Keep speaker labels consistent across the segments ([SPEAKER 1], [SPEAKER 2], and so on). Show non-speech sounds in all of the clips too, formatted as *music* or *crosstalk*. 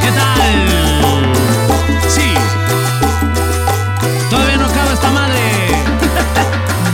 [SPEAKER 1] ¿Qué tal? Sí. Todavía no acaba esta madre.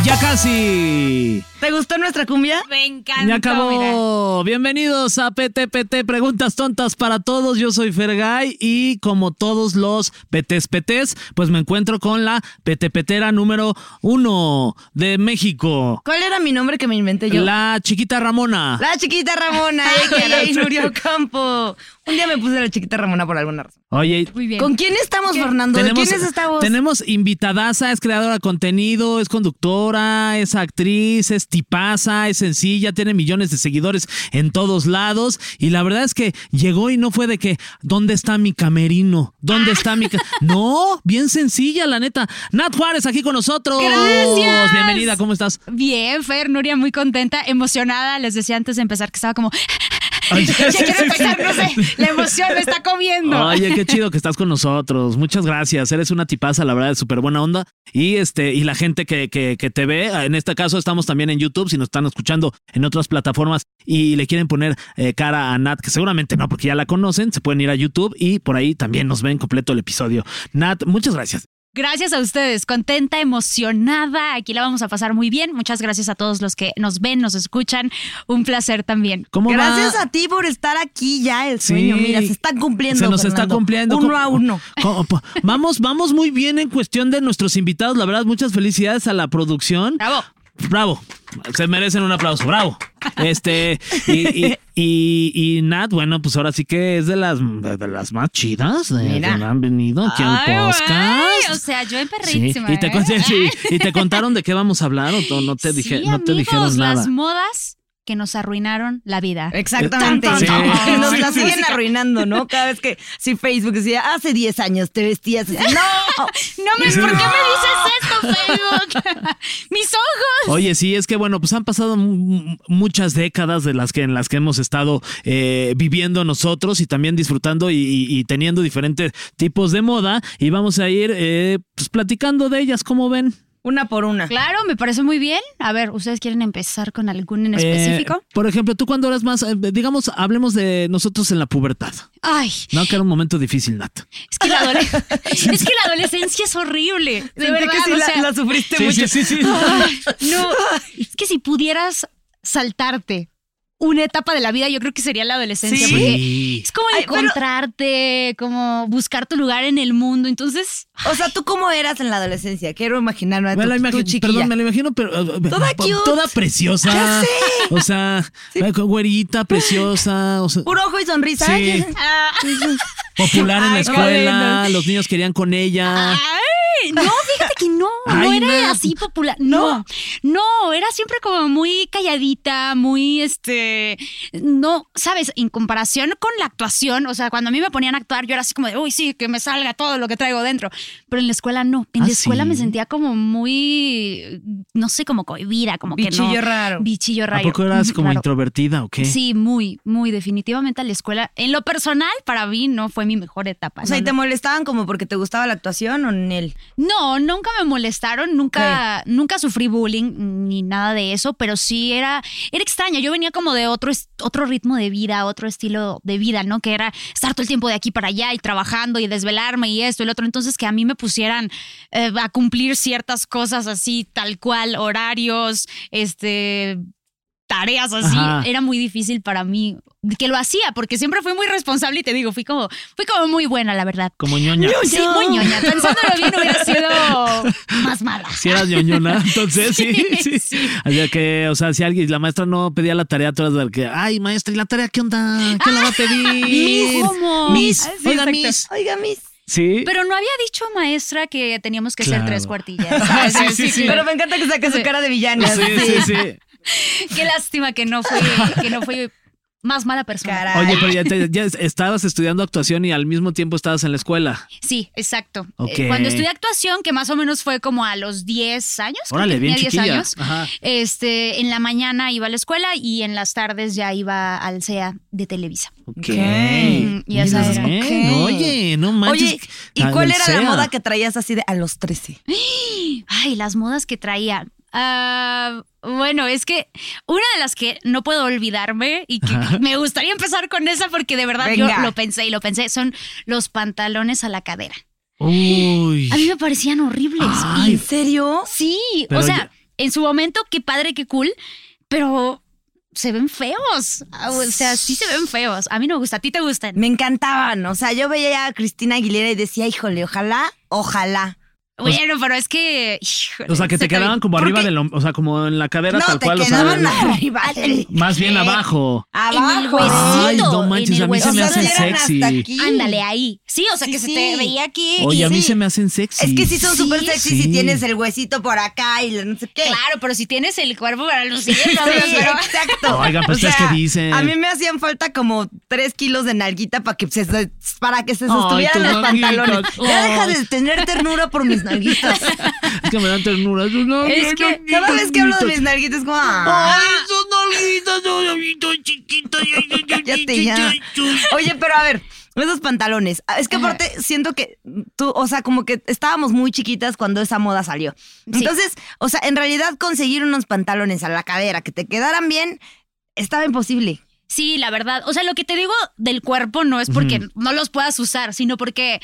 [SPEAKER 1] Ya casi.
[SPEAKER 2] ¿Te gustó nuestra cumbia?
[SPEAKER 3] Me encanta.
[SPEAKER 1] Ya acabó. Bienvenidos a PTPT Preguntas Tontas para Todos. Yo soy Fergay y como todos los PTs PTs, pues me encuentro con la PTPTera número uno de México.
[SPEAKER 2] ¿Cuál era mi nombre que me inventé yo?
[SPEAKER 1] La chiquita Ramona.
[SPEAKER 2] La chiquita
[SPEAKER 3] *laughs*
[SPEAKER 2] Ramona, a.k.a. Nurio Campo. Un día me puse la chiquita Ramona por alguna razón.
[SPEAKER 1] Oye,
[SPEAKER 3] Muy bien.
[SPEAKER 2] ¿Con quién estamos, Fernando? ¿De quién es esta voz?
[SPEAKER 1] Tenemos invitadaza, es creadora de contenido, es conductora, es actriz, es tipaza, es sencilla, tiene millones de seguidores en todos lados. Y la verdad es que llegó y no fue de que, ¿dónde está mi camerino? ¿Dónde está
[SPEAKER 3] *laughs*
[SPEAKER 1] mi ca-?" No, bien sencilla, la neta. Nat Juárez aquí con nosotros.
[SPEAKER 3] Gracias.
[SPEAKER 1] Bienvenida, ¿cómo estás?
[SPEAKER 3] Bien, Fer, Nuria, muy contenta, emocionada. Les decía antes de empezar que estaba como.
[SPEAKER 1] Ay,
[SPEAKER 3] *laughs* ya
[SPEAKER 1] sí,
[SPEAKER 3] quiero
[SPEAKER 1] sí,
[SPEAKER 3] empezar,
[SPEAKER 1] sí.
[SPEAKER 3] no sé. La emoción me
[SPEAKER 2] *laughs*
[SPEAKER 3] está comiendo.
[SPEAKER 1] Oye, qué chido que estás con nosotros. Muchas gracias. Eres una tipaza, la verdad, súper buena onda. Y este, y la gente que, que, que te ve, en este caso estamos también en YouTube, si nos están escuchando en otras plataformas y le quieren poner eh, cara a Nat, que seguramente no, porque ya la conocen, se pueden ir a YouTube y por ahí también nos ven completo el episodio. Nat, muchas gracias.
[SPEAKER 3] Gracias a ustedes, contenta, emocionada. Aquí la vamos a pasar muy bien. Muchas gracias a todos los que nos ven, nos escuchan. Un placer también.
[SPEAKER 1] ¿Cómo va?
[SPEAKER 2] Gracias a ti por estar aquí ya el sueño.
[SPEAKER 1] Sí.
[SPEAKER 2] Mira, se están cumpliendo.
[SPEAKER 1] Se nos está
[SPEAKER 2] Fernando.
[SPEAKER 1] cumpliendo.
[SPEAKER 2] Uno
[SPEAKER 1] Co-
[SPEAKER 2] a uno.
[SPEAKER 1] co- po- Vamos, vamos muy bien en cuestión de nuestros invitados. La verdad, muchas felicidades a la producción.
[SPEAKER 3] Bravo.
[SPEAKER 1] Bravo. Se merecen un aplauso. Bravo. Este, y, y, y- y Nat, bueno, pues ahora sí que es de las, de las más chidas de, de
[SPEAKER 2] Mira.
[SPEAKER 1] la han venido aquí al
[SPEAKER 3] Ay,
[SPEAKER 1] podcast.
[SPEAKER 3] güey, O sea, yo
[SPEAKER 1] Sí,
[SPEAKER 3] emperrísima.
[SPEAKER 1] y te,
[SPEAKER 3] ¿eh?
[SPEAKER 1] con-
[SPEAKER 3] *laughs*
[SPEAKER 1] sí, y te contaron de qué vamos a hablar o to- no te, dije,
[SPEAKER 3] Sí,
[SPEAKER 1] no te
[SPEAKER 3] amigos,
[SPEAKER 1] dijeron nada.
[SPEAKER 3] Las modas que nos arruinaron la vida.
[SPEAKER 2] Exactamente.
[SPEAKER 1] Eh, Sí.
[SPEAKER 2] *laughs* Y Nos la
[SPEAKER 3] Sí.
[SPEAKER 2] siguen arruinando, ¿no? Cada vez que si Facebook decía, hace 10 años te vestías así. ¡No!
[SPEAKER 3] *laughs* No me, ¿por qué me dices esto, Facebook? *laughs* Mis ojos.
[SPEAKER 1] Oye, sí, es que bueno, pues han pasado mu- muchas décadas de las que en las que hemos estado eh, viviendo nosotros y también disfrutando y, y- y teniendo diferentes tipos de moda y vamos a ir eh, pues platicando de ellas, ¿cómo ven?
[SPEAKER 2] Una por una.
[SPEAKER 3] Claro, me parece muy bien. A ver, ¿ustedes quieren empezar con algún en específico?
[SPEAKER 1] Eh, por ejemplo, tú cuando eras más, eh, digamos, hablemos de nosotros en la pubertad,
[SPEAKER 3] Ay,
[SPEAKER 1] ¿no? Que era un momento difícil, Nat.
[SPEAKER 3] es que la, adole-
[SPEAKER 2] *laughs*
[SPEAKER 3] es que la adolescencia es horrible. De
[SPEAKER 2] Sentí
[SPEAKER 3] verdad,
[SPEAKER 2] que sí
[SPEAKER 3] o
[SPEAKER 2] la,
[SPEAKER 3] sea,
[SPEAKER 2] la sufriste mucho.
[SPEAKER 1] sí,
[SPEAKER 2] *laughs*
[SPEAKER 1] sí.
[SPEAKER 2] Ah,
[SPEAKER 3] ay, no, es que si pudieras saltarte una etapa de la vida, yo creo que sería la adolescencia.
[SPEAKER 2] Sí.
[SPEAKER 3] Porque
[SPEAKER 1] Sí.
[SPEAKER 3] es como
[SPEAKER 2] Ay, pero-
[SPEAKER 3] encontrarte, como buscar tu lugar en el mundo. Entonces,
[SPEAKER 2] O sea, ¿tú cómo eras en la adolescencia? Quiero imaginarme a tu,
[SPEAKER 1] Me la
[SPEAKER 2] tu
[SPEAKER 1] imagino,
[SPEAKER 2] chiquilla.
[SPEAKER 1] perdón, me la imagino, pero eh,
[SPEAKER 2] Toda
[SPEAKER 1] po-
[SPEAKER 2] cute.
[SPEAKER 1] toda preciosa.
[SPEAKER 2] Ya sé.
[SPEAKER 1] O sea, eh, con güerita, preciosa, o sea,
[SPEAKER 2] Puro ojo y sonrisa. ¿eh?
[SPEAKER 1] Sí.
[SPEAKER 3] ah,
[SPEAKER 1] popular en la
[SPEAKER 2] Ay,
[SPEAKER 1] escuela,
[SPEAKER 2] bueno.
[SPEAKER 1] los niños querían con ella.
[SPEAKER 3] Ay, no, fíjate que no, no
[SPEAKER 1] Ay,
[SPEAKER 3] era
[SPEAKER 1] Nat.
[SPEAKER 3] así popular. No, no, era siempre como muy calladita, muy este. No, sabes, en comparación con la actuación, o sea, cuando a mí me ponían a actuar, yo era así como de, uy, sí, que me salga todo lo que traigo dentro. Pero en la escuela no. En
[SPEAKER 1] ¿Ah,
[SPEAKER 3] la escuela
[SPEAKER 1] sí?
[SPEAKER 3] me sentía como muy, no sé, como cohibida, como que
[SPEAKER 2] Bichillo
[SPEAKER 3] no.
[SPEAKER 2] raro.
[SPEAKER 3] Bichillo
[SPEAKER 1] ¿A
[SPEAKER 2] Ah,
[SPEAKER 3] raro.
[SPEAKER 1] poco eras como
[SPEAKER 3] Raro.
[SPEAKER 1] introvertida o qué?
[SPEAKER 3] Sí, muy, muy definitivamente la escuela. En lo personal, para mí no fue mi mejor etapa.
[SPEAKER 2] O sea,
[SPEAKER 3] no,
[SPEAKER 2] ¿y te
[SPEAKER 3] no.
[SPEAKER 2] molestaban como porque te gustaba la actuación o en él?
[SPEAKER 3] No, nunca me molestaron, nunca, nunca sufrí bullying ni nada de eso, pero sí era, era extraña. Yo venía como de otro, es- otro ritmo de vida, otro estilo de vida, ¿no? Que era estar todo el tiempo de aquí para allá y trabajando y desvelarme y esto y lo otro. Entonces que a mí me pusieran eh, a cumplir ciertas cosas así, tal cual, horarios, este tareas así,
[SPEAKER 1] Ajá.
[SPEAKER 3] era muy difícil para mí que lo hacía, porque siempre fui muy responsable y te digo, fui como, fui como muy buena, la verdad.
[SPEAKER 1] Como ñoña.
[SPEAKER 3] Sí, muy ñoña. Pensándolo bien *laughs* hubiera sido más mala.
[SPEAKER 1] Si eras ñoñona, entonces sí, sí.
[SPEAKER 3] Sí,
[SPEAKER 1] O sea que, o sea, si alguien, la maestra no pedía la tarea, tú eras del que, ay, maestra, ¿y la tarea qué onda? ¿Qué la va a pedir?
[SPEAKER 3] Miss, ¿cómo?
[SPEAKER 1] Miss,
[SPEAKER 2] Ah, sí,
[SPEAKER 1] oiga,
[SPEAKER 2] exacto.
[SPEAKER 1] Miss.
[SPEAKER 2] Oiga, Miss.
[SPEAKER 1] Sí.
[SPEAKER 3] Pero no había dicho maestra que teníamos que
[SPEAKER 1] Claro. Ah,
[SPEAKER 3] ser
[SPEAKER 1] *laughs*
[SPEAKER 3] tres cuartillas.
[SPEAKER 1] Sí,
[SPEAKER 3] *laughs*
[SPEAKER 1] sí, sí.
[SPEAKER 2] Pero me encanta que saques su cara de villana.
[SPEAKER 1] Sí, sí, sí.
[SPEAKER 3] Qué lástima que no fui, que no fui más mala persona.
[SPEAKER 2] Caray.
[SPEAKER 1] Oye, pero ya, te- ya es- estabas estudiando actuación y al mismo tiempo estabas en la escuela.
[SPEAKER 3] Sí, exacto.
[SPEAKER 1] Ok.
[SPEAKER 3] Eh, Cuando estudié actuación, que más o menos fue como a los 10 años. creo
[SPEAKER 1] Órale,
[SPEAKER 3] que
[SPEAKER 1] bien
[SPEAKER 3] tenía 10
[SPEAKER 1] chiquilla.
[SPEAKER 3] años.
[SPEAKER 1] Ajá.
[SPEAKER 3] Este, en la mañana iba a la escuela y en las tardes ya iba al CEA de Televisa.
[SPEAKER 1] Ok.
[SPEAKER 2] Mm,
[SPEAKER 3] y esa
[SPEAKER 1] Mira,
[SPEAKER 3] era.
[SPEAKER 1] ¿eh?
[SPEAKER 2] Ok.
[SPEAKER 1] Oye, no manches.
[SPEAKER 2] Oye, ¿y
[SPEAKER 1] Ah,
[SPEAKER 2] cuál
[SPEAKER 1] del
[SPEAKER 2] era la
[SPEAKER 1] SEA.
[SPEAKER 2] moda que traías así de a los 13?
[SPEAKER 3] ¿Eh? Ay, las modas que traía. Ah, bueno, es que una de las que no puedo olvidarme y que me gustaría empezar con esa porque de verdad yo
[SPEAKER 2] Venga.
[SPEAKER 3] lo pensé y lo pensé son los pantalones a la cadera.
[SPEAKER 1] Uy.
[SPEAKER 3] A mí me parecían horribles.
[SPEAKER 2] ¿En serio?
[SPEAKER 3] Y- sí,
[SPEAKER 1] Pero
[SPEAKER 3] o sea,
[SPEAKER 1] ya-
[SPEAKER 3] en su momento qué padre, qué cool, pero se ven feos. Ah, O sea, sí se ven feos. A mí no me gusta, a ti te gustan.
[SPEAKER 2] Me encantaban. O sea, yo veía a Cristina Aguilera y decía, híjole, ojalá, ojalá.
[SPEAKER 3] Bueno, pero es que híjole,
[SPEAKER 1] O sea, que
[SPEAKER 3] se
[SPEAKER 1] te quedaban
[SPEAKER 3] cae-
[SPEAKER 1] como
[SPEAKER 3] ¿Por
[SPEAKER 1] arriba
[SPEAKER 3] qué?
[SPEAKER 1] del hom- o sea, como en la cadera
[SPEAKER 2] no,
[SPEAKER 1] tal
[SPEAKER 2] te
[SPEAKER 1] cual. o sea,
[SPEAKER 2] quedaban
[SPEAKER 1] no.
[SPEAKER 2] arriba. del-
[SPEAKER 1] más bien abajo.
[SPEAKER 3] En el
[SPEAKER 2] Abajo.
[SPEAKER 3] huesito.
[SPEAKER 1] Ay, no manches,
[SPEAKER 3] en el
[SPEAKER 1] a mí se me
[SPEAKER 2] O
[SPEAKER 3] huesito.
[SPEAKER 2] sea,
[SPEAKER 1] hacen
[SPEAKER 2] sí eran hasta
[SPEAKER 1] sexy.
[SPEAKER 2] aquí.
[SPEAKER 3] Ándale, ahí. Sí, o sea,
[SPEAKER 2] Sí,
[SPEAKER 3] que
[SPEAKER 2] sí.
[SPEAKER 3] se te veía aquí.
[SPEAKER 1] Oye,
[SPEAKER 3] y
[SPEAKER 1] a mí
[SPEAKER 3] sí.
[SPEAKER 1] se me hacen sexy.
[SPEAKER 2] Es que sí son
[SPEAKER 3] Sí,
[SPEAKER 2] súper sexy si
[SPEAKER 1] sí.
[SPEAKER 2] tienes el huesito por acá y la no sé qué.
[SPEAKER 3] Claro, pero si tienes el cuerpo para lucir, no,
[SPEAKER 2] Sí,
[SPEAKER 1] *laughs*
[SPEAKER 3] pero-
[SPEAKER 2] exacto.
[SPEAKER 1] Oigan, pues, ¿ustedes qué dicen?
[SPEAKER 2] A mí me hacían falta como tres kilos de nalguita para que se, para que se
[SPEAKER 1] Ay,
[SPEAKER 2] sostuvieran
[SPEAKER 1] tus
[SPEAKER 2] los
[SPEAKER 1] nalguitas. Oh.
[SPEAKER 2] pantalones. Ya
[SPEAKER 1] Ay.
[SPEAKER 2] deja de tener ternura por
[SPEAKER 1] *laughs*
[SPEAKER 2] mis nalguitas.
[SPEAKER 1] Es que me dan ternura. Yo no-
[SPEAKER 3] Es
[SPEAKER 1] yo
[SPEAKER 3] que
[SPEAKER 1] no- pues
[SPEAKER 2] Cada vez que hablo de mis nalguitas, como. ah,
[SPEAKER 1] son nalguitas, son nalguitas chiquitas. yo- yo- yo-
[SPEAKER 2] cállate *laughs* ya. Oye, pero a ver, esos pantalones. Ah, Es que aparte siento que tú, o sea, como que estábamos muy chiquitas cuando esa moda salió.
[SPEAKER 3] Sí.
[SPEAKER 2] Entonces, o sea, en realidad conseguir unos pantalones a la cadera que te quedaran bien estaba imposible.
[SPEAKER 3] Sí, la verdad. O sea, lo que te digo del cuerpo no es porque no los puedas usar, sino porque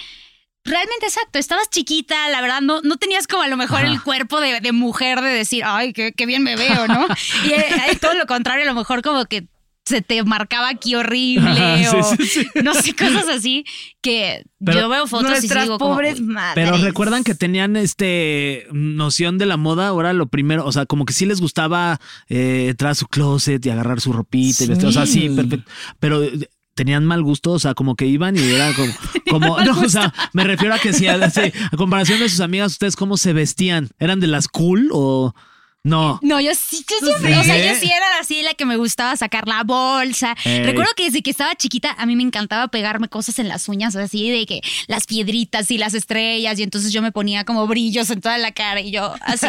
[SPEAKER 3] realmente exacto, estabas chiquita, la verdad, no, no tenías como a lo mejor el cuerpo de, de mujer de decir, ay, qué,
[SPEAKER 1] *laughs*
[SPEAKER 3] qué bien me veo, ¿no? y eh, eh, todo lo contrario, a lo mejor como que se te marcaba aquí horrible
[SPEAKER 1] Ajá,
[SPEAKER 3] o
[SPEAKER 1] sí, sí,
[SPEAKER 3] no sé, cosas así que
[SPEAKER 1] Pero
[SPEAKER 3] yo veo fotos y sí
[SPEAKER 2] Nuestras
[SPEAKER 3] digo como,
[SPEAKER 2] pobres
[SPEAKER 3] "Uy".
[SPEAKER 2] madres.
[SPEAKER 1] Pero recuerdan que tenían este noción de la moda, ahora lo primero, o sea, como que sí les gustaba eh, entrar a su closet y agarrar su ropita y vestir, o sea, sí, perfecto. Pero eh, tenían mal gusto, o sea, como que iban y era
[SPEAKER 2] *laughs*
[SPEAKER 1] como, como no, o sea, me refiero a que sí, a, sí, a comparación de sus amigas, ustedes cómo se vestían, eran de las cool o no.
[SPEAKER 3] No, yo sí, yo siempre, o sea,
[SPEAKER 1] ¿Sí?
[SPEAKER 3] yo sí era así la que me gustaba sacar la bolsa.
[SPEAKER 1] Ey.
[SPEAKER 3] Recuerdo que desde que estaba chiquita a mí me encantaba pegarme cosas en las uñas, así de que las piedritas y las estrellas, y entonces yo me ponía como brillos en toda la cara y yo así,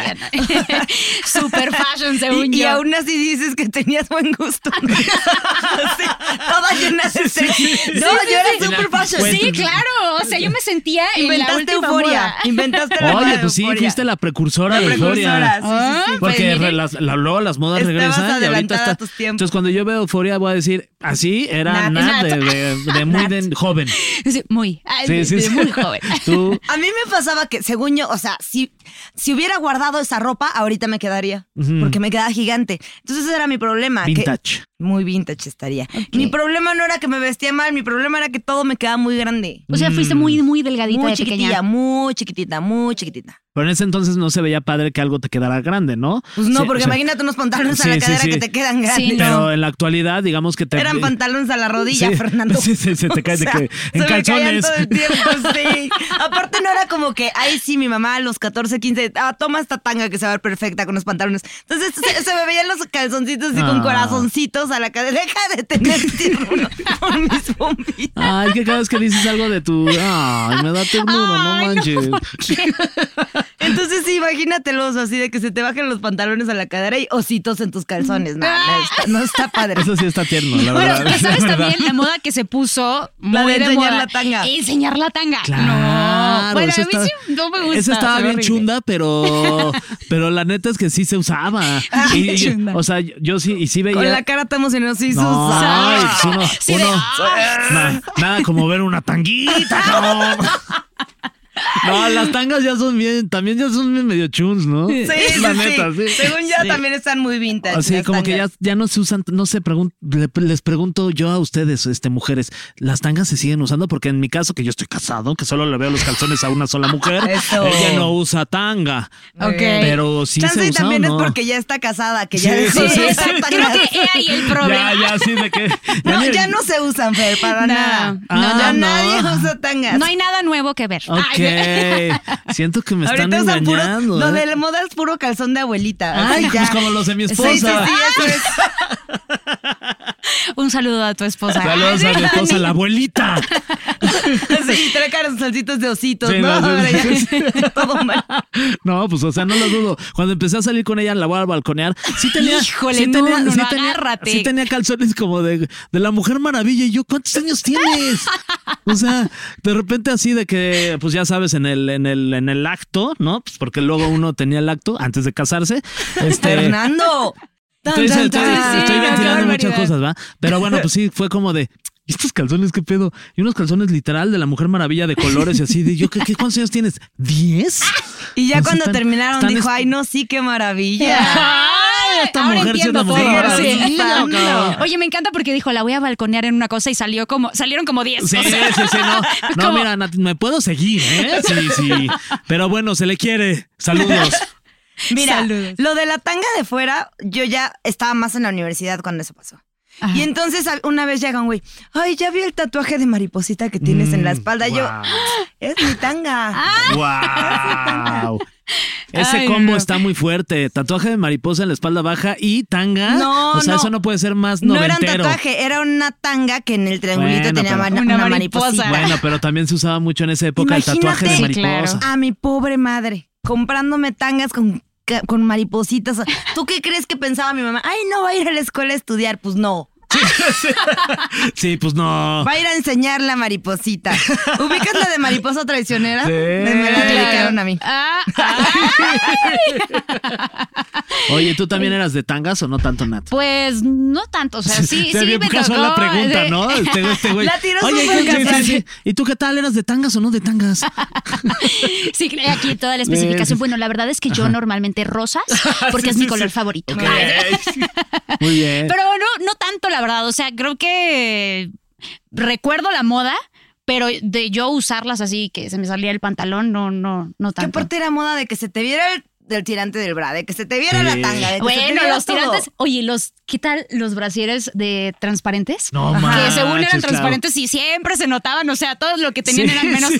[SPEAKER 3] *laughs* super fashion según
[SPEAKER 2] Y, y
[SPEAKER 3] yo.
[SPEAKER 2] aún así dices que tenías buen gusto.
[SPEAKER 3] *laughs*
[SPEAKER 2] *laughs* Sí, toda llena de ser. No, yo era
[SPEAKER 1] sí.
[SPEAKER 2] super fashion.
[SPEAKER 1] Pues,
[SPEAKER 3] Sí, claro, o sea, yo me sentía en la
[SPEAKER 2] Inventaste
[SPEAKER 3] última
[SPEAKER 2] euforia.
[SPEAKER 3] moda. *laughs*
[SPEAKER 2] Inventaste la moda
[SPEAKER 1] Oye,
[SPEAKER 2] de
[SPEAKER 1] pues sí,
[SPEAKER 2] euforia.
[SPEAKER 1] fuiste la precursora
[SPEAKER 2] La
[SPEAKER 1] de
[SPEAKER 2] precursora,
[SPEAKER 1] Euforia.
[SPEAKER 2] sí, sí, sí.
[SPEAKER 3] pues
[SPEAKER 1] Porque
[SPEAKER 3] miren.
[SPEAKER 1] re- las, la- luego las modas
[SPEAKER 2] Ah, Estabas
[SPEAKER 1] regresan y ahorita
[SPEAKER 2] adelantada
[SPEAKER 1] está.
[SPEAKER 2] a tus tiempos.
[SPEAKER 1] Entonces, cuando yo veo Euforia, voy a decir, así era
[SPEAKER 2] Nat.
[SPEAKER 1] Nat, de, de-
[SPEAKER 2] *laughs*
[SPEAKER 1] de muy de- joven.
[SPEAKER 3] Sí, muy, ay,
[SPEAKER 1] Sí, sí,
[SPEAKER 3] de-
[SPEAKER 1] sí.
[SPEAKER 3] muy joven.
[SPEAKER 1] *laughs* Tú,
[SPEAKER 2] A mí me pasaba que, según yo, o sea, si, si hubiera guardado esa ropa, ahorita me quedaría. Porque me quedaba gigante. Entonces ese era mi problema. que-
[SPEAKER 1] vintage.
[SPEAKER 2] muy vintage estaría. Mi problema no era que me vestía mal, mi problema era que todo me quedaba muy grande.
[SPEAKER 3] O sea, fuiste muy, muy delgadita
[SPEAKER 2] Muy
[SPEAKER 3] de
[SPEAKER 2] chiquitilla,
[SPEAKER 3] pequeña.
[SPEAKER 2] muy chiquitita, muy chiquitita.
[SPEAKER 1] Pero en ese entonces no se veía padre que algo te quedara grande, ¿no?
[SPEAKER 2] Pues no,
[SPEAKER 1] Sí,
[SPEAKER 2] porque
[SPEAKER 1] o sea,
[SPEAKER 2] imagínate unos pantalones
[SPEAKER 1] sí,
[SPEAKER 2] a la
[SPEAKER 1] sí,
[SPEAKER 2] cadera
[SPEAKER 1] sí.
[SPEAKER 2] que te quedan grandes.
[SPEAKER 3] Sí,
[SPEAKER 1] Pero en la actualidad, digamos que te.
[SPEAKER 2] Eran pantalones a la rodilla,
[SPEAKER 1] Sí,
[SPEAKER 2] Fernando.
[SPEAKER 1] *laughs* sí, sí,
[SPEAKER 2] *laughs*
[SPEAKER 1] se te cae de que-
[SPEAKER 2] se
[SPEAKER 1] en
[SPEAKER 2] me caían
[SPEAKER 1] calzones.
[SPEAKER 2] todo el tiempo, sí. Aparte no era como que, ay, sí, mi mamá a los 14, 15, ah, toma esta tanga que se va a ver perfecta con los pantalones. Entonces se, se me veían los calzoncitos y
[SPEAKER 1] Ah.
[SPEAKER 2] con corazoncitos a la cadera. Deja de tener
[SPEAKER 1] *laughs*
[SPEAKER 2] tierno con mis bombitas.
[SPEAKER 1] *laughs* Ay, que cada vez que dices algo de tu. Ay, me da ternura, no
[SPEAKER 3] Ay, no,
[SPEAKER 1] manches.
[SPEAKER 2] Entonces sí, imagínatelos así de que se te bajen los pantalones a la cadera y ositos en tus calzones. No, no está, no está padre.
[SPEAKER 1] Eso sí está tierno, la
[SPEAKER 3] Bueno,
[SPEAKER 1] verdad. *laughs*
[SPEAKER 3] que
[SPEAKER 2] pues
[SPEAKER 1] la
[SPEAKER 3] sabes
[SPEAKER 1] verdad.
[SPEAKER 3] también la moda que se puso.
[SPEAKER 2] La
[SPEAKER 3] muy
[SPEAKER 2] de enseñar la tanga.
[SPEAKER 3] Enseñar la tanga.
[SPEAKER 1] Claro.
[SPEAKER 3] no. Bueno,
[SPEAKER 1] eso
[SPEAKER 3] a mí
[SPEAKER 1] está-
[SPEAKER 3] sí no me gusta.
[SPEAKER 1] Esa estaba
[SPEAKER 3] se ve
[SPEAKER 1] bien
[SPEAKER 3] horrible.
[SPEAKER 1] chunda,
[SPEAKER 3] *laughs*
[SPEAKER 1] pero, pero la neta es que sí se usaba.
[SPEAKER 3] Ah,
[SPEAKER 1] Y- y-
[SPEAKER 2] chunda.
[SPEAKER 1] O sea, yo, yo sí, y sí veía.
[SPEAKER 2] Con la cara tan emocionada, sí,
[SPEAKER 1] no,
[SPEAKER 2] Susana.
[SPEAKER 1] ay, pues uno,
[SPEAKER 3] Sí, de-
[SPEAKER 1] uno- na- nada como ver una tanguita, cabrón.
[SPEAKER 3] *laughs*
[SPEAKER 1] No, las tangas ya son bien, también ya son bien medio chuns, ¿no?
[SPEAKER 2] Sí, sí,
[SPEAKER 1] la
[SPEAKER 2] sí.
[SPEAKER 1] neta, sí.
[SPEAKER 2] Según yo también están muy vintage.
[SPEAKER 1] O sea,
[SPEAKER 2] las
[SPEAKER 1] como que ya,
[SPEAKER 2] tangas.
[SPEAKER 1] ya no se usan, no sé, pregun- le- les pregunto yo a ustedes, este, mujeres, ¿las tangas se siguen usando? Porque en mi caso, que yo estoy casado, que solo le veo los calzones a una sola mujer,
[SPEAKER 2] *laughs* Eso.
[SPEAKER 1] ella no usa tanga.
[SPEAKER 2] Muy bien.
[SPEAKER 1] Pero sí
[SPEAKER 2] Chance
[SPEAKER 1] se
[SPEAKER 2] y
[SPEAKER 1] usa,
[SPEAKER 2] también
[SPEAKER 1] ¿o
[SPEAKER 2] es
[SPEAKER 1] no?
[SPEAKER 2] porque ya está casada, que ya
[SPEAKER 1] Sí,
[SPEAKER 2] dejó
[SPEAKER 1] sí,
[SPEAKER 2] de
[SPEAKER 1] sí,
[SPEAKER 2] usar
[SPEAKER 1] sí.
[SPEAKER 3] Creo
[SPEAKER 2] tangas.
[SPEAKER 3] que he ahí el problema.
[SPEAKER 1] *laughs* Ya, ya, sí, de que.
[SPEAKER 2] *laughs* No,
[SPEAKER 1] ni-
[SPEAKER 2] ya no se usan, Fer, para
[SPEAKER 3] No,
[SPEAKER 2] nada.
[SPEAKER 3] no,
[SPEAKER 1] Ah,
[SPEAKER 2] ya
[SPEAKER 1] no.
[SPEAKER 2] nadie usa tangas.
[SPEAKER 3] No hay nada nuevo que ver.
[SPEAKER 2] *laughs*
[SPEAKER 3] Ay, *laughs*
[SPEAKER 1] Ok. Siento que me están
[SPEAKER 2] Ahorita usan puros.
[SPEAKER 1] engañando.
[SPEAKER 2] Lo
[SPEAKER 1] ¿eh? Ah, pues
[SPEAKER 2] de la moda es puro calzón de abuelita.
[SPEAKER 1] Ay,
[SPEAKER 2] así
[SPEAKER 3] Ah.
[SPEAKER 1] pues como los de mi esposa.
[SPEAKER 2] Sí, sí, sí, eso es.
[SPEAKER 3] Un saludo a tu esposa.
[SPEAKER 1] Saludos a mi esposa, *laughs* la abuelita.
[SPEAKER 2] *laughs* Sí, trae caras salsitas de ositos,
[SPEAKER 1] Sí, no,
[SPEAKER 2] ¿no?
[SPEAKER 1] sí,
[SPEAKER 2] Ahora ya,
[SPEAKER 1] sí,
[SPEAKER 2] *laughs* todo mal.
[SPEAKER 1] No, pues, o sea, no lo dudo. Cuando empecé a salir con ella, la voy a balconear. Sí tenía.
[SPEAKER 3] Híjole,
[SPEAKER 1] sí
[SPEAKER 3] no,
[SPEAKER 1] tenía,
[SPEAKER 3] no,
[SPEAKER 1] sí
[SPEAKER 3] no,
[SPEAKER 1] tenía-
[SPEAKER 3] agárrate.
[SPEAKER 1] sí tenía calzones como de, de la Mujer Maravilla. Y yo, ¿cuántos años tienes? O sea, de repente así de que, pues ya sabes, en el, en el, en el acto, ¿no? Pues porque luego uno tenía el acto antes de casarse. Este,
[SPEAKER 2] Fernando. Tan,
[SPEAKER 1] Estoy,
[SPEAKER 2] tan,
[SPEAKER 1] estoy-
[SPEAKER 2] tan.
[SPEAKER 1] estoy
[SPEAKER 3] Sí,
[SPEAKER 1] ventilando
[SPEAKER 3] qué
[SPEAKER 1] muchas
[SPEAKER 3] barbaridad.
[SPEAKER 1] cosas, ¿va? Pero bueno, pues sí, fue como de. ¿y estos calzones qué pedo? Y unos calzones literal de la Mujer Maravilla de colores y así. De, yo, ¿qué, qué, cuántos años tienes? ¿Diez?
[SPEAKER 2] Y
[SPEAKER 1] O
[SPEAKER 2] ya
[SPEAKER 1] sea,
[SPEAKER 2] cuando
[SPEAKER 1] están-
[SPEAKER 2] terminaron
[SPEAKER 1] están
[SPEAKER 2] dijo,
[SPEAKER 1] est-
[SPEAKER 2] ay, no, sí, qué
[SPEAKER 3] *laughs*
[SPEAKER 2] maravilla.
[SPEAKER 3] Ay,
[SPEAKER 1] esta
[SPEAKER 3] ahora
[SPEAKER 1] mujer sí es
[SPEAKER 3] entiendo
[SPEAKER 1] la mujer
[SPEAKER 3] todo.
[SPEAKER 2] maravilla,
[SPEAKER 3] Sí.
[SPEAKER 2] cabrón.
[SPEAKER 3] Oye, me encanta porque dijo, la voy a balconear en una cosa y salió como, salieron como 10.
[SPEAKER 1] *laughs* Sí,
[SPEAKER 3] o
[SPEAKER 1] sí,
[SPEAKER 3] sea,
[SPEAKER 1] sí,
[SPEAKER 3] *laughs*
[SPEAKER 1] no. No,
[SPEAKER 3] ¿Cómo?
[SPEAKER 1] mira, Nat, me puedo seguir, ¿eh? Sí, sí. Pero bueno, se le quiere. Saludos.
[SPEAKER 2] Mira,
[SPEAKER 3] Saludos.
[SPEAKER 2] lo de la tanga de fuera, yo ya estaba más en la universidad cuando eso pasó.
[SPEAKER 3] Ajá.
[SPEAKER 2] Y entonces a- una vez llega un güey, ay, ya vi el tatuaje de mariposita que *laughs* tienes en
[SPEAKER 1] Mm,
[SPEAKER 3] Mm,
[SPEAKER 2] la espalda. Yo, es mi tanga.
[SPEAKER 3] *laughs* Ah.
[SPEAKER 2] *laughs*
[SPEAKER 1] ¡Wow! Ese
[SPEAKER 3] Ay,
[SPEAKER 1] combo
[SPEAKER 3] no.
[SPEAKER 1] está muy fuerte. Tatuaje de mariposa en la espalda baja y tanga.
[SPEAKER 2] No,
[SPEAKER 1] o sea,
[SPEAKER 2] no.
[SPEAKER 1] eso no puede ser más
[SPEAKER 2] no era
[SPEAKER 1] noventero.
[SPEAKER 2] un tatuaje, era una tanga que en el triangulito
[SPEAKER 1] Bueno,
[SPEAKER 2] tenía
[SPEAKER 1] pero-
[SPEAKER 2] mana-
[SPEAKER 3] Una
[SPEAKER 2] una,
[SPEAKER 3] mariposa.
[SPEAKER 2] mariposita.
[SPEAKER 1] Bueno, pero también se usaba mucho en esa época el tatuaje de
[SPEAKER 2] Imagínate.
[SPEAKER 3] Sí,
[SPEAKER 1] mariposa.
[SPEAKER 3] claro.
[SPEAKER 2] a mi pobre madre comprándome tangas con, ca- con maripositas. ¿Tú qué crees que pensaba mi mamá? Ay, no va a ir a la escuela a estudiar. Pues no.
[SPEAKER 3] Ah.
[SPEAKER 1] Sí, pues no.
[SPEAKER 2] Va a ir a enseñar la
[SPEAKER 3] *laughs*
[SPEAKER 2] mariposita. ¿Ubicas la de mariposa traicionera?
[SPEAKER 1] Sí.
[SPEAKER 2] Me, me la
[SPEAKER 3] Claro.
[SPEAKER 2] dedicaron a mí.
[SPEAKER 3] Ah, ah.
[SPEAKER 1] Oye, ¿tú también eras de tangas o no tanto, Nat?
[SPEAKER 3] Pues no tanto, o sea, sí, sí,
[SPEAKER 1] bien
[SPEAKER 3] me tocó.
[SPEAKER 1] casual la pregunta,
[SPEAKER 3] de-
[SPEAKER 1] ¿no?
[SPEAKER 3] *laughs*
[SPEAKER 1] Este, este güey.
[SPEAKER 2] La tiró
[SPEAKER 1] Oye,
[SPEAKER 2] súper
[SPEAKER 1] ¿y qué- sí,
[SPEAKER 2] casual.
[SPEAKER 1] sí, sí. ¿y tú qué tal? ¿Eras de tangas o no de tangas?
[SPEAKER 3] Sí, aquí
[SPEAKER 1] *laughs*
[SPEAKER 3] toda la especificación. Bueno, la verdad es que yo normalmente rosas, porque es mi color favorito. Ay,
[SPEAKER 1] Muy bien.
[SPEAKER 3] Pero no, no tanto, la verdad. O sea, creo que recuerdo la moda, pero de yo usarlas así que se me salía el pantalón, no, no, no
[SPEAKER 2] ¿Qué
[SPEAKER 3] tanto.
[SPEAKER 2] parte era moda de que se te viera el, del tirante del bra, de que se te viera la
[SPEAKER 1] Sí.
[SPEAKER 2] tanga? de que se te
[SPEAKER 3] Bueno,
[SPEAKER 2] viera
[SPEAKER 3] los
[SPEAKER 2] todo?
[SPEAKER 3] tirantes. Oye, los, ¿qué tal los brasieres de transparentes?
[SPEAKER 1] no
[SPEAKER 3] Que
[SPEAKER 1] manches,
[SPEAKER 3] según eran
[SPEAKER 1] claro.
[SPEAKER 3] transparentes y siempre se notaban, o sea, todo lo que tenían
[SPEAKER 1] Sí,
[SPEAKER 3] eran menos
[SPEAKER 1] sí.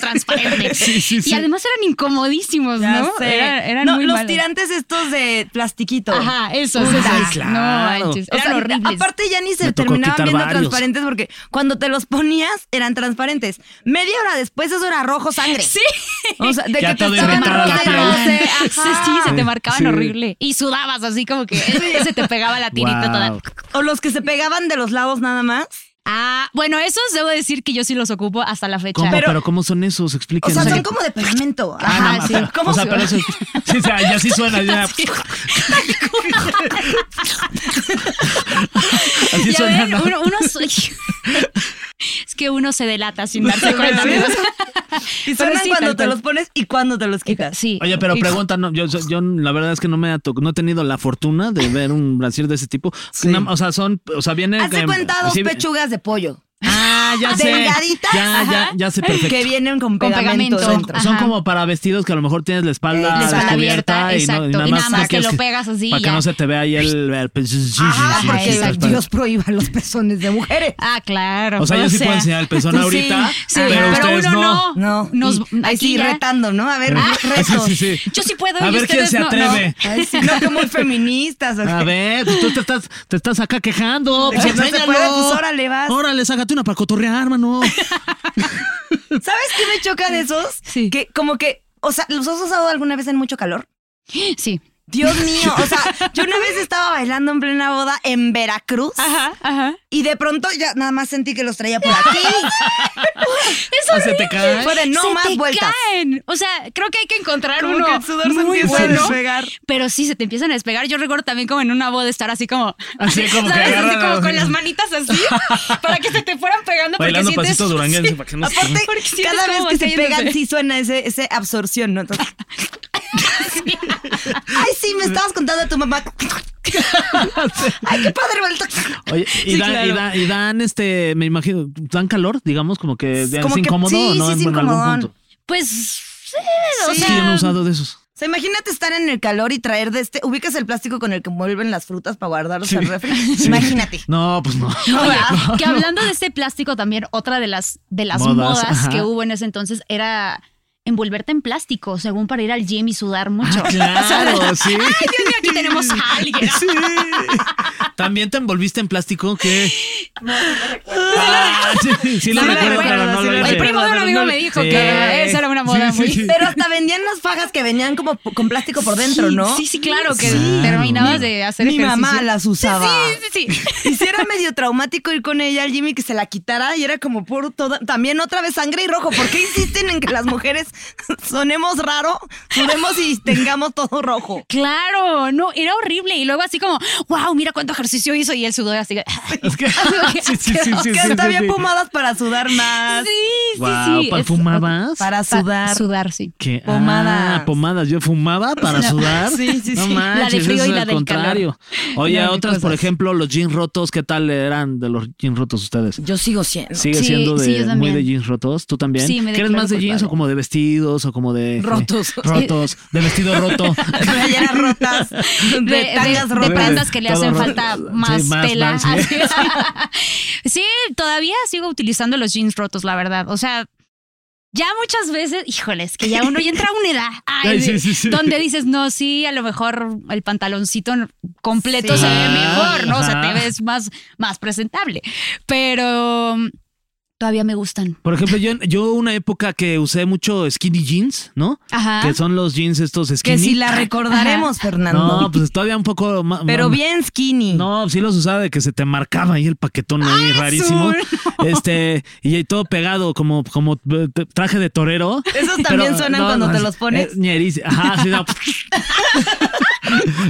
[SPEAKER 1] *laughs*
[SPEAKER 3] transparentes.
[SPEAKER 1] Sí, sí, sí.
[SPEAKER 3] Y además eran incomodísimos,
[SPEAKER 2] Ya
[SPEAKER 3] ¿no?
[SPEAKER 2] sé.
[SPEAKER 3] Era- eran
[SPEAKER 2] No,
[SPEAKER 3] muy
[SPEAKER 2] los
[SPEAKER 3] malos.
[SPEAKER 2] tirantes estos de plastiquito.
[SPEAKER 3] Ajá, esos,
[SPEAKER 2] Puta.
[SPEAKER 3] esos.
[SPEAKER 1] Sí,
[SPEAKER 3] No,
[SPEAKER 1] claro.
[SPEAKER 3] manches,
[SPEAKER 2] O
[SPEAKER 3] eran
[SPEAKER 2] sea,
[SPEAKER 3] horribles.
[SPEAKER 2] Aparte ya ni se
[SPEAKER 1] Me tocó
[SPEAKER 2] terminaban
[SPEAKER 1] quitar
[SPEAKER 2] viendo
[SPEAKER 1] varios.
[SPEAKER 2] transparentes porque cuando te los ponías eran transparentes. Media hora después eso era rojo sangre.
[SPEAKER 3] *laughs* Sí.
[SPEAKER 2] O sea, de
[SPEAKER 1] Ya
[SPEAKER 2] que te
[SPEAKER 1] todo
[SPEAKER 2] estaban
[SPEAKER 1] irritada la piel.
[SPEAKER 2] rotando,
[SPEAKER 3] Sí,
[SPEAKER 2] se-
[SPEAKER 3] sí, sí, se te marcaban
[SPEAKER 1] sí.
[SPEAKER 3] horrible. Y sudabas así como que se te pegaba la tirita
[SPEAKER 1] Wow.
[SPEAKER 3] toda.
[SPEAKER 2] O los que se pegaban de los lados nada más.
[SPEAKER 3] Ah, bueno, esos debo decir que yo sí los ocupo hasta la fecha.
[SPEAKER 1] ¿Cómo? Pero, *laughs*
[SPEAKER 2] Pero-
[SPEAKER 1] ¿cómo son esos?
[SPEAKER 2] O
[SPEAKER 1] Explíquenme.
[SPEAKER 2] sea, son como de pegamento.
[SPEAKER 3] Ajá,
[SPEAKER 1] Ah, no,
[SPEAKER 3] sí.
[SPEAKER 1] pero-
[SPEAKER 3] ¿Cómo
[SPEAKER 1] o sea,
[SPEAKER 3] se-
[SPEAKER 1] pero eso. Sí, o sea, ya sí suena.
[SPEAKER 3] *laughs*
[SPEAKER 1] Ya. Así
[SPEAKER 3] Ya
[SPEAKER 1] suena,
[SPEAKER 3] ven,
[SPEAKER 1] ¿no?
[SPEAKER 3] uno, uno so- *laughs* es que uno se
[SPEAKER 1] *laughs*
[SPEAKER 3] delata sin darse cuenta.
[SPEAKER 2] Y
[SPEAKER 3] Pero
[SPEAKER 2] suenan
[SPEAKER 3] sí,
[SPEAKER 2] cuando te
[SPEAKER 3] tal cual.
[SPEAKER 2] los pones y cuando te los quitas.
[SPEAKER 3] Sí.
[SPEAKER 1] Oye, pero
[SPEAKER 3] Y-
[SPEAKER 1] pregunta, no, yo, yo la verdad es que no me ha toc- no he tenido la fortuna de ver un brasier de ese tipo. No, o sea, son, o sea, viene.
[SPEAKER 2] Hace
[SPEAKER 1] em,
[SPEAKER 2] cuenta dos
[SPEAKER 1] sí,
[SPEAKER 2] pechugas de pollo.
[SPEAKER 1] Ah, ya sé.
[SPEAKER 2] delgaditas.
[SPEAKER 1] Ya, ya,
[SPEAKER 2] ajá,
[SPEAKER 1] ya sé perfecto.
[SPEAKER 2] Que vienen con
[SPEAKER 3] Con
[SPEAKER 2] pegamento.
[SPEAKER 3] pegamento.
[SPEAKER 1] Son,
[SPEAKER 2] dentro.
[SPEAKER 3] Ajá.
[SPEAKER 1] son como para vestidos que a lo mejor tienes la espalda,
[SPEAKER 2] La espalda
[SPEAKER 1] descubierta
[SPEAKER 3] abierta,
[SPEAKER 1] y, no- y
[SPEAKER 3] exacto.
[SPEAKER 1] nada
[SPEAKER 3] Y
[SPEAKER 1] más,
[SPEAKER 3] nada más
[SPEAKER 1] no
[SPEAKER 3] que
[SPEAKER 1] quieres
[SPEAKER 3] lo
[SPEAKER 1] que-
[SPEAKER 3] pegas así y
[SPEAKER 1] Para que
[SPEAKER 3] ya.
[SPEAKER 1] no se te vea ahí el. el- sí, sí, sí,
[SPEAKER 2] Ajá,
[SPEAKER 1] sí,
[SPEAKER 2] Ah,
[SPEAKER 1] sí,
[SPEAKER 2] porque
[SPEAKER 1] sí, sí.
[SPEAKER 2] Dios prohíba los pezones de mujeres.
[SPEAKER 3] Ah, claro.
[SPEAKER 1] O sea, yo sí puedo enseñar el pezón ahorita,
[SPEAKER 3] sí,
[SPEAKER 1] pero
[SPEAKER 3] pero
[SPEAKER 1] ustedes
[SPEAKER 3] uno
[SPEAKER 1] no.
[SPEAKER 3] no.
[SPEAKER 2] No.
[SPEAKER 3] Nos-
[SPEAKER 2] Ahí sí,
[SPEAKER 3] aquí ya-
[SPEAKER 2] retando, ¿no? A ver,
[SPEAKER 1] Ah, *laughs*
[SPEAKER 2] retos.
[SPEAKER 1] sí, sí, sí.
[SPEAKER 3] Yo sí puedo
[SPEAKER 1] A
[SPEAKER 3] y
[SPEAKER 1] ver quién
[SPEAKER 3] ustedes
[SPEAKER 1] se
[SPEAKER 3] no, no.
[SPEAKER 1] atreve.
[SPEAKER 2] Ay, sí, no, como feministas. ¿o qué?
[SPEAKER 1] A ver, pues tú te estás, te estás acá quejando.
[SPEAKER 2] De
[SPEAKER 1] Pues
[SPEAKER 2] que no se
[SPEAKER 1] enséñalo.
[SPEAKER 2] puede, pues órale, vas.
[SPEAKER 1] Órale, sácate una para cotorrear, mano.
[SPEAKER 2] ¿Sabes qué me choca de esos?
[SPEAKER 3] Sí.
[SPEAKER 2] Que como que, o sea, ¿los has usado alguna vez en mucho calor?
[SPEAKER 3] Sí.
[SPEAKER 2] Dios mío, o sea, yo una vez estaba bailando en plena boda en Veracruz
[SPEAKER 3] Ajá, ajá.
[SPEAKER 2] y de pronto ya nada más sentí que los traía por
[SPEAKER 3] *laughs*
[SPEAKER 2] aquí.
[SPEAKER 1] Ah, se te cae.
[SPEAKER 2] Fue de no
[SPEAKER 3] Se
[SPEAKER 2] más
[SPEAKER 3] te
[SPEAKER 2] vueltas.
[SPEAKER 3] caen. O sea, creo que hay que encontrar
[SPEAKER 2] Como
[SPEAKER 3] uno
[SPEAKER 2] que el sudor se
[SPEAKER 3] muy
[SPEAKER 2] empieza a
[SPEAKER 3] bueno,
[SPEAKER 2] despegar.
[SPEAKER 3] Pero sí, se te empiezan a despegar. Yo recuerdo también como en una boda estar así como...
[SPEAKER 1] Así
[SPEAKER 3] *laughs*
[SPEAKER 1] como que
[SPEAKER 3] ¿sabes? Así
[SPEAKER 1] agarran
[SPEAKER 3] como
[SPEAKER 1] las-
[SPEAKER 3] con las manitas así *laughs* para que se te fueran pegando
[SPEAKER 1] Bailando
[SPEAKER 3] porque sientes...
[SPEAKER 1] pasitos duranguenses
[SPEAKER 3] Sí.
[SPEAKER 1] para que no se
[SPEAKER 2] Aparte,
[SPEAKER 3] Porque sientes
[SPEAKER 2] cada vez
[SPEAKER 3] como
[SPEAKER 2] que se
[SPEAKER 3] cayéndose.
[SPEAKER 2] pegan sí suena ese, ese absorción, ¿no? Entonces, ay, sí, me estabas contando a tu mamá. Ay, qué padre, vuelta.
[SPEAKER 1] Oye, y,
[SPEAKER 3] Sí,
[SPEAKER 1] dan, y
[SPEAKER 3] claro.
[SPEAKER 1] dan- y dan, este, me imagino, dan calor, digamos, como que es
[SPEAKER 2] Como que-
[SPEAKER 1] incómodo,
[SPEAKER 2] sí,
[SPEAKER 1] ¿no?
[SPEAKER 2] sí,
[SPEAKER 1] en,
[SPEAKER 2] sí,
[SPEAKER 1] en algún
[SPEAKER 2] incomodón.
[SPEAKER 1] punto.
[SPEAKER 3] *laughs* Pues... sí, o
[SPEAKER 1] Sí,
[SPEAKER 3] sea,
[SPEAKER 1] yo no he usado de esos.
[SPEAKER 2] O sea, imagínate estar en el calor y traer de este. Ubicas el plástico con el que envuelven las frutas para guardarlos al refri. Imagínate.
[SPEAKER 1] No, pues no.
[SPEAKER 3] Oye,
[SPEAKER 1] *laughs*
[SPEAKER 3] que hablando de este plástico también, otra de las, de las
[SPEAKER 1] Modas,
[SPEAKER 3] modas,
[SPEAKER 1] ajá.
[SPEAKER 3] que hubo en ese entonces era envolverte en plástico, según para ir al gym y sudar mucho.
[SPEAKER 1] *laughs* Claro, sí.
[SPEAKER 3] Ay, Dios mío, aquí tenemos a
[SPEAKER 1] *laughs*
[SPEAKER 3] alguien.
[SPEAKER 1] Sí. ¿También te envolviste en plástico? ¿Qué? Ah, sí, sí lo
[SPEAKER 2] Sí lo
[SPEAKER 1] recuerdo,
[SPEAKER 2] recuerdo,
[SPEAKER 1] pero no
[SPEAKER 2] sí
[SPEAKER 1] lo
[SPEAKER 2] lo recuerdo.
[SPEAKER 1] hice.
[SPEAKER 4] El primo de un amigo me dijo
[SPEAKER 1] Sí.
[SPEAKER 4] que esa era una moda
[SPEAKER 1] Sí,
[SPEAKER 4] muy.
[SPEAKER 1] sí.
[SPEAKER 2] Pero hasta vendían las fajas que venían como p- con plástico por dentro,
[SPEAKER 4] Sí,
[SPEAKER 2] ¿no?
[SPEAKER 4] Sí, sí, claro, que
[SPEAKER 1] Sí.
[SPEAKER 4] terminabas de hacer
[SPEAKER 2] Mi
[SPEAKER 4] ejercicio.
[SPEAKER 2] mamá las usaba.
[SPEAKER 4] Sí, sí, sí. sí.
[SPEAKER 2] Y si era medio traumático ir con ella al Jimmy que se la quitara y era como puro toda, también otra vez sangre y rojo. ¿Por qué insisten en que las mujeres sonemos raro, sonemos y tengamos todo rojo?
[SPEAKER 3] *laughs* Claro, no, era horrible. Y luego así como, wow, mira cuánto ejercicio hizo y él sudó así.
[SPEAKER 2] *laughs*
[SPEAKER 1] Es que- *laughs* sí, sí, sí, sí,
[SPEAKER 2] que
[SPEAKER 1] sí,
[SPEAKER 2] hasta
[SPEAKER 1] sí,
[SPEAKER 2] había
[SPEAKER 1] sí.
[SPEAKER 2] pomadas para sudar más.
[SPEAKER 3] *laughs* Sí,
[SPEAKER 1] Guau,
[SPEAKER 3] sí, sí.
[SPEAKER 1] ¿pa-
[SPEAKER 3] es-
[SPEAKER 1] ¿fumabas?
[SPEAKER 2] Para sudar.
[SPEAKER 3] Sudar, sí.
[SPEAKER 1] ¿Qué?
[SPEAKER 2] Pomadas.
[SPEAKER 1] Ah, pomadas. Yo fumaba para sudar.
[SPEAKER 2] Sí, sí,
[SPEAKER 1] No
[SPEAKER 2] sí. La
[SPEAKER 3] de
[SPEAKER 1] manches,
[SPEAKER 3] frío
[SPEAKER 1] eso
[SPEAKER 3] y
[SPEAKER 1] es
[SPEAKER 3] la
[SPEAKER 1] al
[SPEAKER 3] del
[SPEAKER 1] contrario. Oye,
[SPEAKER 4] La de
[SPEAKER 1] otras, por
[SPEAKER 4] cosas.
[SPEAKER 1] ejemplo, los jeans rotos. ¿Qué tal eran de los jeans rotos ustedes?
[SPEAKER 2] Yo sigo siendo.
[SPEAKER 1] ¿Sigue
[SPEAKER 3] Sí,
[SPEAKER 1] siendo de,
[SPEAKER 3] sí, yo
[SPEAKER 1] muy
[SPEAKER 3] también.
[SPEAKER 1] de jeans rotos? ¿Tú también?
[SPEAKER 3] Sí, me
[SPEAKER 1] ¿Qué eres más de
[SPEAKER 3] declaro
[SPEAKER 1] jeans
[SPEAKER 3] culpable.
[SPEAKER 1] o como de vestidos o como de... eh,
[SPEAKER 4] Rotos.
[SPEAKER 1] *laughs* Rotos. De vestido
[SPEAKER 3] *laughs*
[SPEAKER 1] roto.
[SPEAKER 2] *laughs* Playeras rotas, de,
[SPEAKER 3] De, de-
[SPEAKER 2] tangas
[SPEAKER 3] de
[SPEAKER 2] rotas.
[SPEAKER 3] prendas que le
[SPEAKER 1] Todo
[SPEAKER 3] hacen
[SPEAKER 1] roto.
[SPEAKER 3] falta
[SPEAKER 1] Sí,
[SPEAKER 3] más,
[SPEAKER 1] más,
[SPEAKER 3] tela.
[SPEAKER 1] más, sí.
[SPEAKER 3] *laughs*
[SPEAKER 1] *laughs*
[SPEAKER 3] sí, todavía sigo utilizando los jeans rotos, la verdad. O sea, ya muchas veces, híjoles, que ya uno ya entra a una
[SPEAKER 1] *laughs*
[SPEAKER 3] edad ay,
[SPEAKER 1] Ay, sí,
[SPEAKER 3] de-
[SPEAKER 1] sí, sí.
[SPEAKER 3] donde dices, no, sí, a lo mejor el pantaloncito completo
[SPEAKER 2] Sí.
[SPEAKER 3] se ve
[SPEAKER 1] Ajá,
[SPEAKER 3] mejor, ¿no? O sea,
[SPEAKER 1] ajá.
[SPEAKER 3] te ves más, más presentable. Pero mm, todavía me gustan.
[SPEAKER 1] Por ejemplo, yo, yo una época que usé mucho skinny jeans, ¿no?
[SPEAKER 3] Ajá.
[SPEAKER 1] Que son los jeans estos
[SPEAKER 2] Que
[SPEAKER 1] skinny.
[SPEAKER 2] si la recordaremos, Fernando.
[SPEAKER 1] No, pues todavía un poco más...
[SPEAKER 2] pero bien skinny.
[SPEAKER 1] No, sí los usaba de que se te marcaba ahí el paquetón
[SPEAKER 2] Ah,
[SPEAKER 1] ahí rarísimo. Este, y ahí todo pegado, como, como eh, t- traje de torero.
[SPEAKER 2] Esos también suenan cuando te
[SPEAKER 1] es-
[SPEAKER 2] los pones.
[SPEAKER 1] eh, ñerici- Ajá, sí, no. *laughs*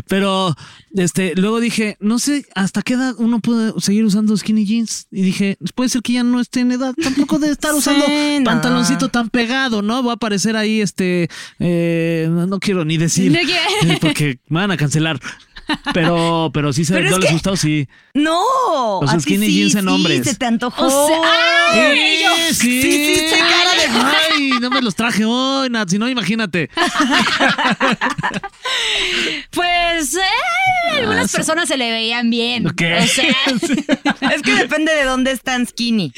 [SPEAKER 1] Pero este, luego dije, no sé hasta qué edad uno puede seguir usando skinny jeans. Y dije, puede ser que ya no esté en edad tampoco de estar
[SPEAKER 2] Sí,
[SPEAKER 1] usando
[SPEAKER 2] no.
[SPEAKER 1] pantaloncito tan pegado, ¿no? Va a aparecer ahí este. eh, no, no quiero ni
[SPEAKER 2] *laughs*
[SPEAKER 1] decir.
[SPEAKER 3] No quiero.
[SPEAKER 1] eh, Porque me van a cancelar. Pero, pero sí se
[SPEAKER 2] Pero es
[SPEAKER 1] no les
[SPEAKER 2] que-
[SPEAKER 1] gustó, sí.
[SPEAKER 2] No.
[SPEAKER 1] Los
[SPEAKER 2] a ti
[SPEAKER 1] skinny
[SPEAKER 2] sí,
[SPEAKER 1] jeans en
[SPEAKER 2] sí,
[SPEAKER 1] hombres.
[SPEAKER 2] se te antojó.
[SPEAKER 3] O sea,
[SPEAKER 1] Eh, sí,
[SPEAKER 2] sí, sí, cara de-
[SPEAKER 1] Ay, no me los traje hoy, Nat, si no, imagínate.
[SPEAKER 3] Pues eh, algunas personas se le veían bien.
[SPEAKER 1] Ok.
[SPEAKER 3] O sea, *laughs*
[SPEAKER 2] Es que depende de dónde están skinny.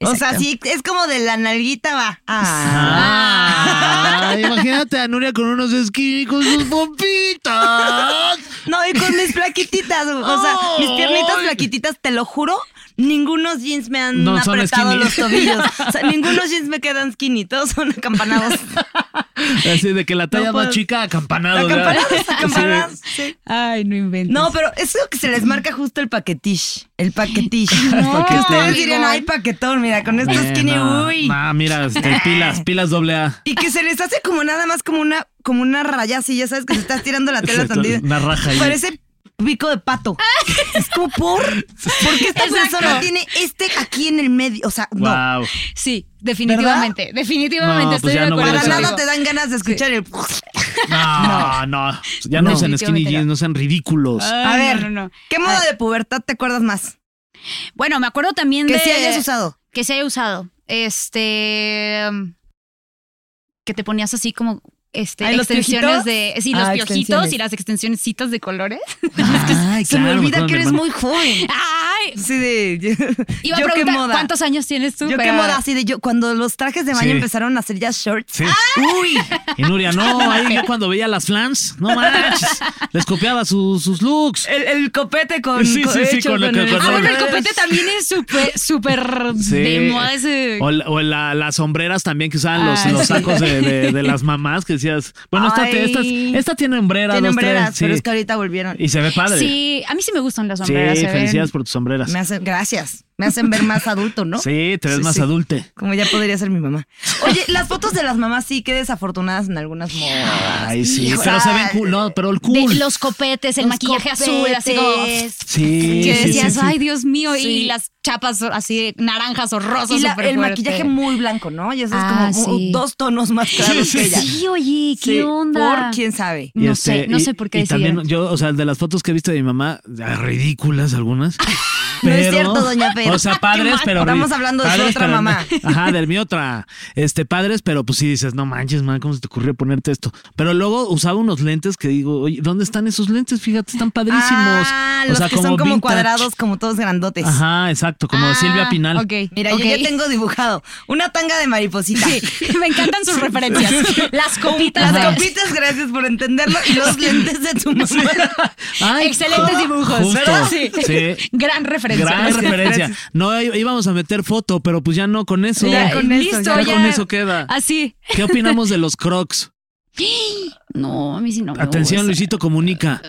[SPEAKER 2] O sea, sí, es como de la nalguita va. Ah.
[SPEAKER 1] Ah, imagínate a Nuria con unos skinny con sus pompitas.
[SPEAKER 2] No, y con mis plaquititas, o sea, mis piernitas plaquititas, te lo juro, ningunos jeans me han
[SPEAKER 1] No, son
[SPEAKER 2] apretado
[SPEAKER 1] skinny.
[SPEAKER 2] los tobillos.
[SPEAKER 1] *laughs*
[SPEAKER 2] O sea, ningunos jeans me quedan skinny, todos son acampanados.
[SPEAKER 1] Así de que la talla
[SPEAKER 2] No
[SPEAKER 1] más
[SPEAKER 2] puedo.
[SPEAKER 1] chica acampanado. ¿verdad?
[SPEAKER 2] acampanados, acampanados. sí.
[SPEAKER 4] Ay, no inventes.
[SPEAKER 2] No, pero eso que se les marca justo el paquetish. El paquetish.
[SPEAKER 1] *laughs* No,
[SPEAKER 2] que ustedes
[SPEAKER 1] amigo.
[SPEAKER 2] dirían, ay, paquetón, mira, con estos
[SPEAKER 1] Bueno,
[SPEAKER 2] skinny, uy.
[SPEAKER 1] No, mira, este, pilas, pilas doble A.
[SPEAKER 2] Y que se les hace como nada más como una, como una raya así, ya sabes que se estás tirando la tela
[SPEAKER 1] Exacto,
[SPEAKER 2] tandida.
[SPEAKER 1] Este, una raja ahí.
[SPEAKER 2] Parece pico de *laughs* pato. es como por. Porque esta persona tiene este aquí en el medio. O sea, no.
[SPEAKER 1] Wow.
[SPEAKER 3] sí, definitivamente. Definitivamente
[SPEAKER 1] No, pues
[SPEAKER 3] estoy
[SPEAKER 1] ya
[SPEAKER 3] de
[SPEAKER 1] no
[SPEAKER 3] acuerdo.
[SPEAKER 2] Para
[SPEAKER 1] voy a hacer
[SPEAKER 2] nada
[SPEAKER 3] contigo.
[SPEAKER 2] te dan ganas de escuchar el.
[SPEAKER 1] No, no, Ya no,
[SPEAKER 3] No.
[SPEAKER 1] usan skinny
[SPEAKER 3] Definitivamente
[SPEAKER 1] jeans,
[SPEAKER 3] no.
[SPEAKER 1] no sean ridículos.
[SPEAKER 2] *laughs*
[SPEAKER 3] Ay,
[SPEAKER 2] A
[SPEAKER 3] no,
[SPEAKER 2] ver,
[SPEAKER 3] no, no.
[SPEAKER 2] ¿qué modo de pubertad te acuerdas más?
[SPEAKER 3] Bueno, me acuerdo también
[SPEAKER 2] Que
[SPEAKER 3] de.
[SPEAKER 2] sí hayas usado.
[SPEAKER 3] Que se haya usado. Este. um, Que te ponías así como. Este,
[SPEAKER 2] Ay, ¿los
[SPEAKER 3] extensiones
[SPEAKER 2] piojitos?
[SPEAKER 3] de. Sí, los
[SPEAKER 2] Ah,
[SPEAKER 3] piojitos
[SPEAKER 2] extensiones.
[SPEAKER 3] y las extensioncitas de colores.
[SPEAKER 1] Ay,
[SPEAKER 2] Se me
[SPEAKER 1] claro,
[SPEAKER 2] olvida
[SPEAKER 1] acuerdo de mi
[SPEAKER 2] que eres
[SPEAKER 1] hermano.
[SPEAKER 2] muy joven.
[SPEAKER 3] *laughs* ¡Ay!
[SPEAKER 2] Sí, de.
[SPEAKER 3] Iba
[SPEAKER 2] yo
[SPEAKER 3] a
[SPEAKER 2] qué
[SPEAKER 3] preguntar
[SPEAKER 2] moda.
[SPEAKER 3] cuántos años tienes tú.
[SPEAKER 2] Yo qué
[SPEAKER 3] pero-
[SPEAKER 2] moda, así de yo, cuando los trajes de baño
[SPEAKER 1] Sí.
[SPEAKER 2] empezaron a hacer ya shorts.
[SPEAKER 1] Sí.
[SPEAKER 2] Uy,
[SPEAKER 1] Y Nuria,
[SPEAKER 2] *laughs*
[SPEAKER 1] no, ahí yo cuando veía las flans, no manches, les copiaba su- sus looks.
[SPEAKER 2] el, el copete con.
[SPEAKER 1] Sí, sí,
[SPEAKER 2] con-
[SPEAKER 1] sí,
[SPEAKER 2] hecho
[SPEAKER 1] con lo que- con
[SPEAKER 3] Ah, bueno, el
[SPEAKER 1] Colores.
[SPEAKER 3] copete también es *laughs* súper, súper
[SPEAKER 1] Sí.
[SPEAKER 3] de moda ese.
[SPEAKER 1] O, la- o la- las sombreras también que usaban los,
[SPEAKER 3] Ah,
[SPEAKER 1] los
[SPEAKER 3] sí.
[SPEAKER 1] sacos de, de- de las mamás que decías, bueno, esta, te- esta,
[SPEAKER 2] Ay.
[SPEAKER 1] esta tiene hombrera,
[SPEAKER 2] Tiene
[SPEAKER 1] dos, tres,
[SPEAKER 2] hombreras,
[SPEAKER 1] sí.
[SPEAKER 2] pero es que ahorita volvieron.
[SPEAKER 1] Y se ve padre.
[SPEAKER 3] Sí, a mí sí me gustan las
[SPEAKER 1] Sí,
[SPEAKER 3] sombreras. se ven-
[SPEAKER 1] felicidades por tus sombreras.
[SPEAKER 2] Me hacen, gracias. Me hacen ver más adulto, ¿no?
[SPEAKER 1] Sí, te ves
[SPEAKER 2] Sí,
[SPEAKER 1] más
[SPEAKER 2] sí.
[SPEAKER 1] adulte.
[SPEAKER 2] Como ya podría ser mi mamá. Oye, las fotos de las mamás sí que desafortunadas en algunas modas.
[SPEAKER 1] Ay, sí,
[SPEAKER 2] Híjole.
[SPEAKER 1] pero se ven cool, no, pero el
[SPEAKER 3] de
[SPEAKER 1] cool.
[SPEAKER 3] los copetes, el
[SPEAKER 2] Los
[SPEAKER 3] maquillaje azul, así como. *laughs*
[SPEAKER 2] copetes.
[SPEAKER 1] Sí,
[SPEAKER 3] Que
[SPEAKER 1] sí,
[SPEAKER 3] decías,
[SPEAKER 1] sí, sí.
[SPEAKER 3] ay, Dios mío,
[SPEAKER 2] Sí.
[SPEAKER 3] y las chapas así naranjas o rosas.
[SPEAKER 2] Y la-
[SPEAKER 3] súper
[SPEAKER 2] el
[SPEAKER 3] fuerte.
[SPEAKER 2] maquillaje muy blanco, ¿no? Y eso es
[SPEAKER 3] Ah,
[SPEAKER 2] como u-
[SPEAKER 3] sí.
[SPEAKER 2] dos tonos más claros que ella.
[SPEAKER 3] Sí, oye, ¿qué
[SPEAKER 2] Sí,
[SPEAKER 3] onda?
[SPEAKER 2] Por quién sabe.
[SPEAKER 1] Y
[SPEAKER 3] No
[SPEAKER 1] este,
[SPEAKER 3] sé, no
[SPEAKER 1] y-
[SPEAKER 3] sé por qué
[SPEAKER 1] Y también
[SPEAKER 3] decidieron.
[SPEAKER 1] yo, o sea, de las fotos que he visto de mi mamá, ah, ridículas algunas.
[SPEAKER 2] No es
[SPEAKER 1] Pero-
[SPEAKER 2] cierto, doña Fer.
[SPEAKER 1] O sea, padres, pero.
[SPEAKER 2] Estamos hablando de su
[SPEAKER 1] padres,
[SPEAKER 2] otra
[SPEAKER 1] pero-
[SPEAKER 2] mamá.
[SPEAKER 1] Ajá, de mi otra. Este, padres, pero pues sí dices, no manches, man, ¿cómo se te ocurrió ponerte esto? Pero luego usaba unos lentes que digo, oye, ¿dónde están esos lentes? Fíjate, están padrísimos.
[SPEAKER 2] Ah,
[SPEAKER 1] O
[SPEAKER 2] los
[SPEAKER 1] sea,
[SPEAKER 2] que son como
[SPEAKER 1] vintage.
[SPEAKER 2] cuadrados, como todos grandotes.
[SPEAKER 1] Ajá, exacto, como
[SPEAKER 4] Ah,
[SPEAKER 1] Silvia Pinal.
[SPEAKER 4] Ok.
[SPEAKER 2] Mira,
[SPEAKER 4] ok.
[SPEAKER 2] yo ya tengo dibujado una tanga de mariposita.
[SPEAKER 3] *laughs* Me encantan sus referencias. Las copitas.
[SPEAKER 2] *laughs* Las
[SPEAKER 3] de-
[SPEAKER 2] copitas, gracias por entenderlo, y
[SPEAKER 3] *laughs*
[SPEAKER 2] los lentes de tu mamá.
[SPEAKER 1] Ay, *laughs*
[SPEAKER 3] Excelentes dibujos,
[SPEAKER 1] justo.
[SPEAKER 3] ¿verdad?
[SPEAKER 1] Sí.
[SPEAKER 3] *laughs* Gran referencia.
[SPEAKER 1] Gran
[SPEAKER 3] Gracias.
[SPEAKER 1] referencia. No í- íbamos a meter foto, pero pues ya no con eso.
[SPEAKER 3] Ya,
[SPEAKER 2] con
[SPEAKER 3] listo,
[SPEAKER 2] eso,
[SPEAKER 3] ya.
[SPEAKER 1] ya con eso queda.
[SPEAKER 3] Así.
[SPEAKER 2] *laughs*
[SPEAKER 1] ¿Qué opinamos de los Crocs?
[SPEAKER 3] No, a mí sí no me
[SPEAKER 1] Atención,
[SPEAKER 3] gusta.
[SPEAKER 1] Luisito comunica.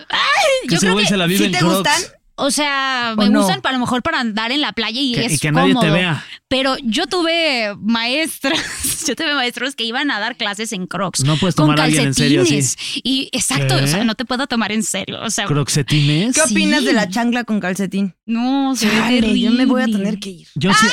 [SPEAKER 1] que
[SPEAKER 3] yo
[SPEAKER 1] ese
[SPEAKER 3] creo
[SPEAKER 1] güey
[SPEAKER 3] que
[SPEAKER 1] se la vive
[SPEAKER 2] ¿sí
[SPEAKER 1] en
[SPEAKER 2] te
[SPEAKER 1] Crocs.
[SPEAKER 2] gustan?
[SPEAKER 3] O sea, me
[SPEAKER 2] ¿O no?
[SPEAKER 3] gustan para, a lo mejor para andar en la playa y
[SPEAKER 1] Que-
[SPEAKER 3] es
[SPEAKER 1] y que nadie te
[SPEAKER 3] cómodo.
[SPEAKER 1] vea.
[SPEAKER 3] Pero yo tuve maestras, *laughs* yo tuve maestros que iban a dar clases en Crocs.
[SPEAKER 1] No puedes
[SPEAKER 3] con
[SPEAKER 1] tomar a alguien en serio así. ¿Eh?
[SPEAKER 3] calcetines. Y exacto,
[SPEAKER 1] ¿Qué?
[SPEAKER 3] o sea, no te puedo tomar en serio. O sea,
[SPEAKER 1] Crocsetines.
[SPEAKER 2] ¿Qué opinas
[SPEAKER 3] Sí.
[SPEAKER 2] de la chancla con calcetín?
[SPEAKER 3] no, se ve
[SPEAKER 2] Chale, yo me voy a
[SPEAKER 3] terrible.
[SPEAKER 2] tener que ir.
[SPEAKER 1] Yo sí,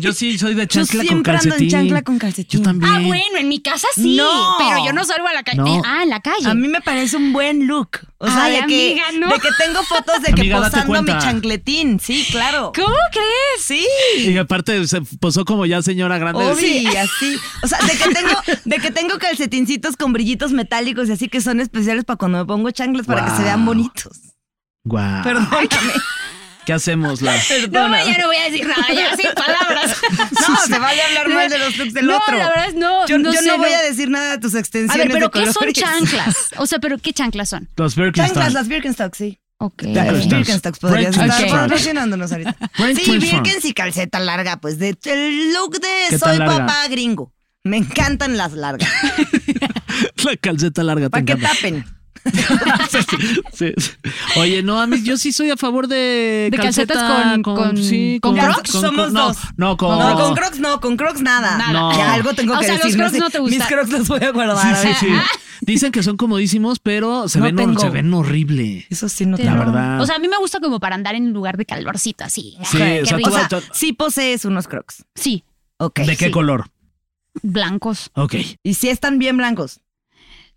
[SPEAKER 1] yo sí soy de
[SPEAKER 2] Yo
[SPEAKER 1] chancla con
[SPEAKER 2] siempre ando en
[SPEAKER 1] calcetín.
[SPEAKER 2] chancla con calcetín.
[SPEAKER 1] Yo también.
[SPEAKER 3] Ah, bueno, en mi casa sí,
[SPEAKER 2] No.
[SPEAKER 3] pero yo no salgo a la calle.
[SPEAKER 1] No.
[SPEAKER 3] Ah, en la calle.
[SPEAKER 2] A mí me parece un buen look. O sea,
[SPEAKER 3] Ay,
[SPEAKER 2] de, que,
[SPEAKER 3] amiga, no.
[SPEAKER 2] de que tengo fotos de que
[SPEAKER 1] Amiga, date
[SPEAKER 2] posando
[SPEAKER 1] cuenta.
[SPEAKER 2] mi chancletín. Sí, claro.
[SPEAKER 3] ¿Cómo crees?
[SPEAKER 2] Sí.
[SPEAKER 1] Y aparte se posó como ya señora grande.
[SPEAKER 2] Obvio, y así. O sea, de que tengo, de que tengo calcetincitos con brillitos metálicos y así que son especiales para cuando me pongo chanclas para que
[SPEAKER 1] Wow.
[SPEAKER 2] se vean bonitos.
[SPEAKER 1] Guau.
[SPEAKER 2] *laughs* Perdóname.
[SPEAKER 1] ¿Qué hacemos? La...
[SPEAKER 3] No, ma, ya no voy a decir nada, ya sin palabras.
[SPEAKER 2] *laughs* No, se vaya a hablar mal de los looks del
[SPEAKER 3] No,
[SPEAKER 2] otro.
[SPEAKER 3] la verdad es no,
[SPEAKER 2] Yo,
[SPEAKER 3] no
[SPEAKER 2] yo
[SPEAKER 3] sé,
[SPEAKER 2] no voy
[SPEAKER 3] no.
[SPEAKER 2] a decir nada de tus
[SPEAKER 3] A
[SPEAKER 2] extensiones.
[SPEAKER 3] ver, pero
[SPEAKER 2] de
[SPEAKER 3] ¿qué son
[SPEAKER 2] colores.
[SPEAKER 3] chanclas?
[SPEAKER 2] *laughs*
[SPEAKER 3] O sea, pero ¿qué chanclas son?
[SPEAKER 1] Los Birkenstock.
[SPEAKER 2] Chanclas, las Birkenstock, sí.
[SPEAKER 3] Ok.
[SPEAKER 2] Las
[SPEAKER 1] Birkenstocks.
[SPEAKER 2] Birkenstocks podrías
[SPEAKER 1] Break
[SPEAKER 2] estar
[SPEAKER 3] Birkenstocks.
[SPEAKER 2] patrocinándonos ahorita.
[SPEAKER 1] Break
[SPEAKER 2] Sí,
[SPEAKER 1] Birkenstock.
[SPEAKER 2] Birkens y calceta larga, pues de el look
[SPEAKER 1] ¿Qué tan
[SPEAKER 2] de soy
[SPEAKER 1] larga?
[SPEAKER 2] papá gringo. Me encantan las largas.
[SPEAKER 1] *laughs* La calceta larga. te
[SPEAKER 2] Para que
[SPEAKER 1] encanta.
[SPEAKER 2] tapen.
[SPEAKER 1] *laughs* Sí, sí. Oye, no, a mí yo sí soy a favor de,
[SPEAKER 3] De calcetas
[SPEAKER 1] calceta
[SPEAKER 3] con- con-
[SPEAKER 1] sí,
[SPEAKER 3] con
[SPEAKER 2] Crocs? Somos
[SPEAKER 1] no,
[SPEAKER 2] dos.
[SPEAKER 1] No, con,
[SPEAKER 2] No, con Crocs no, con Crocs nada.
[SPEAKER 3] Nada.
[SPEAKER 1] No.
[SPEAKER 2] Ya algo tengo
[SPEAKER 3] O
[SPEAKER 2] que
[SPEAKER 3] sea, los
[SPEAKER 2] decir.
[SPEAKER 3] Crocs
[SPEAKER 2] sé,
[SPEAKER 3] no te gustan.
[SPEAKER 2] Mis Crocs los voy a *laughs* guardar.
[SPEAKER 1] Sí, sí, sí. Dicen que son comodísimos, pero se,
[SPEAKER 2] No
[SPEAKER 1] ven, hor-
[SPEAKER 2] tengo.
[SPEAKER 1] se ven horrible.
[SPEAKER 2] Eso sí no te
[SPEAKER 1] La
[SPEAKER 3] Pero-
[SPEAKER 1] verdad.
[SPEAKER 3] O sea, a mí me gusta como para andar en lugar de calorcito, así.
[SPEAKER 1] Ah. Sí,
[SPEAKER 3] Qué
[SPEAKER 1] o sea,
[SPEAKER 3] rico.
[SPEAKER 2] O sea,
[SPEAKER 1] Tú- tú-
[SPEAKER 2] sí posees unos Crocs.
[SPEAKER 3] sí,
[SPEAKER 2] Ok.
[SPEAKER 1] ¿De qué
[SPEAKER 3] sí.
[SPEAKER 1] color?
[SPEAKER 3] blancos,
[SPEAKER 1] Ok.
[SPEAKER 2] Y sí están bien blancos.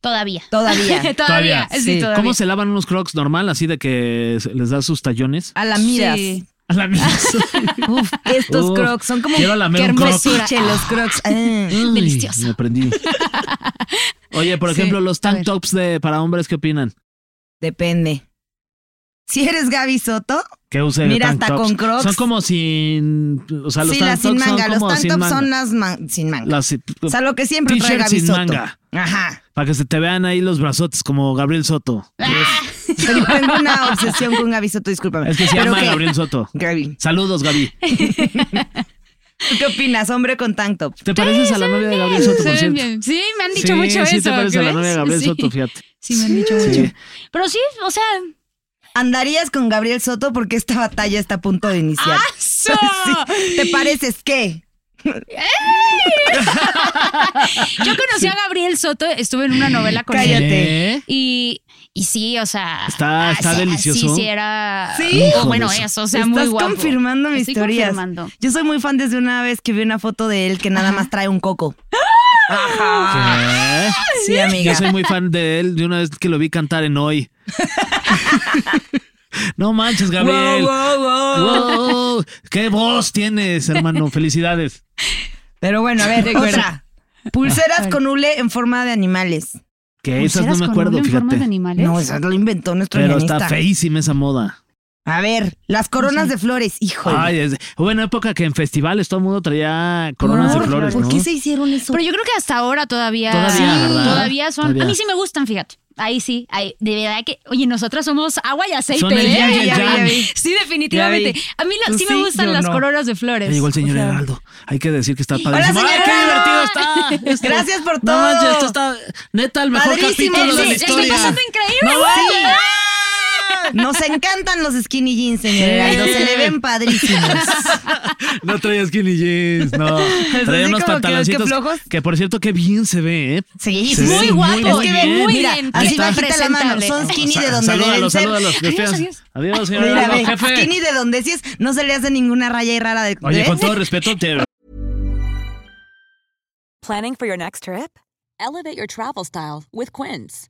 [SPEAKER 3] todavía.
[SPEAKER 2] Todavía.
[SPEAKER 3] *laughs* Todavía,
[SPEAKER 1] Todavía.
[SPEAKER 3] sí,
[SPEAKER 2] Sí.
[SPEAKER 3] todavía.
[SPEAKER 1] ¿Cómo se lavan unos crocs normal, así de que se- les da sus tallones?
[SPEAKER 2] A la miras.
[SPEAKER 4] Sí.
[SPEAKER 1] A *laughs* la misma.
[SPEAKER 2] *laughs* Uf, estos
[SPEAKER 1] Uf,
[SPEAKER 2] Crocs son como.
[SPEAKER 1] quiero lamer
[SPEAKER 2] qué
[SPEAKER 1] un Croc.
[SPEAKER 2] hermosiche los Crocs.
[SPEAKER 3] *laughs*
[SPEAKER 2] Ah.
[SPEAKER 1] Ay,
[SPEAKER 3] Delicioso.
[SPEAKER 1] Me
[SPEAKER 2] *laughs*
[SPEAKER 1] aprendí. Oye, por
[SPEAKER 4] Sí,
[SPEAKER 1] ejemplo, los
[SPEAKER 4] a
[SPEAKER 1] tank
[SPEAKER 4] ver.
[SPEAKER 1] tops de para hombres, ¿qué opinan?
[SPEAKER 2] Depende. Si eres Gaby Soto,
[SPEAKER 1] Que usen
[SPEAKER 2] Mira,
[SPEAKER 1] tank
[SPEAKER 2] hasta
[SPEAKER 1] tops.
[SPEAKER 2] con Crocs.
[SPEAKER 1] Son como sin, o sea, los
[SPEAKER 2] sí,
[SPEAKER 1] tank
[SPEAKER 2] las
[SPEAKER 1] tops
[SPEAKER 2] sin manga.
[SPEAKER 1] son
[SPEAKER 2] Los
[SPEAKER 1] como
[SPEAKER 2] tank
[SPEAKER 1] sin
[SPEAKER 2] tops
[SPEAKER 1] manga.
[SPEAKER 2] son las man- sin manga.
[SPEAKER 1] Las-
[SPEAKER 2] o sea, lo que siempre trae
[SPEAKER 1] t-shirt
[SPEAKER 2] Gaby
[SPEAKER 1] sin
[SPEAKER 2] Soto.
[SPEAKER 1] manga.
[SPEAKER 2] Ajá.
[SPEAKER 1] para que se te vean ahí los brazotes como Gabriel Soto.
[SPEAKER 2] Tengo tengo una obsesión con Gaby Soto, discúlpame.
[SPEAKER 1] Es que se
[SPEAKER 2] Pero
[SPEAKER 1] llama
[SPEAKER 2] ¿qué?
[SPEAKER 1] Gabriel Soto.
[SPEAKER 2] Gaby,
[SPEAKER 1] Saludos, Gaby.
[SPEAKER 2] ¿tú qué opinas, hombre con tank top?
[SPEAKER 1] ¿Te pareces a la novia de Gabriel Soto,
[SPEAKER 3] Se
[SPEAKER 1] por
[SPEAKER 3] ven
[SPEAKER 1] cierto?
[SPEAKER 3] bien. Sí, me han dicho mucho
[SPEAKER 1] sí
[SPEAKER 3] eso.
[SPEAKER 1] te pareces a la
[SPEAKER 3] ¿crees?
[SPEAKER 1] novia de Gabriel
[SPEAKER 3] sí.
[SPEAKER 1] Soto, fíjate.
[SPEAKER 3] Sí, me han dicho
[SPEAKER 1] Sí.
[SPEAKER 3] mucho. Pero sí,
[SPEAKER 1] *laughs*
[SPEAKER 3] o sea,
[SPEAKER 2] ¿Andarías con Gabriel Soto porque esta batalla está a punto de iniciar?
[SPEAKER 3] ¡aso! ¡ah!
[SPEAKER 2] Sí. ¿Te pareces qué?
[SPEAKER 3] yo conocí a Gabriel Soto, estuve en una novela con él.
[SPEAKER 2] Cállate.
[SPEAKER 1] ¿Eh?
[SPEAKER 3] Y, y sí, o sea. ah,
[SPEAKER 1] Está- está
[SPEAKER 3] sí,
[SPEAKER 1] delicioso.
[SPEAKER 3] Sí, sí, era.
[SPEAKER 2] Sí.
[SPEAKER 3] O bueno,
[SPEAKER 1] Hijo de
[SPEAKER 3] eso, o sea,
[SPEAKER 2] Estás
[SPEAKER 3] muy guapo.
[SPEAKER 2] confirmando mis
[SPEAKER 3] Estoy
[SPEAKER 2] teorías.
[SPEAKER 3] confirmando.
[SPEAKER 2] Yo soy muy fan desde una vez que vi una foto de él que nada más trae un coco.
[SPEAKER 3] ¡Ah!
[SPEAKER 2] Ajá.
[SPEAKER 1] ¿Eh?
[SPEAKER 2] Sí, amiga.
[SPEAKER 1] Yo soy muy fan de él, de una vez que lo vi cantar en
[SPEAKER 3] *laughs*
[SPEAKER 1] hoy. no manches, Gabriel.
[SPEAKER 2] Wow, wow, wow.
[SPEAKER 1] Wow, ¡Qué voz tienes, hermano! ¡Felicidades!
[SPEAKER 2] Pero bueno, a ver, otra. Pulseras con hule en forma de animales.
[SPEAKER 1] Que esas no
[SPEAKER 3] ¿Pulseras
[SPEAKER 1] me
[SPEAKER 3] con
[SPEAKER 1] acuerdo,
[SPEAKER 3] hule en forma de
[SPEAKER 1] fíjate.
[SPEAKER 3] animales?
[SPEAKER 2] No, eso lo inventó nuestro
[SPEAKER 1] Pero
[SPEAKER 2] guionista.
[SPEAKER 1] está feísima esa moda.
[SPEAKER 2] A ver, las coronas de flores, híjole.
[SPEAKER 1] Ay, es- hubo una época que en festivales todo el mundo traía coronas de
[SPEAKER 2] Por-
[SPEAKER 1] flores,
[SPEAKER 2] ¿Por
[SPEAKER 1] ¿no?
[SPEAKER 2] qué se hicieron eso?
[SPEAKER 3] Pero yo creo que hasta ahora todavía.
[SPEAKER 1] Todavía, ¿verdad?
[SPEAKER 3] Todavía son.
[SPEAKER 1] Todavía.
[SPEAKER 3] A mí sí me gustan, fíjate. Ahí sí, ahí, de verdad que, oye, nosotras somos agua y aceite.
[SPEAKER 1] Son el yin y
[SPEAKER 3] ¿eh?
[SPEAKER 1] el
[SPEAKER 3] Ya vi, ya
[SPEAKER 1] yang.
[SPEAKER 3] vi. Sí, definitivamente.
[SPEAKER 2] Ya vi.
[SPEAKER 3] A mí lo-
[SPEAKER 2] Tú
[SPEAKER 3] sí me
[SPEAKER 2] sí,
[SPEAKER 3] gustan
[SPEAKER 2] yo
[SPEAKER 3] las
[SPEAKER 2] no.
[SPEAKER 3] coronas de
[SPEAKER 1] Ya
[SPEAKER 3] flores.
[SPEAKER 1] llegó el señor Heraldo. Hay que decir que está padrísimo.
[SPEAKER 2] señor
[SPEAKER 1] ¡Ay, qué
[SPEAKER 2] Heraldo!
[SPEAKER 1] divertido está! Esto-
[SPEAKER 2] Gracias por
[SPEAKER 1] No
[SPEAKER 2] todo.
[SPEAKER 1] manches, esto está neta el mejor
[SPEAKER 2] Padrísimo.
[SPEAKER 1] capítulo de
[SPEAKER 3] Sí,
[SPEAKER 1] la
[SPEAKER 3] la estoy
[SPEAKER 1] historia.
[SPEAKER 3] pasando increíble.
[SPEAKER 1] No,
[SPEAKER 3] Sí.
[SPEAKER 1] bueno.
[SPEAKER 2] ¡Ah! Nos encantan los skinny jeans, señora.
[SPEAKER 1] Sí.
[SPEAKER 2] Heraldo, Se le ven padrísimos.
[SPEAKER 1] No traía skinny jeans,
[SPEAKER 2] *laughs*
[SPEAKER 1] no. Traía
[SPEAKER 2] así
[SPEAKER 1] unos
[SPEAKER 2] como que-
[SPEAKER 1] pantaloncitos.
[SPEAKER 2] que flojos.
[SPEAKER 1] que por cierto, qué bien se ve, ¿eh?
[SPEAKER 2] Sí,
[SPEAKER 1] Se ve
[SPEAKER 3] Muy guapo,
[SPEAKER 1] bien.
[SPEAKER 3] es que ve muy bien.
[SPEAKER 2] así
[SPEAKER 3] Está
[SPEAKER 2] bajita la mano,
[SPEAKER 3] presentable.
[SPEAKER 2] son skinny de donde deben
[SPEAKER 1] Salúdalos,
[SPEAKER 2] ser.
[SPEAKER 1] salúdalos.
[SPEAKER 3] Adiós,
[SPEAKER 1] Adiós,
[SPEAKER 3] adiós.
[SPEAKER 1] adiós señor
[SPEAKER 2] Mira,
[SPEAKER 1] Heraldo,
[SPEAKER 2] ve,
[SPEAKER 1] jefe.
[SPEAKER 2] skinny de donde sí es, no se le hace ninguna raya y rara de
[SPEAKER 1] Oye,
[SPEAKER 2] ¿ves?
[SPEAKER 1] con todo respeto, te
[SPEAKER 5] Planning for your next trip? Elevate your travel style with Quince.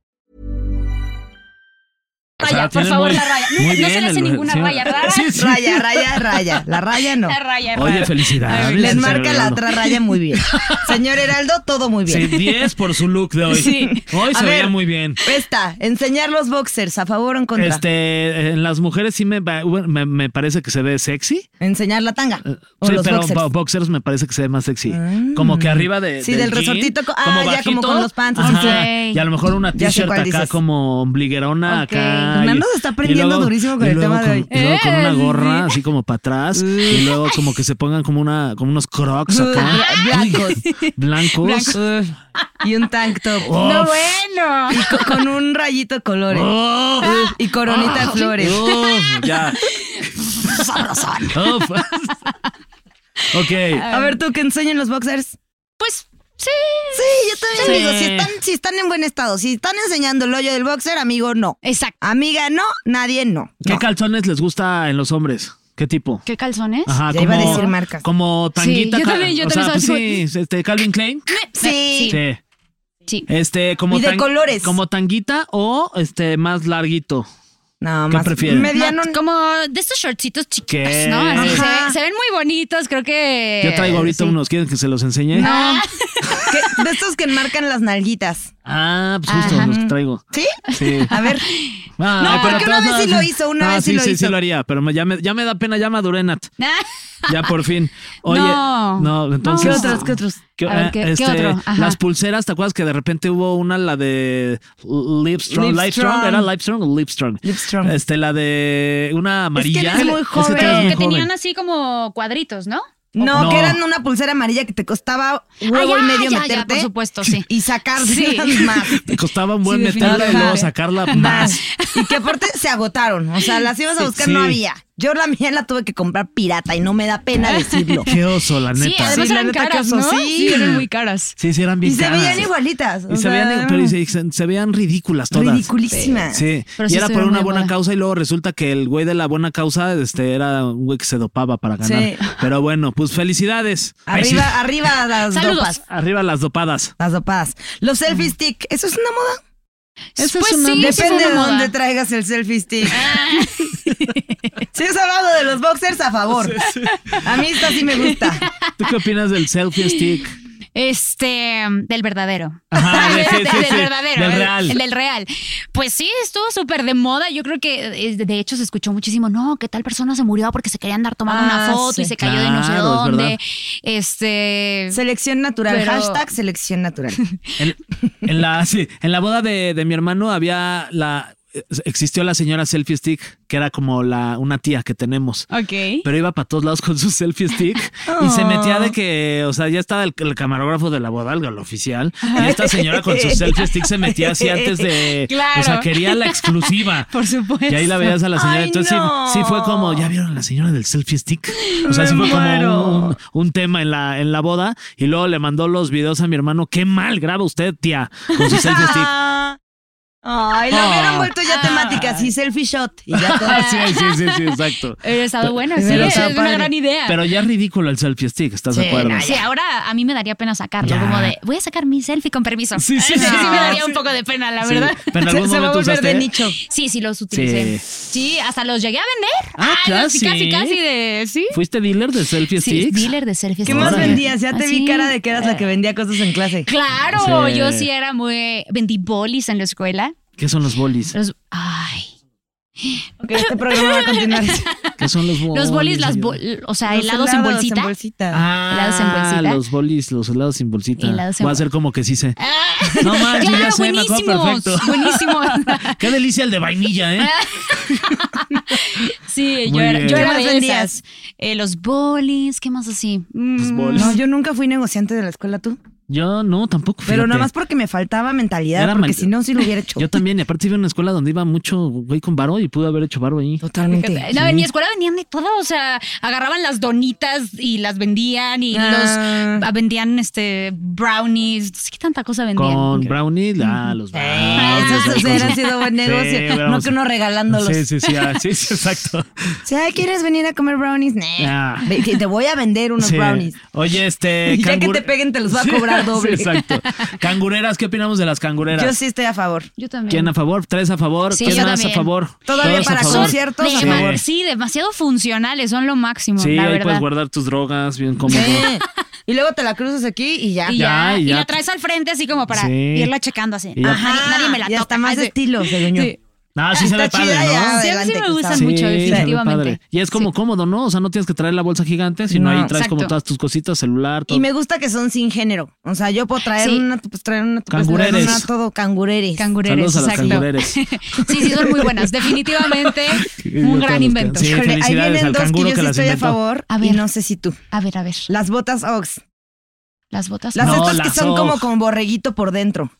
[SPEAKER 1] O sea,
[SPEAKER 3] Raya, por
[SPEAKER 1] tiene
[SPEAKER 3] favor,
[SPEAKER 1] muy-
[SPEAKER 3] la raya. No,
[SPEAKER 1] muy
[SPEAKER 3] no se
[SPEAKER 1] bien
[SPEAKER 3] le hace
[SPEAKER 1] el-
[SPEAKER 3] ninguna
[SPEAKER 1] sí.
[SPEAKER 3] raya rara.
[SPEAKER 1] Sí, sí.
[SPEAKER 2] Raya, raya, raya. La raya *laughs* no.
[SPEAKER 3] La raya rara.
[SPEAKER 1] Oye, pues, felicidades.
[SPEAKER 2] Les
[SPEAKER 1] señor
[SPEAKER 2] marca la
[SPEAKER 1] Heraldo.
[SPEAKER 2] otra raya muy
[SPEAKER 1] *laughs*
[SPEAKER 2] bien. Señor Heraldo, todo muy
[SPEAKER 1] Sí,
[SPEAKER 2] bien.
[SPEAKER 1] 10 por su look de hoy.
[SPEAKER 2] *laughs* Sí.
[SPEAKER 1] *laughs* Hoy
[SPEAKER 2] A
[SPEAKER 1] se
[SPEAKER 2] ver.
[SPEAKER 1] veía muy bien.
[SPEAKER 2] Esta, enseñar los boxers, ¿a favor o en contra?
[SPEAKER 1] Este, en las mujeres sí me, va- bueno, me, me parece que se ve sexy.
[SPEAKER 2] Enseñar la tanga. O
[SPEAKER 1] Eh, sí,
[SPEAKER 2] los
[SPEAKER 1] pero
[SPEAKER 2] boxers. Ah.
[SPEAKER 1] bo- boxers me parece que se ve más sexy. Como que arriba de.
[SPEAKER 2] Sí, del
[SPEAKER 1] jean,
[SPEAKER 2] resortito co- ah, ya, como con los pants,
[SPEAKER 1] Ajá,
[SPEAKER 2] sí,
[SPEAKER 3] sí.
[SPEAKER 1] Y a lo mejor una
[SPEAKER 2] Ya sé
[SPEAKER 1] t-shirt
[SPEAKER 2] cuál
[SPEAKER 1] acá
[SPEAKER 2] dices.
[SPEAKER 1] como ombliguerona
[SPEAKER 3] Ok.
[SPEAKER 1] acá.
[SPEAKER 2] Fernando
[SPEAKER 1] y-
[SPEAKER 2] se está
[SPEAKER 1] y
[SPEAKER 2] aprendiendo
[SPEAKER 1] luego-
[SPEAKER 2] durísimo con
[SPEAKER 1] y
[SPEAKER 2] el
[SPEAKER 1] luego
[SPEAKER 2] tema de
[SPEAKER 1] con-
[SPEAKER 2] hoy.
[SPEAKER 1] y luego con una
[SPEAKER 3] Eh,
[SPEAKER 1] gorra así como para atrás.
[SPEAKER 2] *laughs*
[SPEAKER 1] y luego como que se pongan como una, como unos crocs acá.
[SPEAKER 2] Bla- blancos.
[SPEAKER 1] Uy, *laughs* blancos. eh.
[SPEAKER 2] Uf, *laughs* y un tank top.
[SPEAKER 3] No, bueno.
[SPEAKER 2] Y co- con un rayito de colores.
[SPEAKER 1] Oh,
[SPEAKER 2] Uf, y coronita de flores.
[SPEAKER 1] Uf,
[SPEAKER 2] *laughs*
[SPEAKER 1] ya. Uf. ok.
[SPEAKER 2] A ver, tú que enseñen los boxers.
[SPEAKER 3] Pues sí.
[SPEAKER 2] Sí, yo también
[SPEAKER 1] Sí.
[SPEAKER 2] digo, si están, si están en buen estado, si están enseñando el hoyo del boxer, amigo, no.
[SPEAKER 3] Exacto.
[SPEAKER 2] Amiga, no, nadie no.
[SPEAKER 1] ¿Qué
[SPEAKER 2] No.
[SPEAKER 1] calzones les gusta en los hombres? ¿Qué tipo?
[SPEAKER 3] ¿Qué calzones?
[SPEAKER 1] Ajá,
[SPEAKER 2] Ya iba a decir marcas.
[SPEAKER 1] Como tanguita.
[SPEAKER 3] Sí, yo
[SPEAKER 1] ca-
[SPEAKER 3] también- yo
[SPEAKER 1] o
[SPEAKER 3] también
[SPEAKER 1] sea, pues
[SPEAKER 3] estaba
[SPEAKER 1] sí, este, Calvin Klein.
[SPEAKER 2] Sí.
[SPEAKER 3] Sí.
[SPEAKER 1] Sí.
[SPEAKER 3] Sí.
[SPEAKER 1] Este, como
[SPEAKER 2] Y de colores.
[SPEAKER 1] Como tanguita o este más larguito.
[SPEAKER 2] No,
[SPEAKER 1] ¿Qué
[SPEAKER 2] más
[SPEAKER 1] prefieren?
[SPEAKER 2] mediano.
[SPEAKER 3] Ma- Como de estos shortcitos chiquitos,
[SPEAKER 1] ¿Qué?
[SPEAKER 3] ¿no? Así se,
[SPEAKER 2] Ajá.
[SPEAKER 3] ve- se ven muy bonitos, creo que.
[SPEAKER 1] Yo traigo ahorita unos, ¿quieren que se los enseñe?
[SPEAKER 2] No. ¿Qué? De estos que enmarcan las nalguitas.
[SPEAKER 1] Ah, pues justo los que traigo.
[SPEAKER 2] ¿Sí?
[SPEAKER 1] Sí. *laughs*
[SPEAKER 2] A ver.
[SPEAKER 1] Ah,
[SPEAKER 2] No,
[SPEAKER 1] pero
[SPEAKER 2] porque
[SPEAKER 1] te
[SPEAKER 2] una
[SPEAKER 1] vas a-
[SPEAKER 2] vez sí lo hizo, una
[SPEAKER 1] Ah,
[SPEAKER 2] vez sí lo
[SPEAKER 1] sí, sí
[SPEAKER 2] hizo.
[SPEAKER 1] lo haría, pero me- ya, me, ya me da pena, ya maduré,
[SPEAKER 2] *laughs*
[SPEAKER 1] Nat.
[SPEAKER 3] Ah,
[SPEAKER 1] Ya por fin. Oye, no,
[SPEAKER 3] No.
[SPEAKER 1] entonces.
[SPEAKER 3] ¿Qué otros, qué otros? A ver,
[SPEAKER 1] eh,
[SPEAKER 3] ¿qué- qué otro? Ajá.
[SPEAKER 1] Las pulseras, ¿te acuerdas que de repente hubo una, la de Lipstrong? ¿Lipstrong?
[SPEAKER 2] Livestrong.
[SPEAKER 1] ¿Era Lipstrong o Lipstrong?
[SPEAKER 2] Livestrong.
[SPEAKER 1] Este, la de una amarilla.
[SPEAKER 2] él es muy
[SPEAKER 1] Ese todavía
[SPEAKER 2] joven.
[SPEAKER 1] es muy
[SPEAKER 3] que
[SPEAKER 1] joven.
[SPEAKER 3] tenían así como cuadritos, ¿no?
[SPEAKER 2] No,
[SPEAKER 1] No.
[SPEAKER 2] que eran una pulsera amarilla que te costaba
[SPEAKER 3] Ah,
[SPEAKER 2] huevo
[SPEAKER 3] ya,
[SPEAKER 2] y medio
[SPEAKER 3] ya,
[SPEAKER 2] meterte.
[SPEAKER 3] ya, por supuesto, sí.
[SPEAKER 2] Y sacar *laughs*
[SPEAKER 3] Sí.
[SPEAKER 2] más.
[SPEAKER 1] Te costaba un buen
[SPEAKER 4] Sí,
[SPEAKER 1] meterla y
[SPEAKER 2] definitivamente.
[SPEAKER 1] luego
[SPEAKER 2] *laughs*
[SPEAKER 1] sacarla más.
[SPEAKER 2] Y que aparte se agotaron. O sea, las ibas a
[SPEAKER 1] Sí,
[SPEAKER 2] buscar,
[SPEAKER 1] sí.
[SPEAKER 2] no había. Yo la mía la tuve que comprar pirata y no me da pena decirlo.
[SPEAKER 1] *laughs* Qué oso, la
[SPEAKER 3] Sí,
[SPEAKER 1] neta.
[SPEAKER 3] además
[SPEAKER 2] Sí, la
[SPEAKER 3] eran
[SPEAKER 2] neta que
[SPEAKER 3] caras,
[SPEAKER 2] eso
[SPEAKER 3] ¿no?
[SPEAKER 2] sí.
[SPEAKER 4] eran muy caras.
[SPEAKER 1] Sí, sí, eran bien
[SPEAKER 2] Y se
[SPEAKER 1] caras.
[SPEAKER 2] veían igualitas. o
[SPEAKER 1] Y se
[SPEAKER 2] sea,
[SPEAKER 1] veían,
[SPEAKER 3] mm.
[SPEAKER 1] pero y se, se- se veían ridículas todas.
[SPEAKER 2] ridiculísimas.
[SPEAKER 1] Sí,
[SPEAKER 3] Pero
[SPEAKER 1] y
[SPEAKER 3] sí
[SPEAKER 1] era por
[SPEAKER 3] estuvieron
[SPEAKER 1] una
[SPEAKER 3] muy
[SPEAKER 1] buena
[SPEAKER 3] buenas.
[SPEAKER 1] causa y luego resulta que el güey de la buena causa este era un güey que se dopaba para ganar.
[SPEAKER 2] Sí.
[SPEAKER 1] Pero bueno, pues felicidades. Ay, sí.
[SPEAKER 2] Arriba, arriba
[SPEAKER 1] *laughs*
[SPEAKER 2] las
[SPEAKER 3] Saludos.
[SPEAKER 2] dopas.
[SPEAKER 1] Arriba las dopadas.
[SPEAKER 2] Las dopadas. Los selfie stick, ¿eso es una moda?
[SPEAKER 3] Pues
[SPEAKER 1] es una- Ah.
[SPEAKER 3] sí, sí es
[SPEAKER 2] Depende
[SPEAKER 3] una
[SPEAKER 2] de
[SPEAKER 3] moda.
[SPEAKER 2] dónde traigas el selfie stick. *laughs* si es hablado de los boxers, a favor. A mí esta sí me gusta.
[SPEAKER 1] ¿Tú qué opinas del selfie
[SPEAKER 3] *laughs*
[SPEAKER 1] stick?
[SPEAKER 3] Este, del verdadero.
[SPEAKER 1] Ajá,
[SPEAKER 3] *laughs*
[SPEAKER 1] de- sí,
[SPEAKER 3] Del-
[SPEAKER 1] sí,
[SPEAKER 3] del
[SPEAKER 1] sí,
[SPEAKER 3] verdadero.
[SPEAKER 1] del
[SPEAKER 3] el-
[SPEAKER 1] real.
[SPEAKER 3] El, del real. Pues sí, estuvo súper de moda. Yo creo que eh, de hecho se escuchó muchísimo, no, que tal persona se murió porque se quería andar tomando
[SPEAKER 2] Ah,
[SPEAKER 3] una foto
[SPEAKER 2] sí.
[SPEAKER 3] y se cayó de no sé
[SPEAKER 1] Claro, es
[SPEAKER 3] dónde.
[SPEAKER 1] verdad.
[SPEAKER 3] Este.
[SPEAKER 2] Selección natural.
[SPEAKER 3] Pero-
[SPEAKER 2] Hashtag
[SPEAKER 1] *laughs*
[SPEAKER 2] selección natural.
[SPEAKER 1] En, en la, sí, en la boda de, de mi hermano había la existió la señora selfie stick, que era como la una tía que tenemos.
[SPEAKER 4] Ok.
[SPEAKER 1] Pero iba para todos lados con su selfie stick y se metía de que, o sea, ya estaba el, el camarógrafo de la boda, el, el oficial, y esta señora con su selfie stick se metía así antes de, o sea,
[SPEAKER 3] Claro.
[SPEAKER 1] quería la
[SPEAKER 3] *laughs*
[SPEAKER 1] exclusiva.
[SPEAKER 4] Por supuesto.
[SPEAKER 1] Y ahí la veías a la señora.
[SPEAKER 2] Ay,
[SPEAKER 1] Entonces sí-
[SPEAKER 2] no.
[SPEAKER 1] sí, fue como, ¿ya vieron a la señora del selfie stick? O sea, sí fue
[SPEAKER 2] muero.
[SPEAKER 1] como un, un tema en la, en la boda. Y luego le mandó los videos a mi hermano. Qué mal graba usted, tía, con su selfie stick.
[SPEAKER 3] *laughs*
[SPEAKER 1] *laughs*
[SPEAKER 2] Ah. Ay, lo hubieran vuelto ya temáticas y selfie shot. Y ya todo.
[SPEAKER 1] Ah, sí, sí, sí, sí, exacto.
[SPEAKER 3] Hubiera estado Ah, bueno, sí,
[SPEAKER 1] pero
[SPEAKER 3] es
[SPEAKER 1] está
[SPEAKER 3] una
[SPEAKER 2] padre.
[SPEAKER 3] gran idea.
[SPEAKER 1] Pero ya es ridículo el selfie stick, ¿estás de acuerdo?
[SPEAKER 3] Sí, ahora a mí me daría pena sacarlo,
[SPEAKER 1] Ya.
[SPEAKER 3] como de voy a sacar mi selfie con permiso.
[SPEAKER 1] Sí, sí,
[SPEAKER 3] *laughs* Ah,
[SPEAKER 1] sí.
[SPEAKER 3] me daría un poco de pena, la
[SPEAKER 1] Sí,
[SPEAKER 3] verdad.
[SPEAKER 1] *laughs* Pero
[SPEAKER 3] *laughs*
[SPEAKER 1] en algún
[SPEAKER 2] se, se va a
[SPEAKER 1] momento
[SPEAKER 2] volver
[SPEAKER 1] usaste.
[SPEAKER 2] de nicho.
[SPEAKER 3] Sí, sí, los utilicé. Sí, hasta los llegué a vender.
[SPEAKER 1] Ah,
[SPEAKER 3] casi,
[SPEAKER 1] casi.
[SPEAKER 3] casi, casi de. Sí.
[SPEAKER 1] ¿Fuiste dealer de selfie
[SPEAKER 3] Sí,
[SPEAKER 1] sticks?
[SPEAKER 3] dealer de selfies.
[SPEAKER 2] ¿Qué más
[SPEAKER 1] Órale. Ah,
[SPEAKER 2] vendías? Ya te vi
[SPEAKER 3] Así.
[SPEAKER 2] cara de que eras la que vendía cosas en
[SPEAKER 1] *laughs*
[SPEAKER 2] clase.
[SPEAKER 3] Claro,
[SPEAKER 1] Sí.
[SPEAKER 3] yo sí era muy. Vendí bolis en la escuela.
[SPEAKER 1] ¿Qué son los bolis?
[SPEAKER 3] Los- ay.
[SPEAKER 2] Ok, este programa va
[SPEAKER 1] *laughs*
[SPEAKER 2] a continuar.
[SPEAKER 1] ¿Qué son los bolis?
[SPEAKER 3] *laughs* Los bolis, las
[SPEAKER 1] señora?
[SPEAKER 3] bol- o sea,
[SPEAKER 2] Los
[SPEAKER 3] helados, en
[SPEAKER 2] helados
[SPEAKER 3] bolsita.
[SPEAKER 1] Ah,
[SPEAKER 3] helados en bolsita.
[SPEAKER 1] los bolis, los helados sin bolsita.
[SPEAKER 3] Helados en
[SPEAKER 1] Voy a
[SPEAKER 3] bol-
[SPEAKER 1] hacer como que sí sé.
[SPEAKER 3] *laughs* Ah,
[SPEAKER 1] No manches,
[SPEAKER 3] claro,
[SPEAKER 1] ya sé, me acuerdo
[SPEAKER 3] buenísimos, Ah.
[SPEAKER 1] perfecto. *laughs*
[SPEAKER 3] buenísimos.
[SPEAKER 1] Qué delicia el de vainilla, ¿eh?
[SPEAKER 3] Sí, yo
[SPEAKER 1] Muy
[SPEAKER 3] era,
[SPEAKER 1] bien.
[SPEAKER 3] yo
[SPEAKER 1] ¿Qué
[SPEAKER 3] era
[SPEAKER 2] más
[SPEAKER 3] de
[SPEAKER 2] vendías?
[SPEAKER 3] esas. Eh, los bolis, ¿qué más así? Mm,
[SPEAKER 1] Los bolis.
[SPEAKER 2] No, yo nunca fui negociante de la escuela, tú.
[SPEAKER 1] Yo no, tampoco.
[SPEAKER 2] Pero
[SPEAKER 1] fíjate.
[SPEAKER 2] nada más porque me faltaba mentalidad,
[SPEAKER 1] Era
[SPEAKER 2] porque
[SPEAKER 1] mal-
[SPEAKER 2] si no, sí lo hubiera hecho.
[SPEAKER 1] *laughs* Yo también, y aparte iba a una escuela donde iba mucho güey con varo y pude haber hecho varo ahí.
[SPEAKER 2] Totalmente.
[SPEAKER 3] No, en mi escuela venían de todo, o sea, agarraban las donitas y las vendían y
[SPEAKER 2] Ah.
[SPEAKER 3] los ah, vendían este brownies, no sé qué tanta cosa vendían.
[SPEAKER 1] Con brownie, ah, los
[SPEAKER 2] Ah,
[SPEAKER 1] brownies. *laughs*
[SPEAKER 2] Eso
[SPEAKER 1] esas
[SPEAKER 2] hubiera
[SPEAKER 1] cosas.
[SPEAKER 2] sido buen negocio. no
[SPEAKER 1] hubiéramos-
[SPEAKER 2] que uno regalándolos.
[SPEAKER 1] Sí, sí, sí, ah, sí, sí,
[SPEAKER 3] *laughs*
[SPEAKER 1] exacto.
[SPEAKER 2] Si, ay, ¿quieres venir a comer brownies? Nah.
[SPEAKER 1] Ah.
[SPEAKER 2] Ve que Te voy a vender unos
[SPEAKER 1] Sí.
[SPEAKER 2] brownies.
[SPEAKER 1] Oye, este.
[SPEAKER 2] *laughs* Ya que
[SPEAKER 1] cangur-
[SPEAKER 2] te peguen, te los va a
[SPEAKER 1] Sí,
[SPEAKER 2] cobrar doble.
[SPEAKER 1] sí,
[SPEAKER 2] *laughs*
[SPEAKER 1] exacto. Cangureras, ¿qué opinamos de las cangureras?
[SPEAKER 2] Yo sí estoy a favor.
[SPEAKER 3] Yo también.
[SPEAKER 1] ¿Quién a favor? ¿Tres a favor?
[SPEAKER 3] Sí,
[SPEAKER 1] ¿Quién
[SPEAKER 3] yo
[SPEAKER 1] más
[SPEAKER 3] también.
[SPEAKER 1] a favor?
[SPEAKER 2] Todavía
[SPEAKER 1] Todos a
[SPEAKER 2] para
[SPEAKER 1] favor.
[SPEAKER 2] conciertos, a
[SPEAKER 3] Dema-
[SPEAKER 1] favor.
[SPEAKER 3] sí, demasiado funcionales, son lo máximo,
[SPEAKER 1] Sí,
[SPEAKER 3] la
[SPEAKER 1] ahí puedes
[SPEAKER 3] verdad.
[SPEAKER 1] guardar tus drogas bien cómodo.
[SPEAKER 2] Eh, Y luego te la cruzas aquí y ya.
[SPEAKER 3] y
[SPEAKER 1] Ya,
[SPEAKER 3] ya,
[SPEAKER 1] y
[SPEAKER 3] y
[SPEAKER 1] ya.
[SPEAKER 3] la traes al frente así como para
[SPEAKER 1] Sí.
[SPEAKER 3] irla checando así.
[SPEAKER 1] Y ya.
[SPEAKER 3] Ajá, nadie- nadie me la
[SPEAKER 2] ya
[SPEAKER 3] toca.
[SPEAKER 2] está Ah, más de
[SPEAKER 3] Así.
[SPEAKER 2] estilo, según yo.
[SPEAKER 3] Sí.
[SPEAKER 1] Ah, sí se ve
[SPEAKER 2] Está
[SPEAKER 1] padre,
[SPEAKER 2] chida ya.
[SPEAKER 1] ¿no?
[SPEAKER 3] Sí, a mí sí
[SPEAKER 2] Adelante,
[SPEAKER 3] me gustan
[SPEAKER 2] Gustavo.
[SPEAKER 3] mucho,
[SPEAKER 1] se ve
[SPEAKER 3] definitivamente.
[SPEAKER 1] padre. Y es como
[SPEAKER 3] Sí.
[SPEAKER 1] cómodo, ¿no? O sea, no tienes que traer la bolsa gigante, sino
[SPEAKER 2] No.
[SPEAKER 1] ahí traes como
[SPEAKER 3] Exacto.
[SPEAKER 1] todas tus cositas, celular, todo.
[SPEAKER 2] Y me gusta que son sin género. O sea, yo puedo traer
[SPEAKER 3] Sí.
[SPEAKER 2] una, tú puedes traer una, tú puedes traer
[SPEAKER 1] Cangureres.
[SPEAKER 2] una, todo cangureres.
[SPEAKER 3] Cangureres,
[SPEAKER 1] Saludos a las
[SPEAKER 3] exacto.
[SPEAKER 1] cangureres.
[SPEAKER 3] sí, *laughs* sí, son muy
[SPEAKER 1] *laughs*
[SPEAKER 3] buenas. Definitivamente un
[SPEAKER 1] Yo
[SPEAKER 3] gran
[SPEAKER 1] todos
[SPEAKER 3] invento.
[SPEAKER 1] los can- Sí,
[SPEAKER 2] Híjole, ahí
[SPEAKER 1] felicidades
[SPEAKER 2] vienen
[SPEAKER 1] al
[SPEAKER 2] dos que
[SPEAKER 1] canguro
[SPEAKER 2] yo
[SPEAKER 1] que
[SPEAKER 2] sí
[SPEAKER 1] las
[SPEAKER 2] estoy
[SPEAKER 1] inventó.
[SPEAKER 2] a favor
[SPEAKER 3] A
[SPEAKER 2] y
[SPEAKER 3] ver.
[SPEAKER 2] no sé si tú.
[SPEAKER 3] A ver, a ver.
[SPEAKER 2] Las botas Ox.
[SPEAKER 3] Las botas.
[SPEAKER 2] Las
[SPEAKER 1] No,
[SPEAKER 2] estas
[SPEAKER 1] las
[SPEAKER 2] que son como
[SPEAKER 1] Ugg.
[SPEAKER 2] con borreguito por dentro.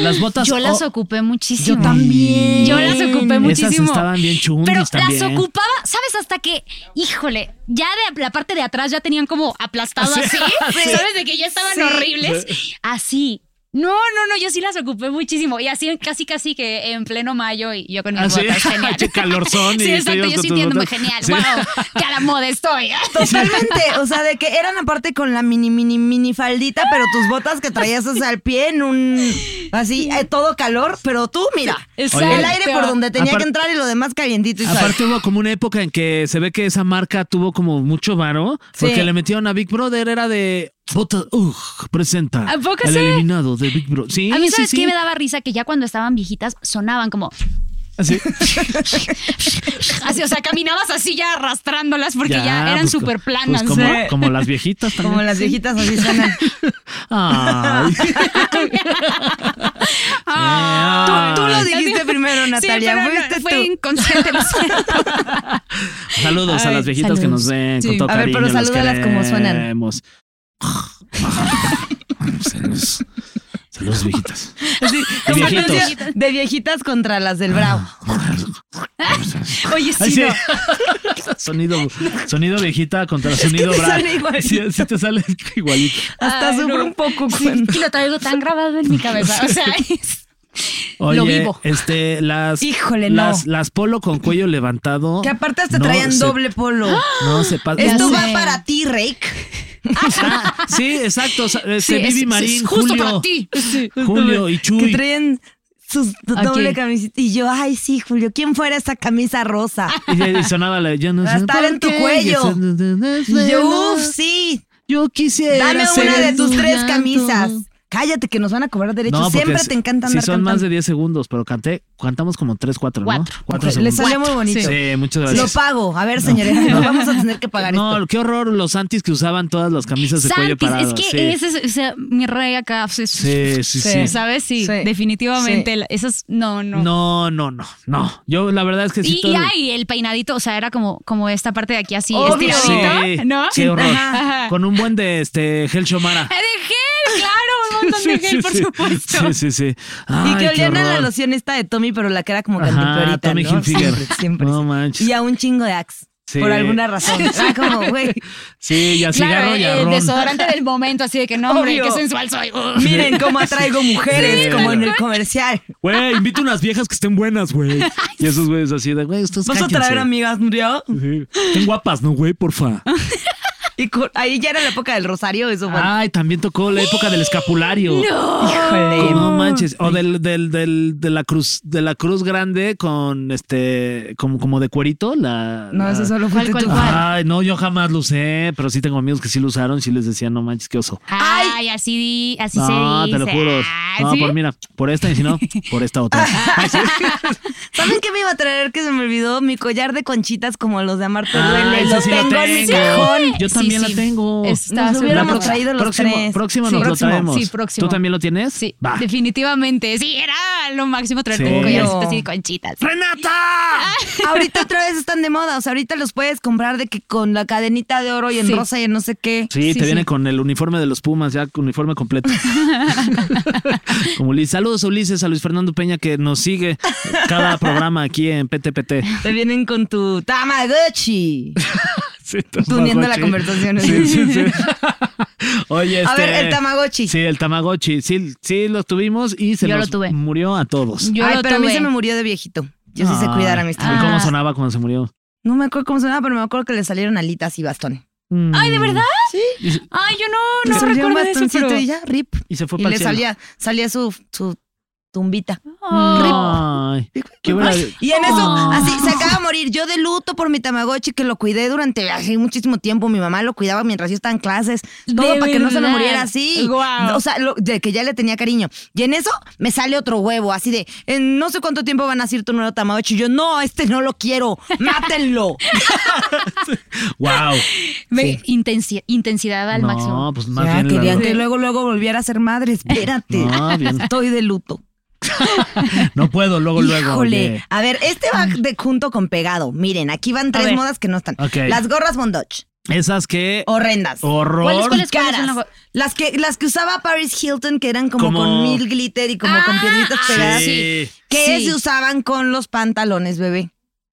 [SPEAKER 1] Las botas.
[SPEAKER 3] Yo las
[SPEAKER 1] oh,
[SPEAKER 3] ocupé muchísimo.
[SPEAKER 1] Yo también.
[SPEAKER 3] Yo las ocupé
[SPEAKER 1] Esas
[SPEAKER 3] muchísimo.
[SPEAKER 1] estaban bien chundis
[SPEAKER 3] Pero
[SPEAKER 1] también. ¿eh?
[SPEAKER 3] las ocupaba, ¿sabes? Hasta que, híjole, ya de la parte de atrás ya tenían como aplastado
[SPEAKER 1] *laughs*
[SPEAKER 3] así. ¿Sabes? De que ya estaban horribles. Así. No, no, no, yo sí las ocupé muchísimo. Y así casi, casi que en pleno mayo y yo con mis
[SPEAKER 1] Ah, sí. *laughs*
[SPEAKER 3] botas. Genial.
[SPEAKER 1] Che, calorzón, y
[SPEAKER 3] Sí, exacto,
[SPEAKER 1] ellos
[SPEAKER 3] yo
[SPEAKER 1] con
[SPEAKER 3] sí
[SPEAKER 1] tus
[SPEAKER 3] entiendo,
[SPEAKER 1] botas.
[SPEAKER 3] genial.
[SPEAKER 1] Sí.
[SPEAKER 3] Wow, que a la moda estoy.
[SPEAKER 2] *laughs* Totalmente, o sea, de que eran aparte con la mini, mini, mini faldita, pero tus botas que traías o sea, al pie en un. Así, eh, todo calor, pero tú, mira.
[SPEAKER 3] Exacto.
[SPEAKER 2] El aire por donde tenía
[SPEAKER 1] Apar-
[SPEAKER 2] que entrar y lo demás calientito y suave.
[SPEAKER 1] Aparte hubo como una época en que se ve que esa marca tuvo como mucho varo porque
[SPEAKER 2] Sí.
[SPEAKER 1] le metieron a Big Brother, era de Bota, ugh, presenta
[SPEAKER 3] ¿A poco
[SPEAKER 1] el
[SPEAKER 3] sí?
[SPEAKER 1] eliminado de Big Brother. *laughs* Sí,
[SPEAKER 3] A mí,
[SPEAKER 1] sí,
[SPEAKER 3] ¿sabes
[SPEAKER 1] sí.
[SPEAKER 3] qué me daba risa? Que ya cuando estaban viejitas sonaban como
[SPEAKER 1] Así.
[SPEAKER 3] así, o sea, caminabas así ya arrastrándolas *laughs* porque ya,
[SPEAKER 1] Ya,
[SPEAKER 3] eran
[SPEAKER 1] pues,
[SPEAKER 3] súper planas.
[SPEAKER 1] pues como,
[SPEAKER 3] ¿no?
[SPEAKER 1] como las
[SPEAKER 3] *laughs*
[SPEAKER 1] viejitas también.
[SPEAKER 2] Como las viejitas así *laughs* suenan.
[SPEAKER 3] *laughs*
[SPEAKER 1] Ay.
[SPEAKER 3] Ah.
[SPEAKER 2] Tú lo dijiste primero,
[SPEAKER 3] Sí,
[SPEAKER 2] Natalia.
[SPEAKER 3] pero no,
[SPEAKER 2] fuiste
[SPEAKER 3] fue
[SPEAKER 2] tú.
[SPEAKER 3] inconsciente.
[SPEAKER 1] *laughs*
[SPEAKER 3] lo siento.
[SPEAKER 1] Saludos a
[SPEAKER 3] Ay,
[SPEAKER 1] las viejitas que
[SPEAKER 3] saludos.
[SPEAKER 1] nos ven con
[SPEAKER 3] Sí.
[SPEAKER 1] todo
[SPEAKER 2] A ver,
[SPEAKER 1] cariño.
[SPEAKER 2] pero
[SPEAKER 1] las
[SPEAKER 2] salúdalas como suenan.
[SPEAKER 3] *laughs*
[SPEAKER 1] queremos. Saludos. Saludos, viejitas.
[SPEAKER 2] *laughs* Sí, Ah.
[SPEAKER 1] Y
[SPEAKER 2] como
[SPEAKER 1] viejitos.
[SPEAKER 2] anuncio De viejitas contra las del Bravo.
[SPEAKER 3] Oye, sí,
[SPEAKER 1] Ay, sí.
[SPEAKER 3] no.
[SPEAKER 1] *laughs* sonido, sonido viejita contra sonido
[SPEAKER 2] te
[SPEAKER 1] bravo.
[SPEAKER 2] sale igualito.
[SPEAKER 1] Sí, sí te sale igualito.
[SPEAKER 2] Hasta
[SPEAKER 3] Ay,
[SPEAKER 2] sufro
[SPEAKER 3] no.
[SPEAKER 2] un poco.
[SPEAKER 3] Sí,
[SPEAKER 2] cuando-
[SPEAKER 3] y lo traigo tan grabado en mi cabeza.
[SPEAKER 1] *laughs*
[SPEAKER 3] O sea, es-
[SPEAKER 1] Oye,
[SPEAKER 3] Lo vivo.
[SPEAKER 1] Este, las,
[SPEAKER 2] Híjole, no.
[SPEAKER 1] las, las polo con cuello levantado.
[SPEAKER 2] Que aparte hasta
[SPEAKER 1] no
[SPEAKER 2] traían
[SPEAKER 1] se-
[SPEAKER 2] doble *gasps* polo.
[SPEAKER 1] No se pasa.
[SPEAKER 2] Esto
[SPEAKER 3] Ya
[SPEAKER 2] va
[SPEAKER 3] sé.
[SPEAKER 2] para ti, Rake.
[SPEAKER 1] Ah, sí, exacto. sa- Este,
[SPEAKER 3] sí, es-
[SPEAKER 1] Vivi
[SPEAKER 3] es
[SPEAKER 1] Marín,
[SPEAKER 3] justo
[SPEAKER 1] Julio,
[SPEAKER 3] para ti.
[SPEAKER 1] Julio y
[SPEAKER 2] Que
[SPEAKER 1] Chuy.
[SPEAKER 2] traen sus doble camiseta. Y yo, ay, sí, Julio, ¿quién fuera esa camisa rosa?
[SPEAKER 1] *laughs* Y, y sonaba la yo no
[SPEAKER 2] Va a
[SPEAKER 1] sé
[SPEAKER 2] estar
[SPEAKER 1] por
[SPEAKER 2] en tu
[SPEAKER 1] qué,
[SPEAKER 2] cuello.
[SPEAKER 1] yo-
[SPEAKER 2] Y yo, uff, sí.
[SPEAKER 1] Yo quisiera
[SPEAKER 2] Dame una
[SPEAKER 1] ser
[SPEAKER 2] de tus
[SPEAKER 1] tu
[SPEAKER 2] tres
[SPEAKER 1] llanto.
[SPEAKER 2] camisas. Cállate que nos van a cobrar derechos.
[SPEAKER 1] No, porque
[SPEAKER 2] Siempre
[SPEAKER 1] si-
[SPEAKER 2] te encanta
[SPEAKER 1] Si
[SPEAKER 2] andar
[SPEAKER 1] son más
[SPEAKER 2] cantando.
[SPEAKER 1] de 10 segundos, pero canté, cantamos como 3, 4,
[SPEAKER 3] Cuatro.
[SPEAKER 1] ¿no? 4
[SPEAKER 2] Les
[SPEAKER 1] segundos.
[SPEAKER 2] salió muy bonito.
[SPEAKER 1] Sí, muchas
[SPEAKER 2] Lo
[SPEAKER 1] gracias.
[SPEAKER 2] pago. A ver, señores,
[SPEAKER 1] *laughs*
[SPEAKER 2] nos vamos a tener que pagar
[SPEAKER 1] no,
[SPEAKER 2] esto.
[SPEAKER 1] qué horror los antis que usaban todas las camisas de cuello
[SPEAKER 3] Santis,
[SPEAKER 1] parado.
[SPEAKER 3] es que
[SPEAKER 1] sí.
[SPEAKER 3] ese es o sea, mi rey acá. o sea, es-
[SPEAKER 1] Sí, sí, sí.
[SPEAKER 3] ¿Sabes? Sí,
[SPEAKER 2] Sí.
[SPEAKER 3] definitivamente. la- Esas, no, no.
[SPEAKER 1] No, no, no, no. Yo la verdad es que sí.
[SPEAKER 3] Y,
[SPEAKER 1] todo-
[SPEAKER 3] y ay, el peinadito, o sea, era como, como esta parte de aquí así,
[SPEAKER 2] Obvio.
[SPEAKER 3] estiradito,
[SPEAKER 1] Sí,
[SPEAKER 3] ¿no?
[SPEAKER 1] Qué horror.
[SPEAKER 3] Ajá.
[SPEAKER 1] Con un buen de este gel
[SPEAKER 3] *laughs*
[SPEAKER 1] Shomara.
[SPEAKER 3] De gel, claro, un montón
[SPEAKER 1] Sí,
[SPEAKER 3] de gel,
[SPEAKER 1] sí,
[SPEAKER 3] por
[SPEAKER 1] sí.
[SPEAKER 3] supuesto.
[SPEAKER 1] Sí, sí, sí.
[SPEAKER 2] Y
[SPEAKER 1] Ay,
[SPEAKER 2] que
[SPEAKER 1] qué
[SPEAKER 2] olían a la
[SPEAKER 1] horror.
[SPEAKER 2] loción esta de Tommy, pero la que era como
[SPEAKER 1] Ajá,
[SPEAKER 2] cantipeorita,
[SPEAKER 1] Tommy
[SPEAKER 2] ¿no?
[SPEAKER 1] Hilfiger.
[SPEAKER 2] Siempre, siempre.
[SPEAKER 1] No manches.
[SPEAKER 2] Y a un chingo de Axe.
[SPEAKER 1] Sí.
[SPEAKER 2] Por
[SPEAKER 1] *laughs*
[SPEAKER 2] alguna razón. Era como, güey.
[SPEAKER 1] Sí, y a cigarro
[SPEAKER 3] Claro, eh,
[SPEAKER 1] y
[SPEAKER 3] el,
[SPEAKER 1] a
[SPEAKER 3] el
[SPEAKER 1] ron.
[SPEAKER 3] desodorante del momento, así de que no, hombre,
[SPEAKER 2] Obvio.
[SPEAKER 3] qué sensual soy. Uh.
[SPEAKER 2] Miren cómo atraigo mujeres,
[SPEAKER 1] Sí,
[SPEAKER 2] como en
[SPEAKER 1] tal
[SPEAKER 2] el comercial.
[SPEAKER 1] Güey, invito unas viejas que estén buenas, güey. Y esos güeyes así de, güey, estos
[SPEAKER 2] ¿Vas a traer
[SPEAKER 1] cállense.
[SPEAKER 2] amigas, Nuria?
[SPEAKER 1] Sí. Estén guapas, ¿no, güey? Porfa.
[SPEAKER 2] Y con- ahí ya era la época del rosario, eso fue.
[SPEAKER 1] Ay, también tocó la época del escapulario.
[SPEAKER 4] Híjole.
[SPEAKER 1] No manches. O del, del, del, de la cruz, de la cruz grande con este, como, como de cuerito, la.
[SPEAKER 4] No,
[SPEAKER 1] la-
[SPEAKER 4] eso solo fue
[SPEAKER 3] ¿Cuál, cuál,
[SPEAKER 4] tú.
[SPEAKER 2] *laughs*
[SPEAKER 3] cuál?
[SPEAKER 1] Ay, no, yo jamás lo usé, pero sí tengo amigos que sí lo usaron, sí les decía, no manches, qué oso.
[SPEAKER 3] Ay, así, di- así se
[SPEAKER 1] No,
[SPEAKER 3] dice.
[SPEAKER 1] te lo juro.
[SPEAKER 3] Ah,
[SPEAKER 1] No,
[SPEAKER 3] ¿sí?
[SPEAKER 1] por mira, por esta y si no, por esta otra. Ay, sí.
[SPEAKER 2] ¿Saben qué me iba a traer que se me olvidó? Mi collar de conchitas como los de Amarte Duele.
[SPEAKER 1] Ay,
[SPEAKER 2] Ah, Lo
[SPEAKER 1] esa sí la
[SPEAKER 2] tengo en mi
[SPEAKER 1] tengo.
[SPEAKER 2] cajón.
[SPEAKER 1] Yo
[SPEAKER 3] Sí,
[SPEAKER 1] también
[SPEAKER 3] sí.
[SPEAKER 1] la tengo.
[SPEAKER 4] Está
[SPEAKER 2] Nos
[SPEAKER 4] súper
[SPEAKER 2] hubiéramos
[SPEAKER 4] bonita.
[SPEAKER 2] traído los
[SPEAKER 1] próximo,
[SPEAKER 2] tres.
[SPEAKER 1] Próximo
[SPEAKER 4] Sí.
[SPEAKER 1] nos
[SPEAKER 4] Próximo,
[SPEAKER 1] lo traemos.
[SPEAKER 4] sí, próximo.
[SPEAKER 1] ¿Tú también lo tienes?
[SPEAKER 4] Sí,
[SPEAKER 1] Va.
[SPEAKER 4] definitivamente. Sí, era lo máximo traer
[SPEAKER 1] Sí.
[SPEAKER 4] un collarcito
[SPEAKER 2] Obvio.
[SPEAKER 4] así de conchitas.
[SPEAKER 1] ¡Renata!
[SPEAKER 2] Ahorita otra vez están de moda. O sea, ahorita los puedes comprar de que con la cadenita de oro y en
[SPEAKER 4] Sí.
[SPEAKER 2] rosa y en no sé qué.
[SPEAKER 1] Sí,
[SPEAKER 4] Sí,
[SPEAKER 1] te
[SPEAKER 4] sí.
[SPEAKER 1] viene con el uniforme de los Pumas, ya con uniforme completo.
[SPEAKER 2] *laughs*
[SPEAKER 1] Como Ulises. Saludos a Ulises, a Luis Fernando Peña que nos sigue
[SPEAKER 2] *laughs*
[SPEAKER 1] cada programa aquí en PTPT.
[SPEAKER 2] Te vienen con tu Tamagotchi.
[SPEAKER 1] Sí, tu
[SPEAKER 2] Tú uniendo la
[SPEAKER 1] Tamagotchi.
[SPEAKER 2] conversación. ¿eh?
[SPEAKER 1] Sí, sí, sí. Oye,
[SPEAKER 2] A
[SPEAKER 1] este,
[SPEAKER 2] ver, el Tamagotchi.
[SPEAKER 1] Sí, el Tamagotchi. Sí, sí lo tuvimos y se
[SPEAKER 3] Yo
[SPEAKER 1] nos
[SPEAKER 3] lo tuve.
[SPEAKER 1] murió a todos.
[SPEAKER 4] Yo
[SPEAKER 2] Ay,
[SPEAKER 4] lo
[SPEAKER 2] pero a mí
[SPEAKER 4] tuve.
[SPEAKER 2] se me murió de viejito. Yo sí sé
[SPEAKER 1] Ay,
[SPEAKER 2] cuidar a mis
[SPEAKER 1] ¿y ¿Cómo
[SPEAKER 3] Ah.
[SPEAKER 1] sonaba cuando se murió?
[SPEAKER 2] No me acuerdo cómo se llamaba, pero me acuerdo que le salieron alitas y bastón.
[SPEAKER 1] Ay, ¿de verdad?
[SPEAKER 3] Ay, yo no,
[SPEAKER 2] Le
[SPEAKER 3] no
[SPEAKER 2] salió un
[SPEAKER 3] recuerdo eso,
[SPEAKER 2] bastoncito
[SPEAKER 3] pero...
[SPEAKER 2] y ya, rip.
[SPEAKER 1] Y se fue
[SPEAKER 2] Y
[SPEAKER 1] para
[SPEAKER 2] le
[SPEAKER 1] el cielo.
[SPEAKER 2] salía, salía su, su tumbita.
[SPEAKER 1] Oh.
[SPEAKER 3] ah,
[SPEAKER 1] Ay, qué
[SPEAKER 2] *laughs*
[SPEAKER 1] buena-
[SPEAKER 2] Y en eso,
[SPEAKER 4] Ah.
[SPEAKER 3] Oh.
[SPEAKER 2] así, se acaba de morir. Yo de luto por mi Tamagotchi que lo cuidé durante así, muchísimo tiempo. Mi mamá lo cuidaba mientras yo estaba en clases. Todo
[SPEAKER 4] ¿De
[SPEAKER 2] para que no se me
[SPEAKER 4] verdad?
[SPEAKER 2] muriera así.
[SPEAKER 4] Guau.
[SPEAKER 2] O sea, lo- de que ya le tenía cariño. Y en eso me sale otro huevo, así de, en no sé cuánto tiempo van a decir tu nuevo Tamagotchi. Y yo, no, este no lo quiero. Mátenlo.
[SPEAKER 1] Wow.
[SPEAKER 3] Ve, intensi- intensidad al
[SPEAKER 1] no,
[SPEAKER 3] máximo.
[SPEAKER 1] pues *laughs* más
[SPEAKER 2] Ya,
[SPEAKER 1] bien. la-
[SPEAKER 2] querían que luego, luego volviera a ser madre. Espérate.
[SPEAKER 1] No, bien.
[SPEAKER 2] Estoy de luto.
[SPEAKER 1] No puedo, luego, luego.
[SPEAKER 2] Híjole.
[SPEAKER 1] oye.
[SPEAKER 2] A ver, este va de junto con pegado. Miren, aquí van tres
[SPEAKER 3] ver.
[SPEAKER 2] modas que no están.
[SPEAKER 1] Ok.
[SPEAKER 2] Las gorras bondage,
[SPEAKER 1] Esas que.
[SPEAKER 2] horrendas.
[SPEAKER 1] Horror.
[SPEAKER 3] Oh, ¿Cuáles, cuáles, cuáles
[SPEAKER 2] Caras.
[SPEAKER 3] son las go-
[SPEAKER 2] Las que, las que usaba Paris Hilton, que eran como,
[SPEAKER 1] Como-
[SPEAKER 2] con mil glitter y como con piedritas
[SPEAKER 3] ah,
[SPEAKER 2] pegadas.
[SPEAKER 1] Sí.
[SPEAKER 2] Que
[SPEAKER 3] Sí.
[SPEAKER 2] se usaban con los pantalones, bebé.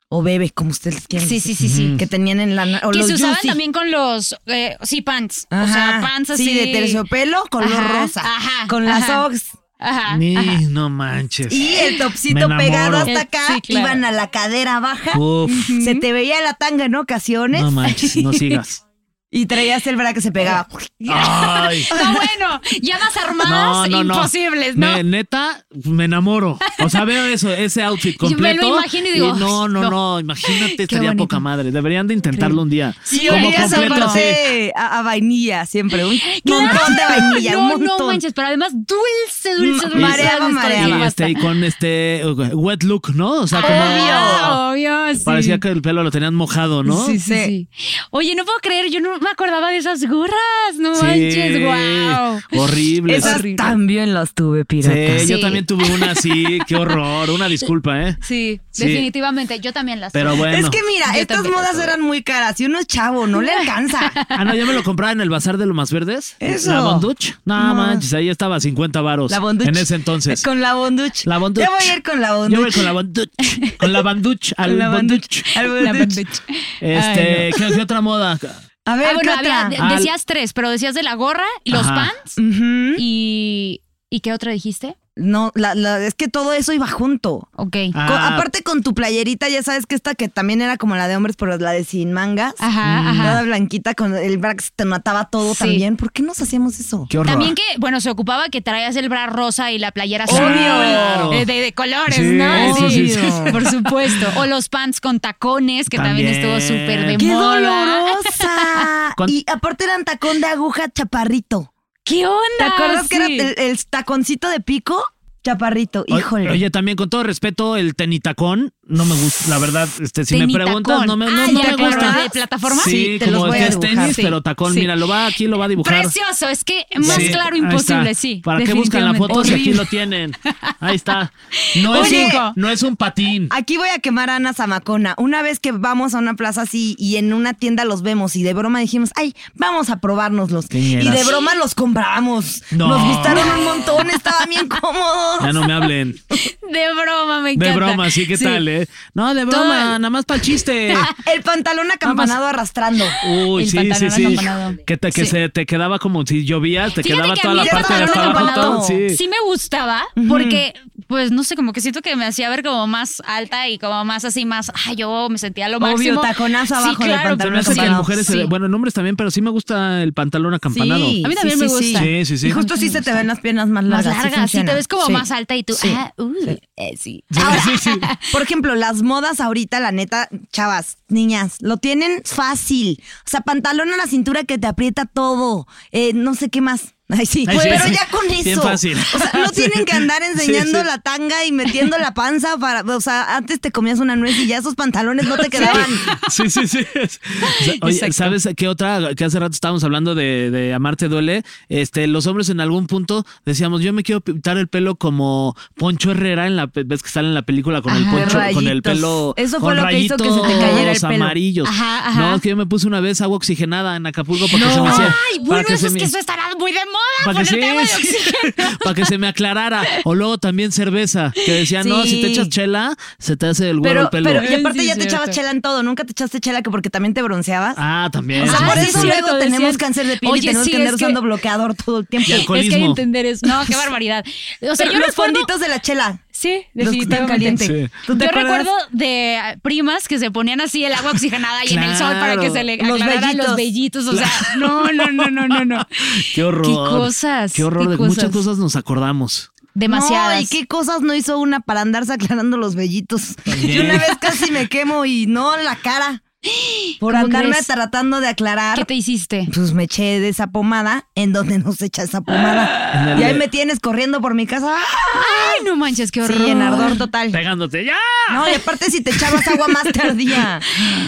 [SPEAKER 2] O bebé, como ustedes quieran.
[SPEAKER 3] Sí, sí, sí, sí.
[SPEAKER 2] Que tenían en la. O
[SPEAKER 3] Que
[SPEAKER 2] los
[SPEAKER 3] se usaban
[SPEAKER 2] juicy.
[SPEAKER 3] también con los, eh, sí, pants. O
[SPEAKER 2] Ajá.
[SPEAKER 3] sea, pants así.
[SPEAKER 2] Sí, de terciopelo, color
[SPEAKER 3] Ajá,
[SPEAKER 2] rosa.
[SPEAKER 3] ajá,
[SPEAKER 2] con las
[SPEAKER 3] ajá.
[SPEAKER 2] socks.
[SPEAKER 3] Ah, Ajá.
[SPEAKER 1] Ni, no manches.
[SPEAKER 2] Y el
[SPEAKER 1] Me
[SPEAKER 2] topsito
[SPEAKER 1] enamoro.
[SPEAKER 2] pegado
[SPEAKER 3] Eh,
[SPEAKER 2] hasta acá,
[SPEAKER 4] Sí, claro.
[SPEAKER 2] iban a la cadera baja,
[SPEAKER 1] Uf.
[SPEAKER 2] se te veía la tanga en ocasiones
[SPEAKER 1] No manches, no
[SPEAKER 3] *laughs*
[SPEAKER 1] sigas.
[SPEAKER 2] y traías el bra que se pegaba.
[SPEAKER 1] Ay.
[SPEAKER 3] No, bueno, ya más armadas imposibles, ¿no?
[SPEAKER 1] Me- neta, me enamoro. O sea, veo eso, ese outfit
[SPEAKER 3] *laughs* Yo me lo
[SPEAKER 1] completo.
[SPEAKER 3] imagino y digo,
[SPEAKER 1] no, no, no,
[SPEAKER 3] no.
[SPEAKER 1] imagínate, estaría
[SPEAKER 3] bonito.
[SPEAKER 1] poca madre. Deberían de intentarlo un día.
[SPEAKER 2] Y
[SPEAKER 1] Como
[SPEAKER 2] olías
[SPEAKER 1] completo,
[SPEAKER 2] aparte a, a vainilla siempre, un montón de
[SPEAKER 3] ¡Claro!
[SPEAKER 2] vainilla,
[SPEAKER 3] no,
[SPEAKER 2] un montón.
[SPEAKER 3] No manches, pero además dulce, dulce, dulce.
[SPEAKER 2] mareaba,
[SPEAKER 3] dulce,
[SPEAKER 2] mareaba.
[SPEAKER 3] dulce,
[SPEAKER 1] Y,
[SPEAKER 3] basta.
[SPEAKER 1] este, y con este uh, wet look, ¿no? O sea, como
[SPEAKER 4] Ah, obvio, sí.
[SPEAKER 1] parecía que el pelo lo tenían mojado, ¿no?
[SPEAKER 4] Sí,
[SPEAKER 2] Sí.
[SPEAKER 4] sí, sí.
[SPEAKER 3] Oye, no puedo creer, yo no me acordaba de esas gorras. No
[SPEAKER 1] Sí.
[SPEAKER 3] manches, wow.
[SPEAKER 1] Horrible.
[SPEAKER 2] Esas
[SPEAKER 1] sí,
[SPEAKER 2] también las tuve, pirata.
[SPEAKER 1] yo
[SPEAKER 3] Sí.
[SPEAKER 1] también tuve una así, qué horror. Una disculpa, ¿eh?
[SPEAKER 4] Sí.
[SPEAKER 1] Sí.
[SPEAKER 3] Definitivamente, yo también las
[SPEAKER 1] Pero bueno.
[SPEAKER 2] Es que mira,
[SPEAKER 3] Yo
[SPEAKER 2] estas
[SPEAKER 3] también las
[SPEAKER 2] modas
[SPEAKER 3] tuve.
[SPEAKER 2] eran muy caras y uno es chavo, no le
[SPEAKER 3] *laughs*
[SPEAKER 2] alcanza.
[SPEAKER 1] Ah, no, yo me lo compraba en el bazar de lo más verdes.
[SPEAKER 2] Eso.
[SPEAKER 1] La Bonduch. No,
[SPEAKER 2] No.
[SPEAKER 1] manches, ahí estaba 50 varos.
[SPEAKER 2] La bonduch.
[SPEAKER 1] En ese entonces.
[SPEAKER 2] Con la bonduch.
[SPEAKER 1] La bonduch.
[SPEAKER 2] Yo voy a ir con la
[SPEAKER 1] Yo voy
[SPEAKER 2] bonduch.
[SPEAKER 1] con la Bonduch. Con la
[SPEAKER 2] *laughs*
[SPEAKER 1] Banduch. Al
[SPEAKER 2] la
[SPEAKER 1] Bonduch.
[SPEAKER 2] bonduch. Al
[SPEAKER 4] La
[SPEAKER 2] bonduch.
[SPEAKER 4] bandeja.
[SPEAKER 1] Este, ¿qué, qué otra moda?
[SPEAKER 2] A ver,
[SPEAKER 3] Ah, bueno,
[SPEAKER 2] ¿qué otra?
[SPEAKER 3] había- de-
[SPEAKER 1] Al-
[SPEAKER 3] decías tres, pero decías de la gorra y los
[SPEAKER 1] Ajá.
[SPEAKER 3] pants
[SPEAKER 2] Ujú.
[SPEAKER 3] y. ¿Y qué otra dijiste?
[SPEAKER 2] No, la- la- es que todo eso iba junto.
[SPEAKER 3] Ok.
[SPEAKER 1] Ah.
[SPEAKER 2] Co- aparte con tu playerita, ya sabes que esta que también era como la de hombres, pero la de sin mangas.
[SPEAKER 1] mm,
[SPEAKER 3] Ajá,
[SPEAKER 2] Toda
[SPEAKER 3] ajá.
[SPEAKER 2] blanquita con el bra que se te mataba todo
[SPEAKER 3] Sí.
[SPEAKER 2] también. ¿Por qué nos hacíamos eso?
[SPEAKER 1] Qué horror.
[SPEAKER 3] También que, bueno, se ocupaba que traías el bra rosa y la playera azul.
[SPEAKER 1] Claro.
[SPEAKER 3] eh, De, de colores,
[SPEAKER 1] Sí,
[SPEAKER 3] ¿no?
[SPEAKER 1] sí, sí, sí.
[SPEAKER 2] *laughs*
[SPEAKER 3] Por supuesto. O los pants con tacones, que también,
[SPEAKER 1] También.
[SPEAKER 3] estuvo súper de
[SPEAKER 2] ¡Qué
[SPEAKER 3] moda. *laughs*
[SPEAKER 2] dolorosa!
[SPEAKER 1] Con-
[SPEAKER 2] Y aparte eran tacón de aguja chaparrito.
[SPEAKER 3] ¿Qué onda?
[SPEAKER 2] ¿Te acuerdas que era
[SPEAKER 3] Sí.
[SPEAKER 2] el, el taconcito de pico? Chaparrito,
[SPEAKER 1] O-
[SPEAKER 2] híjole.
[SPEAKER 1] Oye, también con todo respeto, el tenitacón no me gusta, la verdad. Este, si me
[SPEAKER 3] Tenitacón.
[SPEAKER 1] preguntas, no me, no,
[SPEAKER 3] Ah,
[SPEAKER 1] no
[SPEAKER 3] ya,
[SPEAKER 1] me
[SPEAKER 3] claro,
[SPEAKER 1] gusta.
[SPEAKER 3] ¿de plataforma?
[SPEAKER 1] Sí,
[SPEAKER 2] Sí, te
[SPEAKER 1] como
[SPEAKER 2] los voy
[SPEAKER 1] que
[SPEAKER 2] a
[SPEAKER 1] es
[SPEAKER 2] dibujar.
[SPEAKER 1] tenis,
[SPEAKER 3] Sí.
[SPEAKER 1] pero tacón,
[SPEAKER 3] Sí.
[SPEAKER 1] mira, lo va aquí, lo va a dibujar.
[SPEAKER 3] Precioso, es que más
[SPEAKER 1] Sí,
[SPEAKER 3] claro
[SPEAKER 1] ahí
[SPEAKER 3] imposible,
[SPEAKER 1] está.
[SPEAKER 3] sí.
[SPEAKER 1] ¿Para qué buscan la foto si aquí
[SPEAKER 3] Definitivamente.
[SPEAKER 1] lo tienen? Ahí está. No,
[SPEAKER 2] Oye.
[SPEAKER 1] es, un, no es un patín.
[SPEAKER 2] Aquí voy a quemar a Ana Zamacona. Una vez que vamos a una plaza así y en una tienda los vemos y de broma dijimos, ay, vamos a probárnoslos.
[SPEAKER 1] Qué
[SPEAKER 2] Y de
[SPEAKER 1] ñeras.
[SPEAKER 2] broma los compramos.
[SPEAKER 1] No.
[SPEAKER 2] Nos gustaron un montón, estaban bien cómodos.
[SPEAKER 1] *laughs* Ya no me hablen.
[SPEAKER 3] De broma, *laughs* me encanta.
[SPEAKER 1] De broma, sí, ¿qué tal, eh? No, de broma,
[SPEAKER 3] Todo-
[SPEAKER 1] nada más para el
[SPEAKER 3] *laughs*
[SPEAKER 1] chiste.
[SPEAKER 2] Ah, el pantalón acampanado arrastrando.
[SPEAKER 1] Uy,
[SPEAKER 3] El
[SPEAKER 1] sí, sí,
[SPEAKER 3] pantalón
[SPEAKER 1] sí.
[SPEAKER 3] acampanado.
[SPEAKER 1] Que, te, que
[SPEAKER 3] Sí.
[SPEAKER 1] se te quedaba como si llovías, te
[SPEAKER 3] Fíjate
[SPEAKER 1] quedaba
[SPEAKER 3] que
[SPEAKER 1] toda
[SPEAKER 3] a mí
[SPEAKER 1] la
[SPEAKER 3] el
[SPEAKER 1] parte de
[SPEAKER 2] pantalón
[SPEAKER 1] abajo.
[SPEAKER 2] acampanado
[SPEAKER 1] todo, Sí.
[SPEAKER 3] sí me gustaba porque pues no sé, como que siento que me hacía ver como más alta y como más así, más, ay, yo me sentía lo máximo.
[SPEAKER 2] taconazo
[SPEAKER 3] Sí,
[SPEAKER 2] abajo del
[SPEAKER 3] claro,
[SPEAKER 2] pantalón
[SPEAKER 3] pero
[SPEAKER 1] No
[SPEAKER 3] no
[SPEAKER 1] sé
[SPEAKER 3] sé
[SPEAKER 1] que en
[SPEAKER 3] qué-
[SPEAKER 1] mujeres, se
[SPEAKER 3] sí.
[SPEAKER 1] ve- bueno, en hombres también, pero sí me gusta el pantalón acampanado.
[SPEAKER 2] Sí,
[SPEAKER 3] A mí también
[SPEAKER 2] sí,
[SPEAKER 3] me
[SPEAKER 2] sí,
[SPEAKER 3] gusta.
[SPEAKER 1] Sí, sí, sí.
[SPEAKER 2] Y justo sí se te ven las piernas más
[SPEAKER 3] más
[SPEAKER 2] largas.
[SPEAKER 3] larga, sí,
[SPEAKER 2] funciona.
[SPEAKER 3] te ves como
[SPEAKER 2] Sí.
[SPEAKER 3] más alta y tú,
[SPEAKER 2] Sí.
[SPEAKER 3] ah, uh, eh, sí.
[SPEAKER 1] Sí, sí, sí.
[SPEAKER 2] *laughs* Por ejemplo, las modas ahorita, la neta, chavas, niñas, lo tienen fácil. O sea, pantalón a la cintura que te aprieta todo. Eh, no sé qué más. *laughs* Ay, sí.
[SPEAKER 1] Ay, sí,
[SPEAKER 2] pero
[SPEAKER 1] sí.
[SPEAKER 2] ya con eso.
[SPEAKER 1] Bien fácil.
[SPEAKER 2] O sea, no
[SPEAKER 1] *laughs* Sí.
[SPEAKER 2] tienen que andar
[SPEAKER 1] Sí,
[SPEAKER 2] enseñando
[SPEAKER 1] sí.
[SPEAKER 2] la tanga y metiendo la panza para. O sea, antes te comías una nuez y ya esos pantalones no te quedaban.
[SPEAKER 1] *laughs* Sí, sí, sí. Oye,
[SPEAKER 2] Exacto.
[SPEAKER 1] ¿sabes qué otra? Que hace rato estábamos hablando de, de Amarte Duele. Este, los hombres en algún punto decíamos, yo me quiero pintar el pelo como Poncho Herrera en la pe- ves que sale en la película con el
[SPEAKER 2] Ajá,
[SPEAKER 1] poncho, con el
[SPEAKER 2] rayitos.
[SPEAKER 1] pelo.
[SPEAKER 2] Eso
[SPEAKER 1] con
[SPEAKER 2] fue lo que hizo que se te
[SPEAKER 1] rayitos
[SPEAKER 2] cayera el pelo.
[SPEAKER 1] amarillos.
[SPEAKER 3] Ajá, ajá.
[SPEAKER 1] No, es que yo me puse una vez agua oxigenada en Acapulco porque se me hacía.
[SPEAKER 3] Ay,
[SPEAKER 1] para
[SPEAKER 3] bueno, eso
[SPEAKER 1] se
[SPEAKER 3] es
[SPEAKER 1] me-
[SPEAKER 3] que eso estará muy de
[SPEAKER 2] Ah,
[SPEAKER 3] moda,
[SPEAKER 1] para que,
[SPEAKER 3] ponerte agua
[SPEAKER 1] *laughs*
[SPEAKER 3] de
[SPEAKER 1] sí,
[SPEAKER 3] oxígeno.
[SPEAKER 1] para que se me aclarara. O luego también cerveza, que decían, no, si te
[SPEAKER 2] Sí.
[SPEAKER 1] echas chela, se te hace el güero
[SPEAKER 2] Pero,
[SPEAKER 1] el pelo.
[SPEAKER 2] pero, y aparte
[SPEAKER 4] Sí,
[SPEAKER 2] ya te
[SPEAKER 4] cierto.
[SPEAKER 2] echabas chela en todo. Nunca te echaste chela que porque también te bronceabas.
[SPEAKER 1] Ah, también.
[SPEAKER 2] O sea,
[SPEAKER 4] Ah,
[SPEAKER 2] por
[SPEAKER 4] sí,
[SPEAKER 2] eso
[SPEAKER 4] es cierto,
[SPEAKER 2] luego
[SPEAKER 4] es
[SPEAKER 2] tenemos
[SPEAKER 4] cierto.
[SPEAKER 2] cáncer de piel
[SPEAKER 4] Oye,
[SPEAKER 2] y tenemos
[SPEAKER 4] sí,
[SPEAKER 2] que andar
[SPEAKER 4] es que-
[SPEAKER 2] usando bloqueador todo el tiempo.
[SPEAKER 1] Y alcohol.
[SPEAKER 4] Es que hay que
[SPEAKER 1] Alcoholismo.
[SPEAKER 4] entender eso.
[SPEAKER 3] No, qué barbaridad. O sea,
[SPEAKER 2] Pero
[SPEAKER 3] yo
[SPEAKER 2] los
[SPEAKER 3] recuerdo
[SPEAKER 2] fonditos de la chela.
[SPEAKER 4] Sí,
[SPEAKER 2] Los que están
[SPEAKER 4] definitivamente.
[SPEAKER 2] calientes.
[SPEAKER 1] Sí.
[SPEAKER 2] ¿Tú te
[SPEAKER 3] Yo
[SPEAKER 2] acuerdas?
[SPEAKER 3] recuerdo de ah, primas que se ponían así el agua oxigenada y en el sol para que se le
[SPEAKER 2] Claro. Los
[SPEAKER 3] aclararan los
[SPEAKER 2] vellitos.
[SPEAKER 3] vellitos. O sea, no, no, no, no,
[SPEAKER 2] *laughs*
[SPEAKER 3] no, no.
[SPEAKER 1] Qué horror.
[SPEAKER 3] Qué cosas,
[SPEAKER 1] Qué horror.
[SPEAKER 3] qué
[SPEAKER 1] de
[SPEAKER 3] cosas.
[SPEAKER 1] Muchas cosas nos acordamos.
[SPEAKER 3] Demasiadas.
[SPEAKER 2] No, y qué cosas no hizo una para andarse aclarando los vellitos.
[SPEAKER 1] También.
[SPEAKER 2] Yo una vez casi me quemo y no la cara. Por
[SPEAKER 3] ¿Cómo
[SPEAKER 2] andarme
[SPEAKER 3] crees?
[SPEAKER 2] tratando de aclarar.
[SPEAKER 3] ¿Qué te hiciste?
[SPEAKER 2] Pues me eché de esa pomada en donde no se echa esa
[SPEAKER 1] En
[SPEAKER 2] pomada.
[SPEAKER 1] el
[SPEAKER 2] Ah, Y ahí
[SPEAKER 1] de-
[SPEAKER 2] me tienes corriendo por mi casa. ¡Ah!
[SPEAKER 3] Ay, no manches, qué horror.
[SPEAKER 2] Sí, en ardor total.
[SPEAKER 1] Pegándote. ¡Ya!
[SPEAKER 2] No, y aparte si te echabas agua más tardía.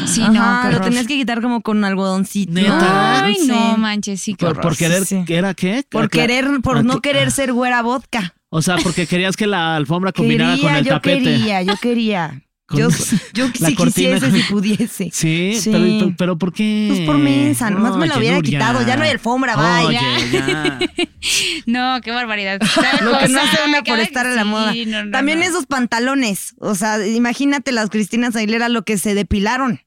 [SPEAKER 3] Sí, no,
[SPEAKER 2] Ajá,
[SPEAKER 3] qué
[SPEAKER 2] lo
[SPEAKER 3] horror.
[SPEAKER 2] tenías que quitar como con algodoncito.
[SPEAKER 1] Neta.
[SPEAKER 3] Ay,
[SPEAKER 2] Sí.
[SPEAKER 3] no manches, sí, qué
[SPEAKER 1] Por,
[SPEAKER 3] horror.
[SPEAKER 1] por querer.
[SPEAKER 2] sí.
[SPEAKER 1] ¿Era qué?
[SPEAKER 2] Por
[SPEAKER 1] Acla-
[SPEAKER 2] querer, por no
[SPEAKER 1] acla-
[SPEAKER 2] querer ser güera vodka.
[SPEAKER 1] O sea, porque querías que la alfombra combinara
[SPEAKER 2] quería,
[SPEAKER 1] con el
[SPEAKER 2] yo
[SPEAKER 1] tapete.
[SPEAKER 2] quería, yo quería.
[SPEAKER 1] Con-
[SPEAKER 2] yo
[SPEAKER 1] *laughs*
[SPEAKER 2] yo
[SPEAKER 1] la
[SPEAKER 2] si
[SPEAKER 1] cortina.
[SPEAKER 2] quisiese, si pudiese.
[SPEAKER 1] Sí,
[SPEAKER 2] Sí.
[SPEAKER 1] Pero, pero- pero ¿por qué?
[SPEAKER 2] Pues por mensa, nomás me la
[SPEAKER 1] Oye,
[SPEAKER 2] hubiera
[SPEAKER 1] Nuria.
[SPEAKER 2] quitado, ya no hay alfombra, bye.
[SPEAKER 1] Oye,
[SPEAKER 2] *laughs*
[SPEAKER 1] ya.
[SPEAKER 3] No, qué barbaridad.
[SPEAKER 2] Lo que no hace una por
[SPEAKER 3] Cada-
[SPEAKER 2] estar a la
[SPEAKER 3] sí,
[SPEAKER 2] moda.
[SPEAKER 3] no, no,
[SPEAKER 2] También
[SPEAKER 3] no.
[SPEAKER 2] esos pantalones. O sea, imagínate las Cristinas Aguilera lo que se depilaron.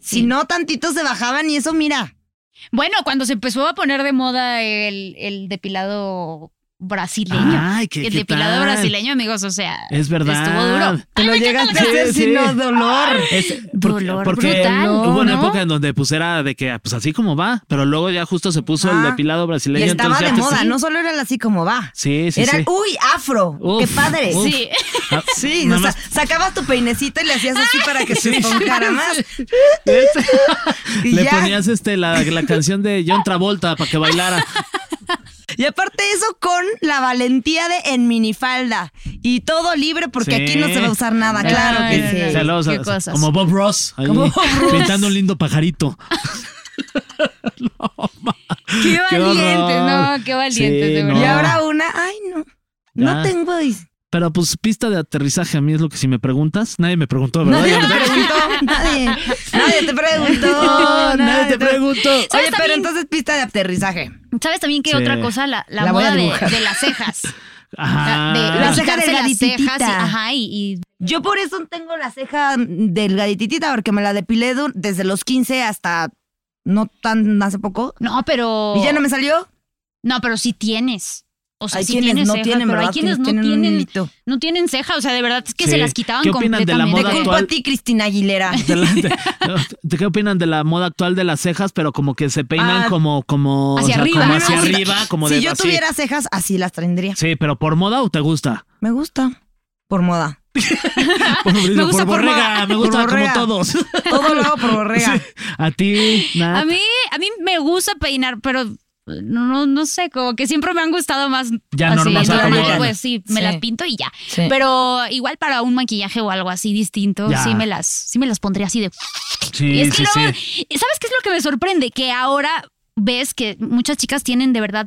[SPEAKER 2] Si no, tantito se bajaban y eso, mira.
[SPEAKER 3] Bueno, cuando se empezó a poner de moda el, el depilado brasileño.
[SPEAKER 2] Ah,
[SPEAKER 1] Ay, qué,
[SPEAKER 3] el
[SPEAKER 1] qué
[SPEAKER 3] depilado
[SPEAKER 1] tal.
[SPEAKER 3] brasileño, amigos, o sea,
[SPEAKER 1] Es verdad.
[SPEAKER 3] estuvo duro.
[SPEAKER 2] Te lo llegaste a hacer sin no dolor.
[SPEAKER 1] Es- por-
[SPEAKER 3] Dolor
[SPEAKER 1] porque
[SPEAKER 3] brutal,
[SPEAKER 1] hubo una
[SPEAKER 3] ¿no?
[SPEAKER 1] época en donde pues era de que pues así como va, pero luego ya justo se puso el
[SPEAKER 2] Ah.
[SPEAKER 1] depilado
[SPEAKER 2] Y
[SPEAKER 1] brasileño.
[SPEAKER 2] estaba
[SPEAKER 1] entonces
[SPEAKER 2] de
[SPEAKER 1] ya te-
[SPEAKER 2] moda, no solo era el así como va.
[SPEAKER 1] Sí, sí,
[SPEAKER 2] era,
[SPEAKER 1] sí.
[SPEAKER 2] uy, afro. qué
[SPEAKER 1] Uf,
[SPEAKER 2] padre.
[SPEAKER 1] uf.
[SPEAKER 3] Sí. *laughs*
[SPEAKER 1] Ah,
[SPEAKER 2] Sí,
[SPEAKER 1] nada
[SPEAKER 2] o sea,
[SPEAKER 1] más.
[SPEAKER 2] sacabas tu peinecito y le hacías así para que se esponjara más.
[SPEAKER 1] *laughs*
[SPEAKER 2] *laughs* Y
[SPEAKER 1] Este, Le
[SPEAKER 2] ya.
[SPEAKER 1] ponías este la, la canción de John Travolta para que
[SPEAKER 2] *laughs*
[SPEAKER 1] bailara.
[SPEAKER 2] Y aparte eso con la valentía de en minifalda. Y todo libre porque
[SPEAKER 1] Sí.
[SPEAKER 2] aquí no se va a usar nada, claro
[SPEAKER 3] Ay,
[SPEAKER 2] que
[SPEAKER 3] no,
[SPEAKER 2] sí.
[SPEAKER 3] no, no.
[SPEAKER 1] luego,
[SPEAKER 3] qué
[SPEAKER 1] o sea,
[SPEAKER 3] cosas.
[SPEAKER 1] Como Bob Ross, ahí, *laughs*
[SPEAKER 2] Como Bob Ross.
[SPEAKER 1] pintando un lindo pajarito. No, ma.
[SPEAKER 3] Qué
[SPEAKER 1] horror.
[SPEAKER 3] valientes, no, qué valientes,
[SPEAKER 1] Sí,
[SPEAKER 3] de
[SPEAKER 1] no.
[SPEAKER 3] verdad.
[SPEAKER 2] Y ahora una, ay no, no
[SPEAKER 1] Ya.
[SPEAKER 2] tengo... is-
[SPEAKER 1] Pero pues pista de aterrizaje a mí es lo que si me preguntas, nadie me preguntó, ¿verdad?
[SPEAKER 2] Nadie te preguntó, nadie, nadie te
[SPEAKER 1] *laughs*
[SPEAKER 2] preguntó.
[SPEAKER 1] No, nadie te preguntó.
[SPEAKER 2] Oye,
[SPEAKER 3] ¿Sabes
[SPEAKER 2] pero
[SPEAKER 3] también?
[SPEAKER 2] entonces pista de aterrizaje.
[SPEAKER 3] ¿Sabes también qué
[SPEAKER 1] Sí.
[SPEAKER 3] otra cosa? La, la
[SPEAKER 2] La voy
[SPEAKER 3] moda
[SPEAKER 2] a
[SPEAKER 3] de,
[SPEAKER 2] dibujar.
[SPEAKER 3] de
[SPEAKER 1] *laughs*
[SPEAKER 3] las cejas. O sea,
[SPEAKER 1] Ajá.
[SPEAKER 3] de
[SPEAKER 2] La ceja
[SPEAKER 3] quitarse las
[SPEAKER 2] delgadititita.
[SPEAKER 3] cejas y- ajá, y, y
[SPEAKER 2] Yo por eso tengo la ceja delgaditita porque me la depilé du- desde los 15 hasta no tan hace poco.
[SPEAKER 3] no, pero
[SPEAKER 2] ¿Y ya no me salió?
[SPEAKER 3] No, pero sí tienes. O sea,
[SPEAKER 2] hay
[SPEAKER 3] sí
[SPEAKER 2] quienes
[SPEAKER 3] Pues tienes
[SPEAKER 2] no
[SPEAKER 3] ceja,
[SPEAKER 2] tienen,
[SPEAKER 3] pero hay
[SPEAKER 2] ¿verdad?
[SPEAKER 3] quienes no
[SPEAKER 2] tienen un
[SPEAKER 3] tienen,
[SPEAKER 2] hilito.
[SPEAKER 3] no tienen ceja, o sea, de verdad es que se
[SPEAKER 1] Sí.
[SPEAKER 3] las quitaban
[SPEAKER 1] ¿Qué opinan de la
[SPEAKER 3] completamente.
[SPEAKER 1] moda
[SPEAKER 3] Con-
[SPEAKER 2] Culpa
[SPEAKER 1] actual?
[SPEAKER 2] a ti, Cristina Aguilera.
[SPEAKER 1] de la- *laughs*
[SPEAKER 2] *laughs*
[SPEAKER 1] de- de- ¿Qué opinan de la moda actual de las cejas, pero como que se peinan
[SPEAKER 2] Ah,
[SPEAKER 1] como, como,
[SPEAKER 3] hacia
[SPEAKER 1] como
[SPEAKER 3] arriba, ¿no?
[SPEAKER 1] hacia
[SPEAKER 3] Si-
[SPEAKER 1] arriba, como
[SPEAKER 2] si
[SPEAKER 1] de
[SPEAKER 2] yo
[SPEAKER 1] así.
[SPEAKER 2] tuviera cejas, así las tendría.
[SPEAKER 1] Sí, pero por moda o te
[SPEAKER 2] *laughs*
[SPEAKER 1] gusta?
[SPEAKER 2] Me gusta. Por moda.
[SPEAKER 1] Por,
[SPEAKER 3] Me gusta por
[SPEAKER 1] borrega,
[SPEAKER 3] moda.
[SPEAKER 1] me gusta
[SPEAKER 2] Por borrega.
[SPEAKER 1] como todos. *laughs*
[SPEAKER 2] Todo lo hago por borrega.
[SPEAKER 1] Sí. A ti, nada.
[SPEAKER 3] A mí, a mí me gusta peinar, pero no, no, no sé, como que siempre me han gustado más
[SPEAKER 1] Ya
[SPEAKER 3] así,
[SPEAKER 1] normal, o sea,
[SPEAKER 3] normal,
[SPEAKER 1] como-
[SPEAKER 3] pues sí, me
[SPEAKER 2] Sí.
[SPEAKER 3] las pinto y ya.
[SPEAKER 2] Sí.
[SPEAKER 3] Pero igual para un maquillaje o algo así distinto,
[SPEAKER 1] Ya.
[SPEAKER 3] sí me las, sí me las pondría así de.
[SPEAKER 1] Sí,
[SPEAKER 3] Y es
[SPEAKER 1] sí,
[SPEAKER 3] que luego,
[SPEAKER 1] sí.
[SPEAKER 3] ¿sabes qué es lo que me sorprende? Que ahora ves que muchas chicas tienen de verdad,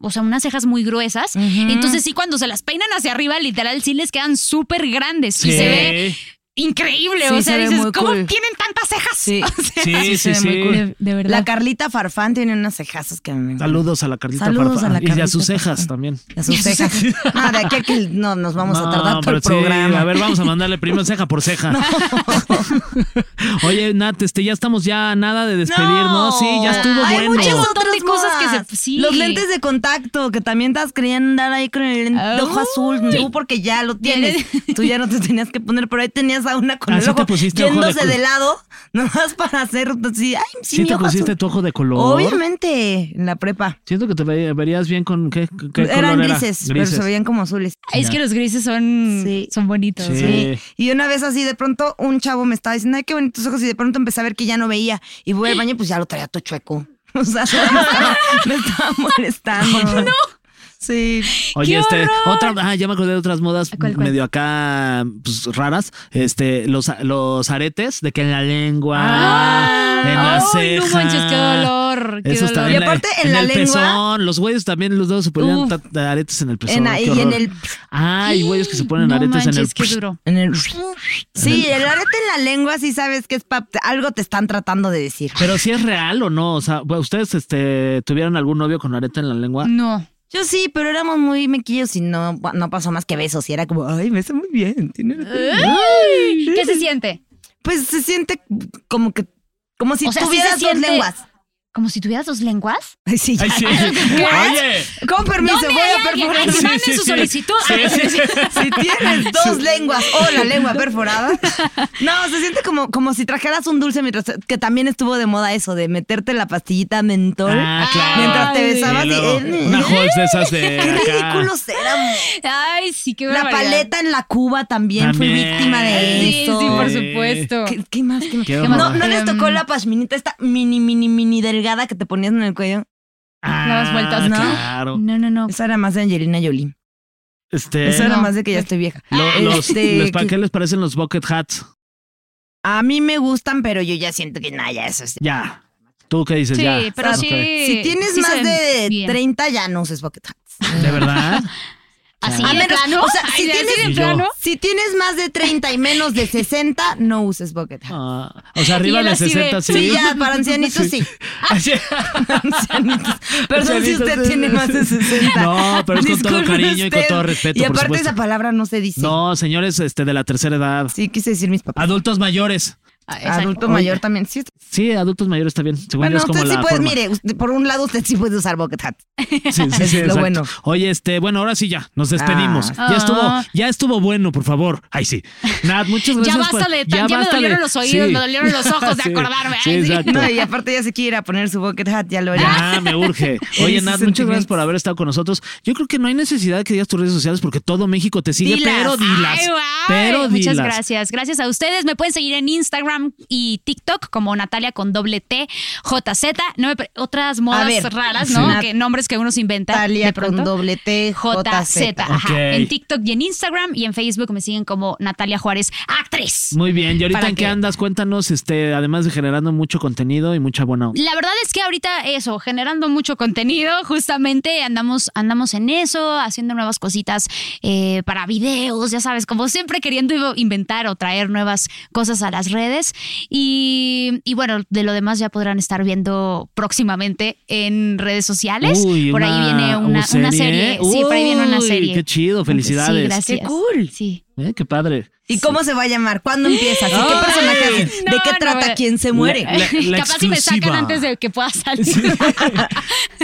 [SPEAKER 3] o sea, unas cejas muy gruesas. Entonces sí, cuando se las peinan hacia arriba, literal, sí les quedan súper grandes.
[SPEAKER 1] Sí.
[SPEAKER 3] Y se ve increíble.
[SPEAKER 2] Sí,
[SPEAKER 3] o
[SPEAKER 2] se
[SPEAKER 3] sea,
[SPEAKER 2] ve
[SPEAKER 3] dices,
[SPEAKER 2] muy
[SPEAKER 3] ¿cómo
[SPEAKER 2] cool.
[SPEAKER 3] tienen tantas las cejas.
[SPEAKER 2] Sí.
[SPEAKER 3] *laughs* O sea,
[SPEAKER 2] *laughs*
[SPEAKER 1] Sí,
[SPEAKER 2] se
[SPEAKER 1] sí,
[SPEAKER 2] ve muy cool.
[SPEAKER 1] sí.
[SPEAKER 4] De, de verdad.
[SPEAKER 2] La Carlita Farfán tiene unas cejazas que a mí me encantan.
[SPEAKER 1] Saludos a la Carlita
[SPEAKER 2] Saludos
[SPEAKER 1] Farfán.
[SPEAKER 2] a la
[SPEAKER 1] Y a
[SPEAKER 2] Carlita
[SPEAKER 1] sus cejas
[SPEAKER 2] Farfán.
[SPEAKER 1] también.
[SPEAKER 2] Las sus
[SPEAKER 1] *laughs*
[SPEAKER 2] cejas. No, de aquí a que no, nos vamos a tardar
[SPEAKER 1] No,
[SPEAKER 2] todo
[SPEAKER 1] pero
[SPEAKER 2] el
[SPEAKER 1] sí,
[SPEAKER 2] programa.
[SPEAKER 1] A ver, vamos a mandarle primero ceja por
[SPEAKER 2] *laughs*
[SPEAKER 1] ceja. *laughs* Oye, Nat, este, ya estamos ya a nada de despedirnos. Sí, ya estuvo
[SPEAKER 2] Hay
[SPEAKER 1] bueno.
[SPEAKER 2] muchas
[SPEAKER 3] Un montón
[SPEAKER 2] otras
[SPEAKER 3] de cosas que se-
[SPEAKER 2] más.
[SPEAKER 3] sí.
[SPEAKER 2] Los lentes de contacto, que también estás querían andar ahí con el, len- el ojo azul, tú porque ya lo tienes. Tú ya no te tenías que poner, pero ahí tenías a una con
[SPEAKER 1] Ah,
[SPEAKER 2] el
[SPEAKER 1] sí te
[SPEAKER 2] ojo
[SPEAKER 1] pusiste ojo de
[SPEAKER 2] yéndose de,
[SPEAKER 1] color.
[SPEAKER 2] lado, *laughs* nomás para hacer así, ay, sí,
[SPEAKER 1] Sí,
[SPEAKER 2] mi
[SPEAKER 1] te
[SPEAKER 2] ojo
[SPEAKER 1] pusiste
[SPEAKER 2] azul.
[SPEAKER 1] tu ojo de color.
[SPEAKER 2] Obviamente, en la prepa.
[SPEAKER 1] Siento que te ve- verías bien con qué, qué
[SPEAKER 2] Eran
[SPEAKER 1] color era?
[SPEAKER 2] grises, pero se veían como azules.
[SPEAKER 4] Es que los grises son,
[SPEAKER 2] Sí.
[SPEAKER 4] son bonitos.
[SPEAKER 1] Sí.
[SPEAKER 2] Sí. Y una vez así, de pronto un chavo me estaba diciendo, ay, qué bonitos ojos, y de pronto empecé a ver que ya no veía. Y voy al baño, y pues ya lo traía todo chueco. *laughs* O sea, me estaba, me estaba molestando. No. Sí.
[SPEAKER 1] Oye,
[SPEAKER 4] ¡Qué
[SPEAKER 1] este,
[SPEAKER 4] horror!
[SPEAKER 1] otra, ah, ya me acordé de otras modas
[SPEAKER 4] ¿Cuál, cuál?
[SPEAKER 1] medio acá pues, raras. Este, los, los aretes, de que en la lengua,
[SPEAKER 2] Ah,
[SPEAKER 1] en la
[SPEAKER 4] Ay,
[SPEAKER 1] ceja.
[SPEAKER 4] no manches, qué dolor. Qué
[SPEAKER 1] Eso
[SPEAKER 4] dolor.
[SPEAKER 1] está
[SPEAKER 2] Y aparte, en la
[SPEAKER 1] el
[SPEAKER 2] lengua-
[SPEAKER 1] pezón, los güeyes también los dedos se ponían
[SPEAKER 4] Uf.
[SPEAKER 1] ta- ta- aretes en el pezón.
[SPEAKER 2] En la-
[SPEAKER 1] qué
[SPEAKER 2] y en
[SPEAKER 1] horror.
[SPEAKER 2] el-
[SPEAKER 1] Ay, güeyes
[SPEAKER 2] *gasps*
[SPEAKER 1] que se ponen
[SPEAKER 4] no
[SPEAKER 1] aretes en el
[SPEAKER 4] manches, qué duro.
[SPEAKER 2] En el- sí, el arete en la lengua sí sabes que es pa- algo te están tratando de decir.
[SPEAKER 1] Pero si es real o no, o sea, bueno, ustedes este tuvieron algún novio con arete en la
[SPEAKER 2] *laughs*
[SPEAKER 1] lengua?
[SPEAKER 4] No.
[SPEAKER 2] Yo sí, pero éramos muy mequillos y no, no pasó más que besos. Y era como, ay, besa muy bien. tiene arete".
[SPEAKER 4] ¿Qué se siente?
[SPEAKER 2] Pues se siente como que, como si
[SPEAKER 3] O sea, sí se
[SPEAKER 2] tuvieras dos
[SPEAKER 3] siente-
[SPEAKER 2] lenguas.
[SPEAKER 3] Como si tuvieras dos lenguas.
[SPEAKER 2] Ay, sí, ya.
[SPEAKER 1] Ay, sí. Oye,
[SPEAKER 2] Con permiso,
[SPEAKER 3] ¿Dónde
[SPEAKER 2] voy
[SPEAKER 3] hay
[SPEAKER 2] a
[SPEAKER 3] alguien?
[SPEAKER 2] perforar.
[SPEAKER 3] Ay,
[SPEAKER 1] Sí,
[SPEAKER 3] manden
[SPEAKER 1] sí,
[SPEAKER 3] su
[SPEAKER 1] sí.
[SPEAKER 3] solicitud.
[SPEAKER 2] *laughs* Si tienes dos lenguas o la lengua perforada.
[SPEAKER 4] *laughs*
[SPEAKER 2] No, se siente como, como si trajeras un dulce mientras que también estuvo de moda eso de meterte la pastillita mentol
[SPEAKER 1] Ah, claro.
[SPEAKER 2] mientras te besabas
[SPEAKER 1] Y
[SPEAKER 2] y,
[SPEAKER 1] luego,
[SPEAKER 2] eh,
[SPEAKER 1] una Halls de esas de
[SPEAKER 2] *laughs* Qué
[SPEAKER 1] acá.
[SPEAKER 2] ridículos éramos.
[SPEAKER 4] Ay, sí, qué
[SPEAKER 2] La
[SPEAKER 4] barbaridad.
[SPEAKER 2] paleta en la cuba también, fui
[SPEAKER 1] También.
[SPEAKER 2] víctima de
[SPEAKER 4] Sí,
[SPEAKER 2] eso.
[SPEAKER 4] sí, por
[SPEAKER 1] Sí.
[SPEAKER 4] supuesto.
[SPEAKER 2] ¿Qué, qué más? ¿Qué más?
[SPEAKER 1] Qué
[SPEAKER 2] no,
[SPEAKER 1] horror.
[SPEAKER 2] ¿No les tocó
[SPEAKER 4] Em.
[SPEAKER 2] la pashminita esta mini, mini, mini delgada que te ponías en el cuello?
[SPEAKER 1] Ah,
[SPEAKER 4] Dabas vueltas,
[SPEAKER 2] ¿no?
[SPEAKER 1] Claro.
[SPEAKER 4] No, no, no.
[SPEAKER 2] Esa era más de Angelina Jolie.
[SPEAKER 1] Este,
[SPEAKER 2] Eso era
[SPEAKER 4] No.
[SPEAKER 2] más de que ya estoy vieja.
[SPEAKER 1] lo- los,
[SPEAKER 2] Este,
[SPEAKER 1] los- ¿para
[SPEAKER 2] que-
[SPEAKER 1] qué les parecen los bucket hats?
[SPEAKER 2] A mí me gustan, pero yo ya siento que nada, ya eso es
[SPEAKER 1] Ya. ¿Tú qué dices?
[SPEAKER 4] Sí,
[SPEAKER 1] ya. Ah,
[SPEAKER 4] pero
[SPEAKER 1] Ok.
[SPEAKER 4] sí.
[SPEAKER 2] Si tienes
[SPEAKER 4] sí se
[SPEAKER 2] más
[SPEAKER 4] ven
[SPEAKER 2] de
[SPEAKER 4] bien.
[SPEAKER 2] 30 ya no uses bucket hats.
[SPEAKER 1] ¿De
[SPEAKER 2] *laughs*
[SPEAKER 1] verdad?
[SPEAKER 3] Así
[SPEAKER 2] A
[SPEAKER 3] de
[SPEAKER 2] menos-
[SPEAKER 3] plano.
[SPEAKER 2] o sea, si
[SPEAKER 3] Ay, de-
[SPEAKER 2] tienes-
[SPEAKER 1] Y yo,
[SPEAKER 2] Si tienes más de 30 y menos de 60, no uses bucket hats.
[SPEAKER 1] ah, o sea, arriba
[SPEAKER 4] él
[SPEAKER 1] de
[SPEAKER 4] así de-
[SPEAKER 1] 60, sí.
[SPEAKER 2] Sí, ya, para ancianitos sí.
[SPEAKER 1] *laughs* Así-
[SPEAKER 2] Ancianitos. Perdón si
[SPEAKER 1] Ancianitos,
[SPEAKER 2] usted
[SPEAKER 1] sí.
[SPEAKER 2] tiene más de 60.
[SPEAKER 1] No, pero es con todo
[SPEAKER 2] Disculpe
[SPEAKER 1] cariño y con
[SPEAKER 2] usted.
[SPEAKER 1] todo respeto,
[SPEAKER 2] Y
[SPEAKER 1] por
[SPEAKER 2] aparte
[SPEAKER 1] supuesto.
[SPEAKER 2] esa palabra no se dice.
[SPEAKER 1] No, señores este, de la tercera edad.
[SPEAKER 2] Sí, quise decir mis papás.
[SPEAKER 1] Adultos mayores.
[SPEAKER 4] Ah, exacto.
[SPEAKER 2] Adulto mayor también. Sí,
[SPEAKER 1] Sí, adultos mayores está bien. Según yo
[SPEAKER 2] bueno,
[SPEAKER 1] es como
[SPEAKER 2] usted sí
[SPEAKER 1] la
[SPEAKER 2] puede,
[SPEAKER 1] forma.
[SPEAKER 2] mire, usted- por un lado usted sí puede usar bucket hat.
[SPEAKER 1] *laughs* Sí,
[SPEAKER 2] *laughs*
[SPEAKER 1] sí, sí,
[SPEAKER 2] Es lo
[SPEAKER 1] exacto.
[SPEAKER 2] bueno.
[SPEAKER 1] Oye, este, bueno, ahora sí ya, nos despedimos.
[SPEAKER 2] Ah.
[SPEAKER 1] Ya estuvo,
[SPEAKER 4] Ah.
[SPEAKER 1] ya estuvo bueno, por favor. Ay, sí. Nat, muchas gracias.
[SPEAKER 3] *laughs* Ya basta
[SPEAKER 1] por-
[SPEAKER 3] de tan- ya me
[SPEAKER 1] pues, basta
[SPEAKER 3] dolieron los oídos, me dolieron los ojos de
[SPEAKER 1] Sí,
[SPEAKER 3] acordarme. Ay,
[SPEAKER 1] Sí,
[SPEAKER 3] sí.
[SPEAKER 1] exacto.
[SPEAKER 2] No, y aparte ya se quiere ir a poner su bucket hat, ya lo hará.
[SPEAKER 1] Ya, me
[SPEAKER 3] *laughs*
[SPEAKER 1] urge. Oye,
[SPEAKER 2] Esos
[SPEAKER 1] Nat, muchas gracias
[SPEAKER 2] sentimientos.
[SPEAKER 1] por haber estado con nosotros. Yo creo que no hay necesidad de que digas tus redes sociales porque todo México te sigue,
[SPEAKER 2] Dilas.
[SPEAKER 1] pero dilas.
[SPEAKER 3] Ay, guau.
[SPEAKER 1] pero dilas.
[SPEAKER 3] Muchas gracias. Gracias a ustedes. Me pueden seguir en Instagram y TikTok como Natalia con doble T, JZ. No me pre- otras modas
[SPEAKER 2] ver,
[SPEAKER 3] raras,
[SPEAKER 2] sí.
[SPEAKER 3] ¿no?
[SPEAKER 2] Nat-
[SPEAKER 3] Que nombres que uno se inventa.
[SPEAKER 2] Talia
[SPEAKER 3] de pronto.
[SPEAKER 2] con doble T,
[SPEAKER 3] JZ.
[SPEAKER 2] JZ.
[SPEAKER 3] ajá.
[SPEAKER 1] Ok.
[SPEAKER 3] En TikTok y en Instagram y en Facebook me siguen como Natalia Juárez, actriz.
[SPEAKER 1] Muy bien. ¿Y ahorita
[SPEAKER 3] ¿Para
[SPEAKER 1] en qué
[SPEAKER 3] qué?
[SPEAKER 1] andas? Cuéntanos, este, además de generando mucho contenido y mucha buena onda.
[SPEAKER 3] La verdad es que ahorita eso, generando mucho contenido, justamente andamos, andamos en eso, haciendo nuevas cositas eh, para videos, ya sabes, como siempre queriendo inventar o traer nuevas cosas a las redes. Y, y bueno, de lo demás ya podrán estar viendo próximamente en redes sociales.
[SPEAKER 1] Uy,
[SPEAKER 3] por ahí
[SPEAKER 1] una-
[SPEAKER 3] viene una, una serie.
[SPEAKER 1] una
[SPEAKER 3] Sí, por ahí viene una
[SPEAKER 1] Uy,
[SPEAKER 3] serie.
[SPEAKER 1] qué chido, felicidades.
[SPEAKER 3] Sí, gracias.
[SPEAKER 2] Qué cool.
[SPEAKER 3] Sí.
[SPEAKER 1] Eh, qué padre.
[SPEAKER 2] ¿Y cómo se va a llamar? ¿Cuándo empieza? ¿Sí? ¿Qué
[SPEAKER 1] Ay,
[SPEAKER 2] personaje hace? ¿De
[SPEAKER 3] no,
[SPEAKER 2] qué
[SPEAKER 3] no,
[SPEAKER 2] trata?
[SPEAKER 3] no. eh,
[SPEAKER 2] ¿Quién se muere?
[SPEAKER 1] La-
[SPEAKER 3] *laughs*
[SPEAKER 1] la
[SPEAKER 3] Capaz si me sacan
[SPEAKER 1] exclusiva.
[SPEAKER 3] antes de que pueda salir. *laughs*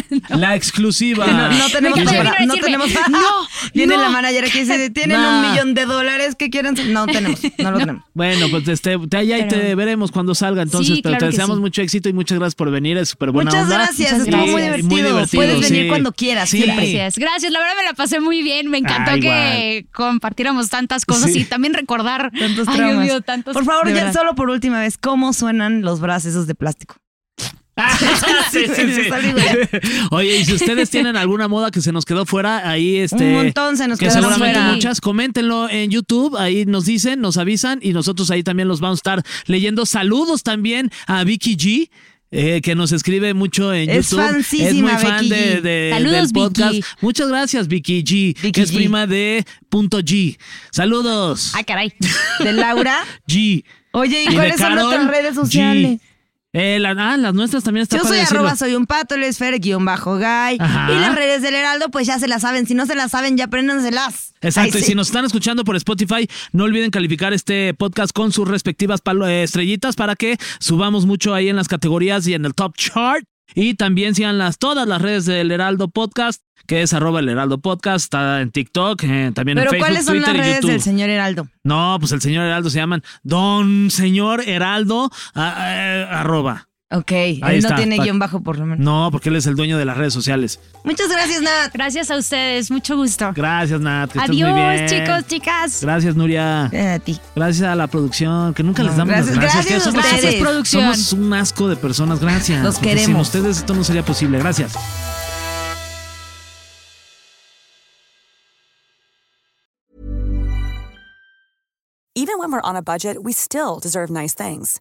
[SPEAKER 1] *laughs* La exclusiva.
[SPEAKER 2] No, no tenemos
[SPEAKER 3] Me encanta
[SPEAKER 2] para-
[SPEAKER 3] que
[SPEAKER 2] no
[SPEAKER 3] vino a
[SPEAKER 2] tenemos
[SPEAKER 3] decirme, no,
[SPEAKER 2] *laughs* Viene
[SPEAKER 3] no.
[SPEAKER 2] la manager aquí y dice, tienen
[SPEAKER 1] Nah.
[SPEAKER 2] un millón de dólares que quieren. No tenemos, no lo tenemos.
[SPEAKER 1] Bueno, pues este, te, allá y te veremos cuando salga entonces,
[SPEAKER 3] Sí,
[SPEAKER 1] pero te
[SPEAKER 3] claro que
[SPEAKER 1] deseamos
[SPEAKER 3] sí.
[SPEAKER 1] mucho éxito y muchas gracias por venir, es súper buena
[SPEAKER 2] Muchas
[SPEAKER 1] onda.
[SPEAKER 2] gracias,
[SPEAKER 3] Muchas
[SPEAKER 2] estuvo muy
[SPEAKER 3] gracias.
[SPEAKER 2] divertido. Puedes venir
[SPEAKER 1] sí.
[SPEAKER 2] cuando quieras,
[SPEAKER 1] Sí. *laughs*
[SPEAKER 2] siempre.
[SPEAKER 3] *laughs* Gracias, gracias. La verdad me la pasé muy bien. Me encantó
[SPEAKER 1] Ay,
[SPEAKER 3] que compartiéramos tantas cosas
[SPEAKER 1] Sí.
[SPEAKER 3] y también recordar
[SPEAKER 2] Tantos
[SPEAKER 3] Ay,
[SPEAKER 2] traumas.
[SPEAKER 3] Dios mío, tantos-
[SPEAKER 2] por favor,
[SPEAKER 3] de
[SPEAKER 2] ya
[SPEAKER 3] verdad.
[SPEAKER 2] solo por última vez, ¿cómo suenan los brazos esos de plástico?
[SPEAKER 1] Sí, sí, sí. Oye, y si ustedes tienen alguna moda que se nos quedó fuera, ahí este.
[SPEAKER 2] Un montón se nos
[SPEAKER 1] que
[SPEAKER 2] quedaron
[SPEAKER 1] seguramente
[SPEAKER 2] fuera.
[SPEAKER 1] muchas, coméntenlo en YouTube, ahí nos dicen, nos avisan y nosotros ahí también los vamos a estar leyendo. Saludos también a Vicky G. eh, que nos escribe mucho en
[SPEAKER 2] Es
[SPEAKER 1] YouTube.
[SPEAKER 2] fansísima
[SPEAKER 1] es muy fan
[SPEAKER 2] Vicky
[SPEAKER 1] de,
[SPEAKER 2] G.
[SPEAKER 1] de-
[SPEAKER 3] Saludos,
[SPEAKER 1] del podcast.
[SPEAKER 3] Vicky.
[SPEAKER 1] Muchas gracias, Vicky G, que
[SPEAKER 2] Vicky
[SPEAKER 1] es
[SPEAKER 2] G.
[SPEAKER 1] prima de Punto G. Saludos,
[SPEAKER 3] Ay, Ah, caray. *laughs*
[SPEAKER 2] De Laura,
[SPEAKER 1] G.
[SPEAKER 2] Oye,
[SPEAKER 1] Y
[SPEAKER 2] ¿y
[SPEAKER 1] de
[SPEAKER 2] cuáles son
[SPEAKER 1] Carol
[SPEAKER 2] nuestras redes sociales?
[SPEAKER 1] G. Eh, la- ah, las nuestras también están
[SPEAKER 2] Yo soy arroba soy un pato, el guión bajo guy.
[SPEAKER 1] Ajá.
[SPEAKER 2] Y las redes del Heraldo, pues ya se las saben. Si no se las saben, ya apréndanselas.
[SPEAKER 1] Exacto,
[SPEAKER 2] Ay,
[SPEAKER 1] y
[SPEAKER 2] sí.
[SPEAKER 1] si nos están escuchando por Spotify, no olviden calificar este podcast con sus respectivas palo- eh, estrellitas para que subamos mucho ahí en las categorías y en el top chart. Y también sigan las, todas las redes del Heraldo Podcast, que es arroba el Heraldo Podcast, está en TikTok, eh, también en
[SPEAKER 2] Pero
[SPEAKER 1] Facebook,
[SPEAKER 2] ¿cuáles son
[SPEAKER 1] Twitter
[SPEAKER 2] las
[SPEAKER 1] y
[SPEAKER 2] redes
[SPEAKER 1] YouTube.
[SPEAKER 2] del señor Heraldo?
[SPEAKER 1] No, pues el señor Heraldo se llaman Don Señor Heraldo ah, eh, arroba.
[SPEAKER 2] Ok,
[SPEAKER 1] Ahí
[SPEAKER 2] él
[SPEAKER 1] está,
[SPEAKER 2] no tiene
[SPEAKER 1] pa-
[SPEAKER 2] guión bajo por lo menos.
[SPEAKER 1] No, porque él es el dueño de las redes sociales.
[SPEAKER 2] Muchas gracias, Nat.
[SPEAKER 4] Gracias a ustedes, mucho gusto.
[SPEAKER 1] Gracias, Nat. que estés muy bien.
[SPEAKER 4] Adiós, chicos, chicas.
[SPEAKER 1] Gracias, Nuria.
[SPEAKER 2] Eh, A ti.
[SPEAKER 1] Gracias a la producción, que nunca les damos las
[SPEAKER 2] gracias-
[SPEAKER 1] gracias.
[SPEAKER 2] gracias
[SPEAKER 1] que
[SPEAKER 2] a
[SPEAKER 1] somos-
[SPEAKER 2] ustedes.
[SPEAKER 1] somos-
[SPEAKER 4] Producción.
[SPEAKER 1] Somos un asco de personas, gracias.
[SPEAKER 2] Los
[SPEAKER 1] porque
[SPEAKER 2] queremos.
[SPEAKER 1] Sin ustedes esto no sería posible, gracias.
[SPEAKER 5] Even when we're on a budget, we still deserve nice things.